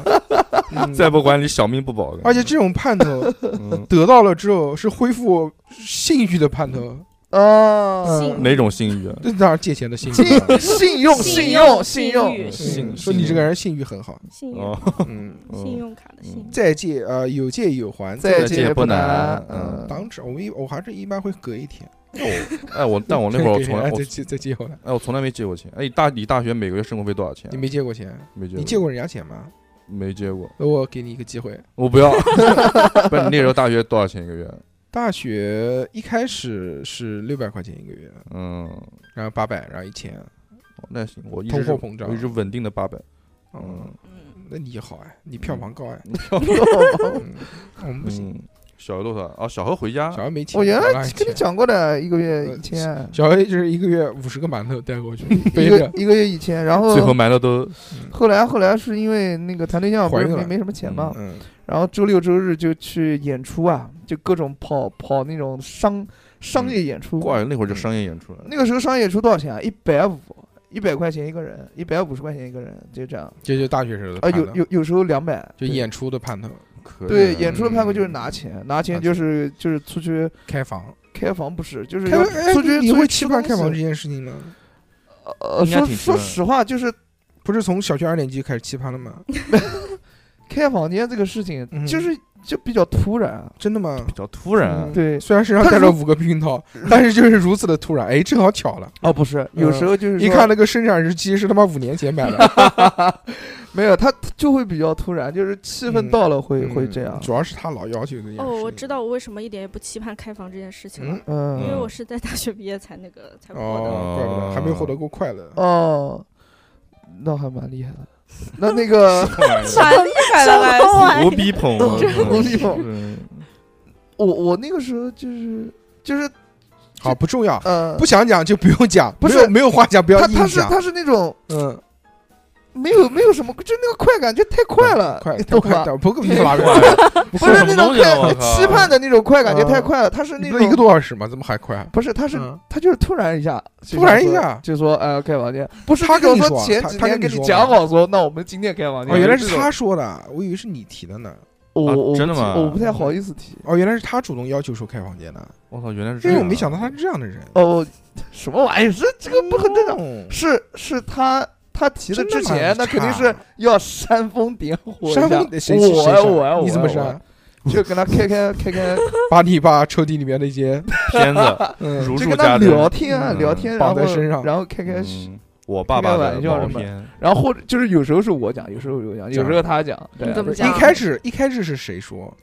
B: 嗯
C: 再不管你小命不保的，
B: 而且这种盼头
C: 嗯
B: 得到了之后是恢复性欲的盼
C: 嗯
B: 头，
D: 啊，
F: 信
C: 哪种信誉啊？
B: 那当然借钱的性欲了。
D: 信信用
F: 信
D: 用
F: 用
D: 信
F: 信
D: 用
F: 誉，
C: 信
B: 嗯说你这个人性欲很好，
F: 信用、
C: 哦，
B: 嗯，
F: 信用卡的信用，
B: 再借呃有借有还，
D: 再
C: 借
D: 借
C: 不
D: 难
C: 难，
D: 嗯
C: 嗯
B: 当时我们一我还是一般会隔一天，
C: 哎我，但我那会儿 我
B: 给
C: 从来
B: 人家
C: 我
B: 再借再借回来。
C: 哎我从来没借过钱，哎你大你大学每个月生活费多少钱啊
B: 你？没借过钱，
C: 没借，
B: 你借过人家钱吗？
C: 没借过？
B: 那我给你一个机会。
C: 我不要， 不是你那时候大学多少钱一个月？
B: 大学一开始是六百块钱一个月，
C: 嗯，
B: 然后八百，然后一千。
C: 哦那行，我一
B: 通
C: 直
B: 货
C: 是
B: 膨胀
C: 我一直稳定的八百，嗯
B: 嗯，，那你好哎，你票房高哎。 嗯我们不行，
C: 嗯，小何多少？哦，小何回家
B: 小，孩没钱。
D: 我原
B: 拿
D: 来
B: 一
D: 跟你
B: 千，
D: 讲过的，一个
B: 哎
D: 月
B: 呃
D: 一千，啊
B: 小黑就是一个月五十个馒头带过 去，
D: 一
B: 背
D: 个
B: 着。
D: 一个月一千，然后
C: 最后埋了都
D: 后来后来是因为那个谈对象不
B: 怀
D: 是
B: 孕
D: 没
B: 了
D: 没什么钱嘛，
B: 嗯，
D: 然后周六周日就去演出啊，就各种跑跑那种商
B: 嗯
D: 商业演出。
C: 怪那会儿就商业演出了，
D: 那个时候商业演出多少钱啊？一百五，一百块钱一个人，一百五十块钱一个人，就这样。
B: 这就是大学时候的盼
D: 啊，
B: 头
D: 有有有时候两百。
B: 就
D: 对
B: 演出的盼头，
C: 可以
D: 对
C: 啊
D: 演出的
B: 嗯
D: 派过就是拿钱，拿钱就是就是出去
B: 开房。
D: 开房不是，就是
B: 开
D: 要
B: 房哎
D: 出去
B: 你会期
D: 吃
B: 盼
D: 东
B: 开房这
D: 西
B: 件事 情吗？
D: 呃，
C: 应该
D: 说
C: 挺
D: 说
C: 吃的
D: 实话，就是
B: 不是从小学二年级开始期盼了吗？
D: 开房间这个事情
B: 嗯，
D: 就是就比较突然。啊
B: 真的吗
C: 比？较突然啊
B: 嗯，
D: 对，
B: 虽然身上带着五个避孕 套，但是就是如此的突然，哎，正好巧了。
D: 哦，不是，有时候就是
B: 一
D: 说
B: 看那个生产日期是他妈五年前买 的，
D: 没有，他就会比较突然，就是气氛到了会、
B: 嗯
D: 会这样。
B: 主要是他老要求这件事。
F: 哦，我知。道我为什么一点也不期盼开房这件事情了，
B: 嗯，
D: 嗯，
F: 因为我是在大学毕业才那个才获得。
B: 哦，怪不得还没获得过快乐。
D: 哦，那还蛮厉害的。那那个
E: 太厉害了 吧！
C: 无比捧，
D: 无比捧
C: 嗯，
D: 我我那个时候就是就是
B: 好，不重要，
D: 呃，
B: 不想讲就不用讲，
D: 不
B: 没
D: 是
B: 有没有话讲，不要
D: 他他
B: 硬
D: 是
B: 讲。
D: 他是那种
B: 嗯，
D: 没有没有什么，就那个快感就太快了，
B: 嗯快
D: 你
B: 太
D: 懂
B: 快
D: 吧？
B: 点，不够
D: 你
B: 你拉
C: 八
B: 过
C: 卦
B: 来，
D: 不
C: 说
D: 是
C: 什
D: 那
C: 么
D: 种
C: 东西啊我
D: 快
C: 靠
D: 期盼的那种快感就太快了，他是那
B: 你
D: 种
B: 都一个多小时嘛，怎么还快？
D: 不是，他是
B: 嗯
D: 他就是突然一下，就
B: 突然
D: 想
B: 一
D: 说
B: 下
D: 就说哎开房间，不是
B: 他
D: 那种
B: 跟你
D: 说
B: 说
D: 前
B: 他
D: 几
B: 他
D: 天
B: 跟
D: 跟
B: 你说
D: 你讲
B: 吗
D: 好说，那我们
C: 啊
D: 今天开房间。
B: 哦，原来
D: 就是这种，
B: 他说的，我以为是你提的呢。
D: 我
C: 啊
D: 我
C: 真的吗嗯
D: 我不太好意思提。
B: 哦，原来是他主动要求说开房间的，
C: 我操，原来是这
B: 因
C: 样
B: 为
C: 啊！
B: 我没想到他是这样的人。
D: 哦，什么玩意儿？这这个不很正常？
B: 哦
D: 是是他他提的
B: 真的
D: 之
B: 吗
D: 前，那肯定是要煽风点火一下。
B: 山峰得谁谁
D: 我
B: 谁
D: 呀
B: 删
D: 我呀我呀
B: 你怎么？
D: 我呀
B: 删？
D: 就跟他开开开开，
B: 把你把抽屉里面那些
C: 片 子
B: 嗯
C: 如
D: 就
C: 数
D: 跟他
C: 家珍。
D: 聊天啊
C: 嗯
D: 聊天，然
B: 绑
D: 后
B: 在身上
D: 然后开开。
C: 嗯我爸爸
D: 开玩
C: 的
D: 笑
C: 毛
D: 什么
C: 片，
D: 然后或者就是有时候是我讲，有时候我讲，有时候他讲，对啊
E: 你怎么
D: 对
E: 讲
B: 一开始一开始是谁说？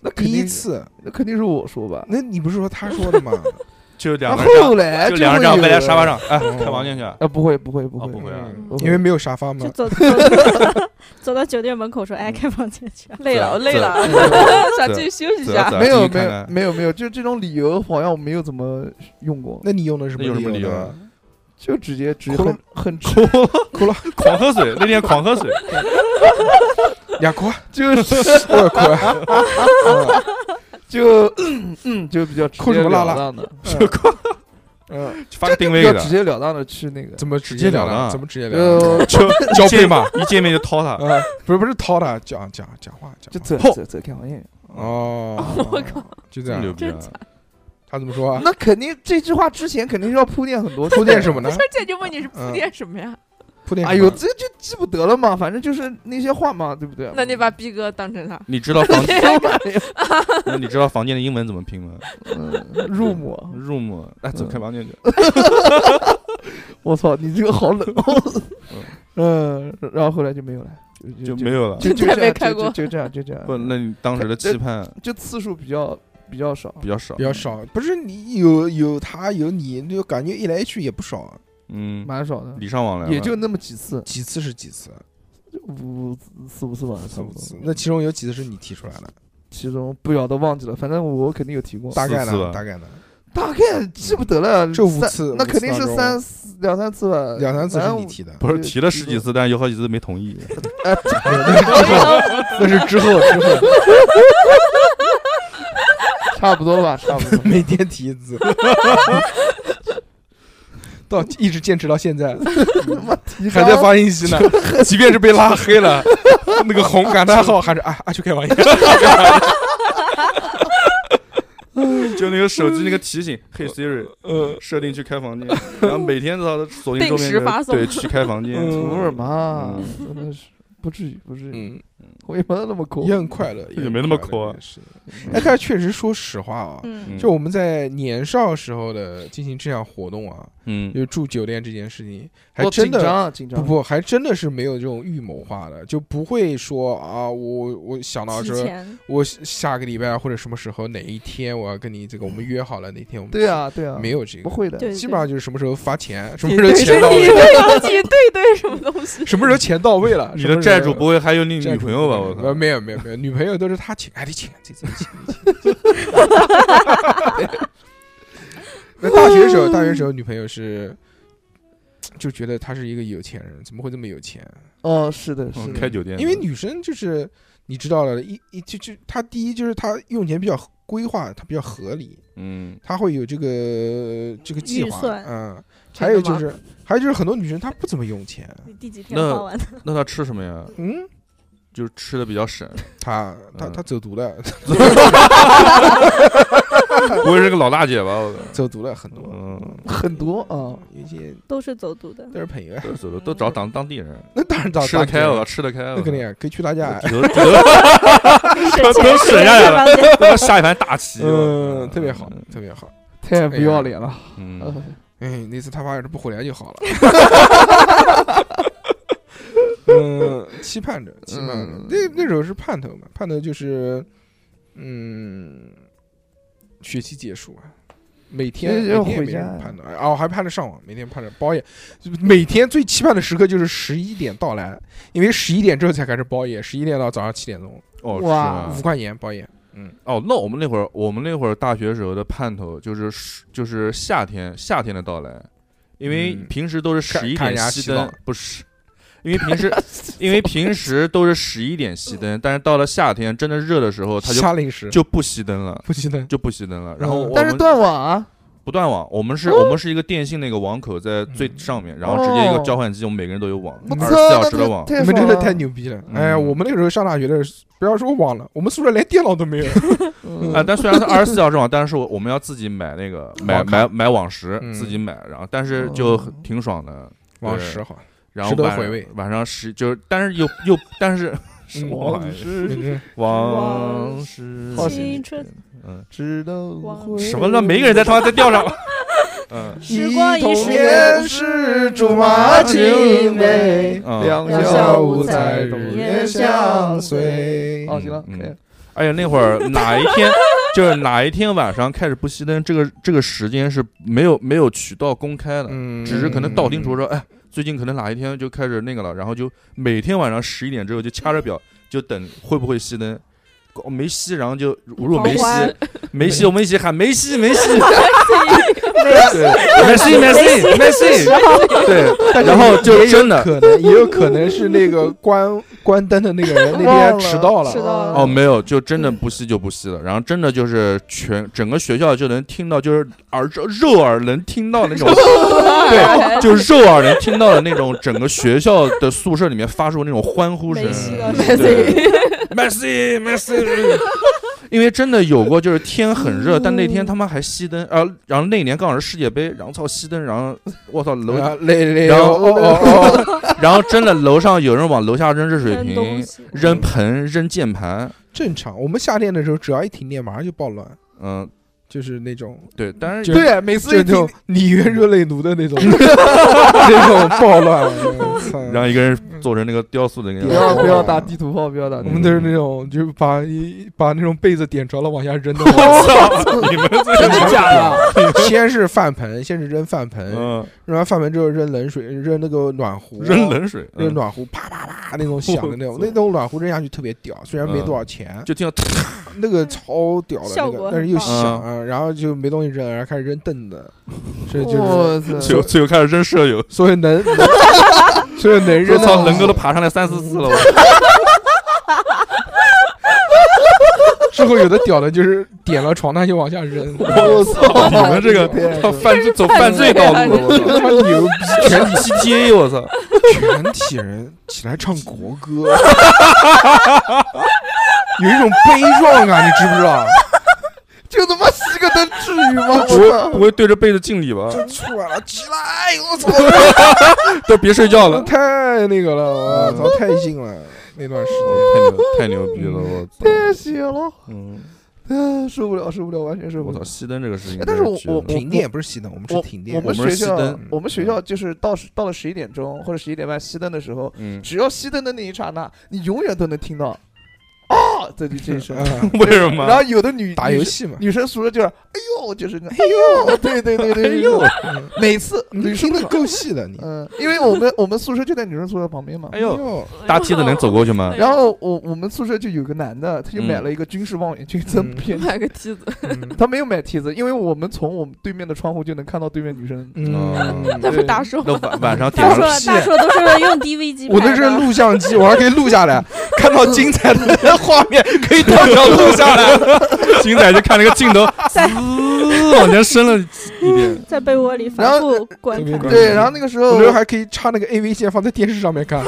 D: 那肯
B: 第
D: 定
B: 一
D: 是
B: 次，
D: 那肯定是我说吧。
B: 那你不是说他说的 吗？
C: 就两
D: 然
C: 个人这样
D: 后后来
C: 就
D: 就
C: 两个人这样
D: 会
C: 围
D: 有
C: 在沙发上，哎，
B: 嗯
C: 开房间去 啊。
D: 啊，不会不会不
C: 哦不
D: 会，
C: 会啊
B: 嗯因为没有沙发
F: 就
B: 嘛。
F: 走走走到酒店门口说：“哎，开房间去。”
E: 累了
C: 对
E: 累了， 想进去休息一下
C: 走。
D: 没有
C: 进去
D: 没
C: 看
D: 有
C: 看
D: 没有没有，就这种理由好像我没有怎么用过，
B: 那你用的是
C: 那有什么
B: 么
C: 理由啊
B: 呢？
D: 就直接直
B: 哭了
D: 很很直
C: 狂喝水，那天狂喝水，
B: 呀， 哭啊，
D: 就是
B: 我也哭啊。嗯
D: 就嗯就比较直
B: 哭什
D: 截
B: 么
D: 了
B: 啦啦
D: 当的，
B: 嗯
D: 嗯，
C: 发个定
D: 比
C: 位
D: 较
C: 给他
D: 直，截了当的去那个，
B: 怎么直接
C: 接聊
B: 聊呃
C: 了啊
B: 的？怎么直接聊的？
D: 就
C: 就
B: 交配嘛？
C: 一见面就掏 他，
B: 啊，不是不是掏的，讲讲讲话讲话。
D: 就走
C: 嚯
D: 走走开房间。
B: 哦，我靠，就这
C: 这么牛
B: 样。
C: 逼啊！
B: 他怎么说啊？
D: 那肯定这句话之前肯定是要铺垫很多，
B: 铺垫什么？呢？
E: 关键就问你是铺垫什么呀？
B: 铺垫什
D: 哎
B: 么
D: 呦，这就记不得了嘛，反正就是那些话嘛，对不对？
E: 那 你把逼哥当成啥？
C: 你知道房，
D: 哎呦
C: 那你知道房间的英文怎么拼吗
D: 嗯入魔，
C: ？room，哎，走开房间去。
D: 我操，你这个 好冷。嗯，然后后来就没有了，
C: 就没有了。
D: 就就
E: 再
D: 这
E: 没
D: 样，
E: 开
D: 就
E: 过
D: 就就这样，就这
B: 呃
D: 样。
C: 不，那你当时的期盼
D: 就次数比较比较少。
B: 嗯
C: 比较少
B: 比，较少，不是你有有他有你，就感觉一来一去也不少。
C: 嗯，
D: 蛮少的，
C: 礼尚往来吧，
D: 也就那么几次，
B: 几次是几次？
D: 五四五次吧，差不
B: 五次
D: 多。。
B: 那其中有几次是你提出来的？
D: 其中不晓得忘记了，反正我肯定有提过，
B: 大概
C: 四次吧
B: 呢？大概呢？
D: 大概记不得了。
B: 这五
D: 三
B: 次
D: 那肯定
B: 五
D: 是
B: 次当中
D: 三四两三次吧，
B: 两三次
D: 反
B: 是
D: 正
B: 你提的，
C: 不是提了十几次，但有好几次没 同意。
B: 那是之后之后
D: 差 不多吧，差不 多。
B: 每天提一次，到一直坚持到现在，
D: 你
B: 还在发信息呢。即便是被拉黑了，那个红感叹号还是啊啊去开玩笑。
C: 就那个手机那个提醒，嘿 Siri，
B: 呃，
C: 设定去开 房间，然后每天到锁定
E: 定
C: 桌
E: 时
C: 面的
E: 发送
C: 对，去开房间。
B: 嗯
D: 图尔嘛，真的是不至于，不至于，
B: 嗯，
D: 我也没有那么抠
B: 也。很快乐，
C: 也没那么抠啊
B: 啊。是哎，但是确实说实话啊，
F: 嗯，
B: 就我们在年少时候的进行这项活动啊，
C: 嗯，
B: 就住酒店这件事情，还
D: 我
B: 真
D: 紧张
B: 的
D: 啊，紧
B: 不
D: 张。
B: 不，还真的是没有这种预谋化的，就不会说啊，我我想到
F: 提
B: 说，
F: 前
B: 我下个礼拜或者什么时候哪一天我要跟你这个，我们约好了哪天我们
D: 对啊，对啊，
B: 没有这
D: 不
B: 个，
D: 会的。
F: 对，
B: 基
F: 对
B: 本 上就是什么时候发钱，什么
E: 你
B: 时候
E: 对
B: 钱到
E: 你
B: 位，
E: 对自己对对什么东西？
B: 什么时候钱到位了，
C: 你
B: 什么时
C: 的
B: 候
C: 债主不会还 有你
B: 债
C: 女
B: 主
C: 朋友吧？
B: 不会
C: 我靠，
B: 呃没有没有没有，女朋友都是他请，哎，你请，这这请。 那大学时候，大学时候女朋友是就觉得他是一个有钱人，怎么会这么有钱？
D: 哦，是的，
C: 嗯
D: 是的。
C: 开酒店的，
B: 因为女生就是你知道了，一一就就她第一就是她用钱比较规划，她比较合理，
C: 嗯，
B: 她会有这个这个计
F: 预
B: 划
F: 算，
B: 嗯。
E: 真的
B: 还有就
E: 吗
B: 是，还有就是很多女生她不怎么用钱，
F: 你第几天
C: 那
F: 花完的？
C: 那她吃什么呀？
B: 嗯，
C: 就是吃的比 较省，
B: 她她
C: 嗯
B: 她走读了，
C: 不会是个老大姐吧？ 我靠，
B: 走读了很多，
C: 嗯，
D: 很多啊，
B: 有些
F: 都是走读 的。
B: 都是朋友，啊
C: 都走的都找当当地人，
B: 那当然到
C: 吃得
B: 大
C: 开
B: 街
C: 我靠，吃得开我
B: 那
C: 靠，
B: 肯定啊可以去他家，
C: 有有
F: 省
C: 都
F: 钱
C: 省下来了
F: 开房间
C: 有下一盘大棋，我
B: 嗯，
C: 靠
B: 特别好，特别好。
D: 太不要脸了。
C: 哎
D: 呃
C: 嗯，
B: 哎，那次他爸要是不回来就好了。 嗯，期盼着，期盼着
D: 嗯。
B: 那那时候是盼头嘛，盼头就是，嗯，学期结束啊，每天
D: 就就
B: 每天也
D: 回
B: 没人
D: 家
B: 盼头，哦，还盼着上网，每天盼着包夜，每天最期盼的时刻就是十一点到来，因为十一点之后才开始包夜，十一点到早上七点钟，
C: 哦，
D: 哇
C: 是
B: 五
C: 吗
B: 块钱包夜，嗯，
C: 哦，那我们那会儿，我们那会儿大学时候的盼头就是就是夏天，夏天的到来，因为
B: 嗯
C: 平时都是十一
B: 看人
C: 点
B: 家
C: 熄
B: 洗
C: 灯
B: 澡，
C: 不是，因为 平时因为平时都是十一点熄灯，但是到了夏天真的热的时候，它哦就
B: 夏令时
C: 就不熄灯了，
B: 不熄灯，
C: 就不熄灯了。然后
B: 嗯
C: 我
D: 但是
C: 们
D: 断网啊，
C: 不断网，我们是我们是一个电信那个网口在最
B: 嗯
C: 上面，然后直接
B: 哦
C: 一个交换机，我们每个人都有网，
D: 我
C: 嗯二
D: 操，
C: 十四小
D: 那
C: 时的网。
D: 太
B: 你们真
F: 啊
B: 的太
D: 太
B: 牛逼了！
C: 嗯
B: 哎呀，我们那个时候上大学的时候，不要说网了，我们宿舍连电脑都没有。
D: 爽了
C: 啊，但虽然是二十四小时网，但是我我们要自己买那个
B: 嗯
C: 买
B: 网卡
C: 买买网时，
B: 嗯
C: 自己买，然后但是就
D: 哦
C: 挺爽的，
B: 网
C: 对
B: 十好，
C: 然后
B: 值得
C: 晚
B: 回味
C: 晚上十就是，但是又又 但是什
B: 嗯
C: 么玩意
D: 网
C: 儿？
D: 是
C: 往事
D: 好
F: 青春，
C: 嗯，
D: 只能
F: 网
D: 回
C: 什么乱，每个人在他妈在调上， 嗯，
F: 时光一
D: 同
F: 逝
D: 年是竹马青梅，
C: 嗯
D: 两
F: 两
D: 小
F: 小
D: 无
F: 无
D: 猜
F: 猜
D: 日
F: 日
D: 夜
F: 夜
D: 相
F: 相
D: 随
F: 随。
D: 哦，行了，可
C: 嗯
D: 以了。
C: 而且那会儿哪一天，就是哪一天晚上开始不熄灯，这个这个时间是没有没有渠道公开的，
B: 嗯，
C: 只是可能道听途
B: 说。
C: 说，哎，最近可能哪一天就开始那个了，然后就每天晚上十一点之后就掐着表，就等会不会熄灯。搞没熄，然后就如果没
F: 狂
C: 熄
F: 欢，
C: 没熄，我们一起喊没熄，没 熄，
F: 没
C: 没熄，没熄，没熄，对， 然后就真的
B: 可能也有可能是那个关关灯的那个人那天迟到了
E: 迟，到了
C: 哦，没有，就真的不吸就不吸了，然后真的就是全整个学校就能听到，就是耳肉耳能听到那种，对， 就是肉耳能听到的那种，整个学校的宿舍里面发出那种欢呼声
F: 没吸到，
E: 没
C: 对
E: 事，
C: ，Messi Messi，因 为真的有过就是天很热，
F: 嗯
C: 但那天他妈还熄灯，啊，然后那年刚好是世界杯，然后操熄灯，然后我操楼，
B: 啊累累，
C: 然后
B: 哦哦哦，
C: 然后真的楼上有人往楼下扔热水
F: 扔东
C: 瓶，
F: 西，
C: 扔盆，扔键盘，
B: 正常。我们夏天的时候，只要一停电，马上就暴乱，
C: 嗯，
B: 就是那种
C: 对，但是
B: 就
D: 对，每次
B: 就
D: 一
B: 那种
D: 听，
B: 里约热内卢的那 种 那种暴乱。我操
C: 让一个人做成那个雕塑的那 个
D: 不
C: 样
D: 要
C: 子。
D: 不要打地图炮，不要打
B: 我
C: 嗯
D: 地图炮。
B: 们都是那种，就是把一把那种被子点着了往下扔的那
C: 我
B: 种。
C: 操！你们这
D: 真的假的？
B: 先是饭盆，先是扔饭盆，
D: 哎
C: 嗯，
B: 扔完饭盆之后扔冷水，扔那个暖壶，
C: 扔冷水，
B: 那个
C: 嗯
B: 暖壶啪啪啪那种响的那种
C: 我，操
B: 那种暖壶扔下去特别屌，虽然没
C: 嗯
B: 多少钱，
C: 就听到
B: 那个超屌的那
F: 效
B: 个，
F: 果
B: 但是又
F: 很
C: 棒
B: 响，啊然后就没东西扔，然后开始扔凳子，所以就是
D: 我操！
C: 最后最后开始扔舍友，
B: 所以能， 所以能
C: 我
B: 扔
C: 操，
B: 到
C: 能哥都爬上来三四次了，我
B: 之后有的屌的就是点了床单就往下 扔，
D: 嗯我操！
C: 你们这个
D: 天
C: 操犯罪走犯
E: 犯罪
C: 罪道路了，我操！
B: 他妈牛逼，
C: 全体 GTA，我操！
B: 全体人起来唱国歌， 有一种悲壮啊感，你知不知道？
D: 就他妈熄个灯，至于 吗？
C: 不会不会对着被子敬礼吧？
B: 就出来了，起来！我操！
C: 都别睡觉了，
B: 太那个了，我操，太近了那段时间。
C: 太牛太牛逼了，我操！
D: 太邪哎了！
C: 嗯，
D: 啊，受不了，受不了，完全受不
C: 我操，
D: 了。
C: 熄灯这个事情
D: 哎
C: 真
D: 但
C: 的
D: 是
C: 绝了，
D: 我我
B: 停电不是熄灯，我们是停电。
D: 我们
C: 我们
D: 学
C: 是
D: 校
C: 熄灯，
D: 我们学校就是到时到了十一点钟或者十一点半熄灯的时候，
C: 嗯，
D: 只要熄灯的那一刹那，你永远都能听到啊，这就这一 声。
B: 啊
C: 为什
D: 然
C: 么？
D: 后有的女
B: 打游， 戏嘛，
D: 女生女生宿舍就是哎呦，就是那哎呦，对对对对，对
C: 哎呦，
B: 嗯
D: 每次
B: 你
D: 女生
B: 听的
D: 宿舍
B: 够细的你。
D: 嗯，因为我们我们宿舍就在女生宿舍旁边嘛。
C: 哎呦，，大梯子能走过去吗？
D: 然后我我们宿舍就有个男的，他就买
C: 嗯
D: 了一个军事望远镜，这么便宜。
E: 买个梯子，
B: 嗯
D: 他没有买梯子，因为我们从我们对面的窗户就能看到对面女生。
B: 嗯
C: 嗯
E: 那
D: 对
E: 不是大叔
C: 那晚晚上点
F: 大
C: 上
F: 硕大硕都是用 DV 机
B: 我
F: 拍
B: 那是
F: 的，
B: 录像机，我还可以录下来，看到精彩的画面可 以当场录下来。
C: 精彩就看那个镜头
F: 在
C: 滋往前伸了一点，
F: 在被窝里反复观
B: 然后
F: 看。
D: 对，然后那个时
B: 呃我
D: 候
B: 那时候还可以插那个 AV 线放在电视上面看，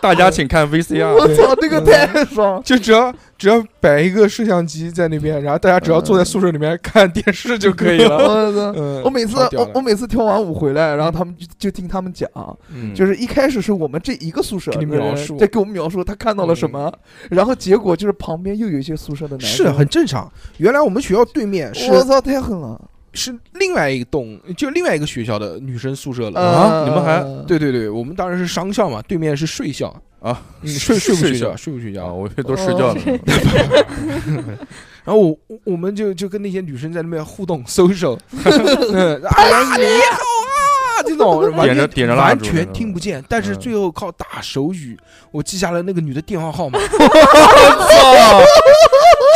C: 大家请看 VCR。
D: 我操，那个太爽了！
B: 就只要只要摆一个摄像机在那边，然后大家只要坐在宿舍里面看电视就可以了。
D: 我操！
B: 嗯，
D: 我每次
B: 超屌
D: 我
B: 的
D: 我每次跳完舞回来，然后他们就就听他们讲，就是一开始是我们这一个宿舍
B: 给你
D: 的人
B: 描述
D: 在给我们描述他看到了什么，然后结果就是旁边又有一些宿舍的男
B: 嗯是
D: 生，
B: 很正常。原来我们学校对面是
D: 我操，太狠了！
B: 是另外一栋，就另外一个学校的女生宿舍了。
C: 啊你们还
D: 呃
B: 对对对，我们当然是商校嘛，对面是睡校
C: 啊，
B: 嗯睡睡不
C: 睡
B: 睡
C: 校
B: 觉，睡不睡
C: 啊，
B: 觉。
C: 我以为都睡觉了。
B: 然后我我我们就就跟那些女生在那边互动 social，嗯哎呀你好啊这种，完
C: 点着
B: 全
C: 点着蜡
B: 完
C: 烛
B: 全
C: 那
B: 听
C: 种
B: 不见，但是
C: 嗯
B: 最后靠 打手语，我记下了那个女的电话号码，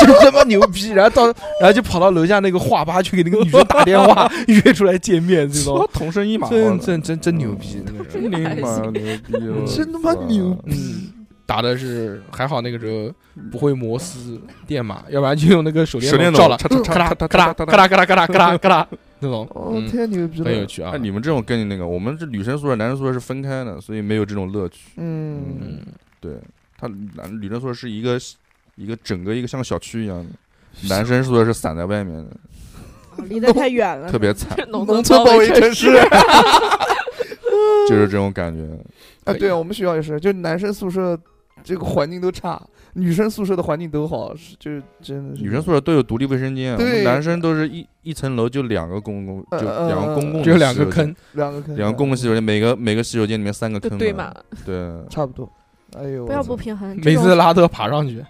B: 真他妈牛逼！然后到，然后就跑到楼下那个画吧去给那个女生打电 话，约出来见面，这种
C: 说同声一马，
B: 真真真真牛逼！那个人
C: 真你妈牛逼了，
B: 真他妈牛
C: 逼！
B: 嗯，打的是还好那个时候不会摩斯电码，要不然就用那个手电
C: 手电
B: 照
C: 筒
B: 了，嗯
C: 嚓嚓
B: 咔啦
C: 嚓
B: 咔
C: 嚓
B: 啦
C: 嚓
B: 咔
C: 嚓
B: 啦咔啦咔啦咔啦咔啦那种，
D: 哦，
B: 嗯，
D: 太牛逼
B: 很有
D: 了，
B: 趣啊
C: 那。你们这种跟你那个，我们这女生宿舍、男生宿舍是分开的，所以没有这种乐趣。
D: 嗯，
B: 嗯，
C: 对，他男女生宿舍是一个一个整个一个像小区一样的，男生宿舍是散在外面的，
F: 离得太远了，
C: 特别惨，
E: 农
D: 农村包围城市。
C: 就是这种感觉。
D: 啊，
B: 可以
D: 对啊，我们学校也是，就男生宿舍这个环境都差，女生宿舍的环境都好，是就是真的是
C: 女生宿舍都有独立卫生间，我们
D: 对
C: 男生都是一一层楼就两个公共，就
D: 呃
C: 两个公共，
B: 只有两个坑，，
D: 两个坑，
C: 两个公共洗手间，每个每个洗手间里面三个
E: 就
C: 坑嘛
E: 对嘛，
C: 对，
D: 差不多。哎呦，
F: 不要不平衡。
B: 每次拉都要爬上去，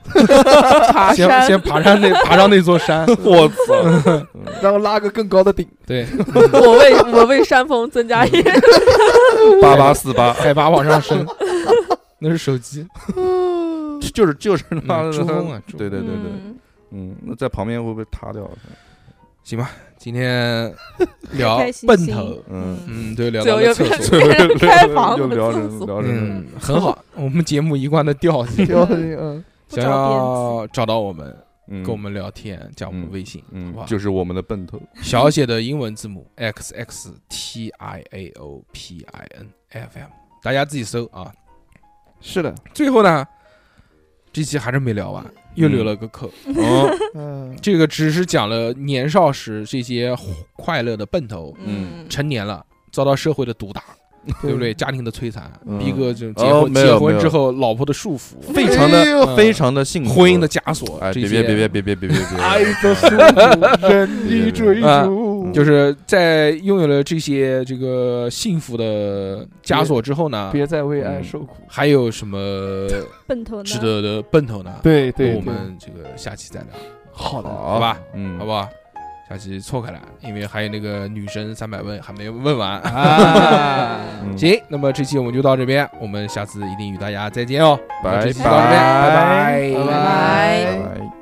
E: 爬
B: 先
E: 山，
B: 先爬上那爬上那座山。
C: 我操，
D: 然后拉个更高的顶，，
B: 对，
E: 我为我为山峰增加一
C: 八八四八，
B: 海拔往上升，那是手机，
C: 就是就是他妈
B: 嗯
C: 的
B: 珠峰啊珠峰
C: 对对对对，
F: 嗯
C: 嗯，那在旁边会不会塌掉？啊
B: 行吧，今天聊
F: 开开心
B: 奔
F: 心
B: 头，
C: 嗯，
B: 嗯，对，聊
E: 最
B: 到
E: 后
B: 了
E: 又
B: 厕
E: 变
B: 所，
E: 变成开房
C: 就
E: 和
C: 聊
E: 厕
C: 人
E: 所，
C: 聊人，
B: 嗯，很好，我们节目一贯的调性
D: 标嗯，
F: 不
B: 想
F: 着边
B: 要找到我们，
C: 嗯
B: 跟我们聊天，加我们微信，好
C: 嗯
B: 不好，？
C: 就是我们的 奔头，
B: 小写的英文字母 x x t i a o p i n f m，大家自己搜啊。
D: 是的，
B: 最后呢，这期还是没聊完，又留了个扣。
C: 哦，
D: 嗯，
B: 这个只是讲了年少时这些快乐的奔头，
C: 嗯
B: 成年了遭到社会的毒打， 对不 对？？家庭的摧残，
C: 嗯
B: 逼哥就结
C: 哦
B: 婚
C: 没有
B: 结
C: 没
B: 婚
C: 有
B: 之后老婆的束缚，
C: 非常
D: 哎
C: 的
D: 呦
C: 非常的幸福，
B: 婚姻的枷锁，
C: 哎，
B: 这
C: 别
B: 些
C: 别别别别别别别别，嗯
D: 爱的束缚，人的追逐，
B: 就是在拥有了这些这个幸福的枷锁之后呢，
D: 别再为爱受苦。
B: 还有什么
F: 奔头呢？
B: 值得的奔头呢？
D: 对
B: 那
D: 对，
B: 我们这个下期再聊，
D: 好的，
C: 好
B: 吧，
C: 嗯，
B: 好不好？下期错开了，因为还有那个女生三百问还没有问完。
D: 啊，
C: 嗯，
B: 行，那么这期我们就到这边，我们下次一定与大家再见哦。那
C: 拜
B: 这期到这边，拜
D: 拜
B: 拜
D: 拜
C: 拜拜。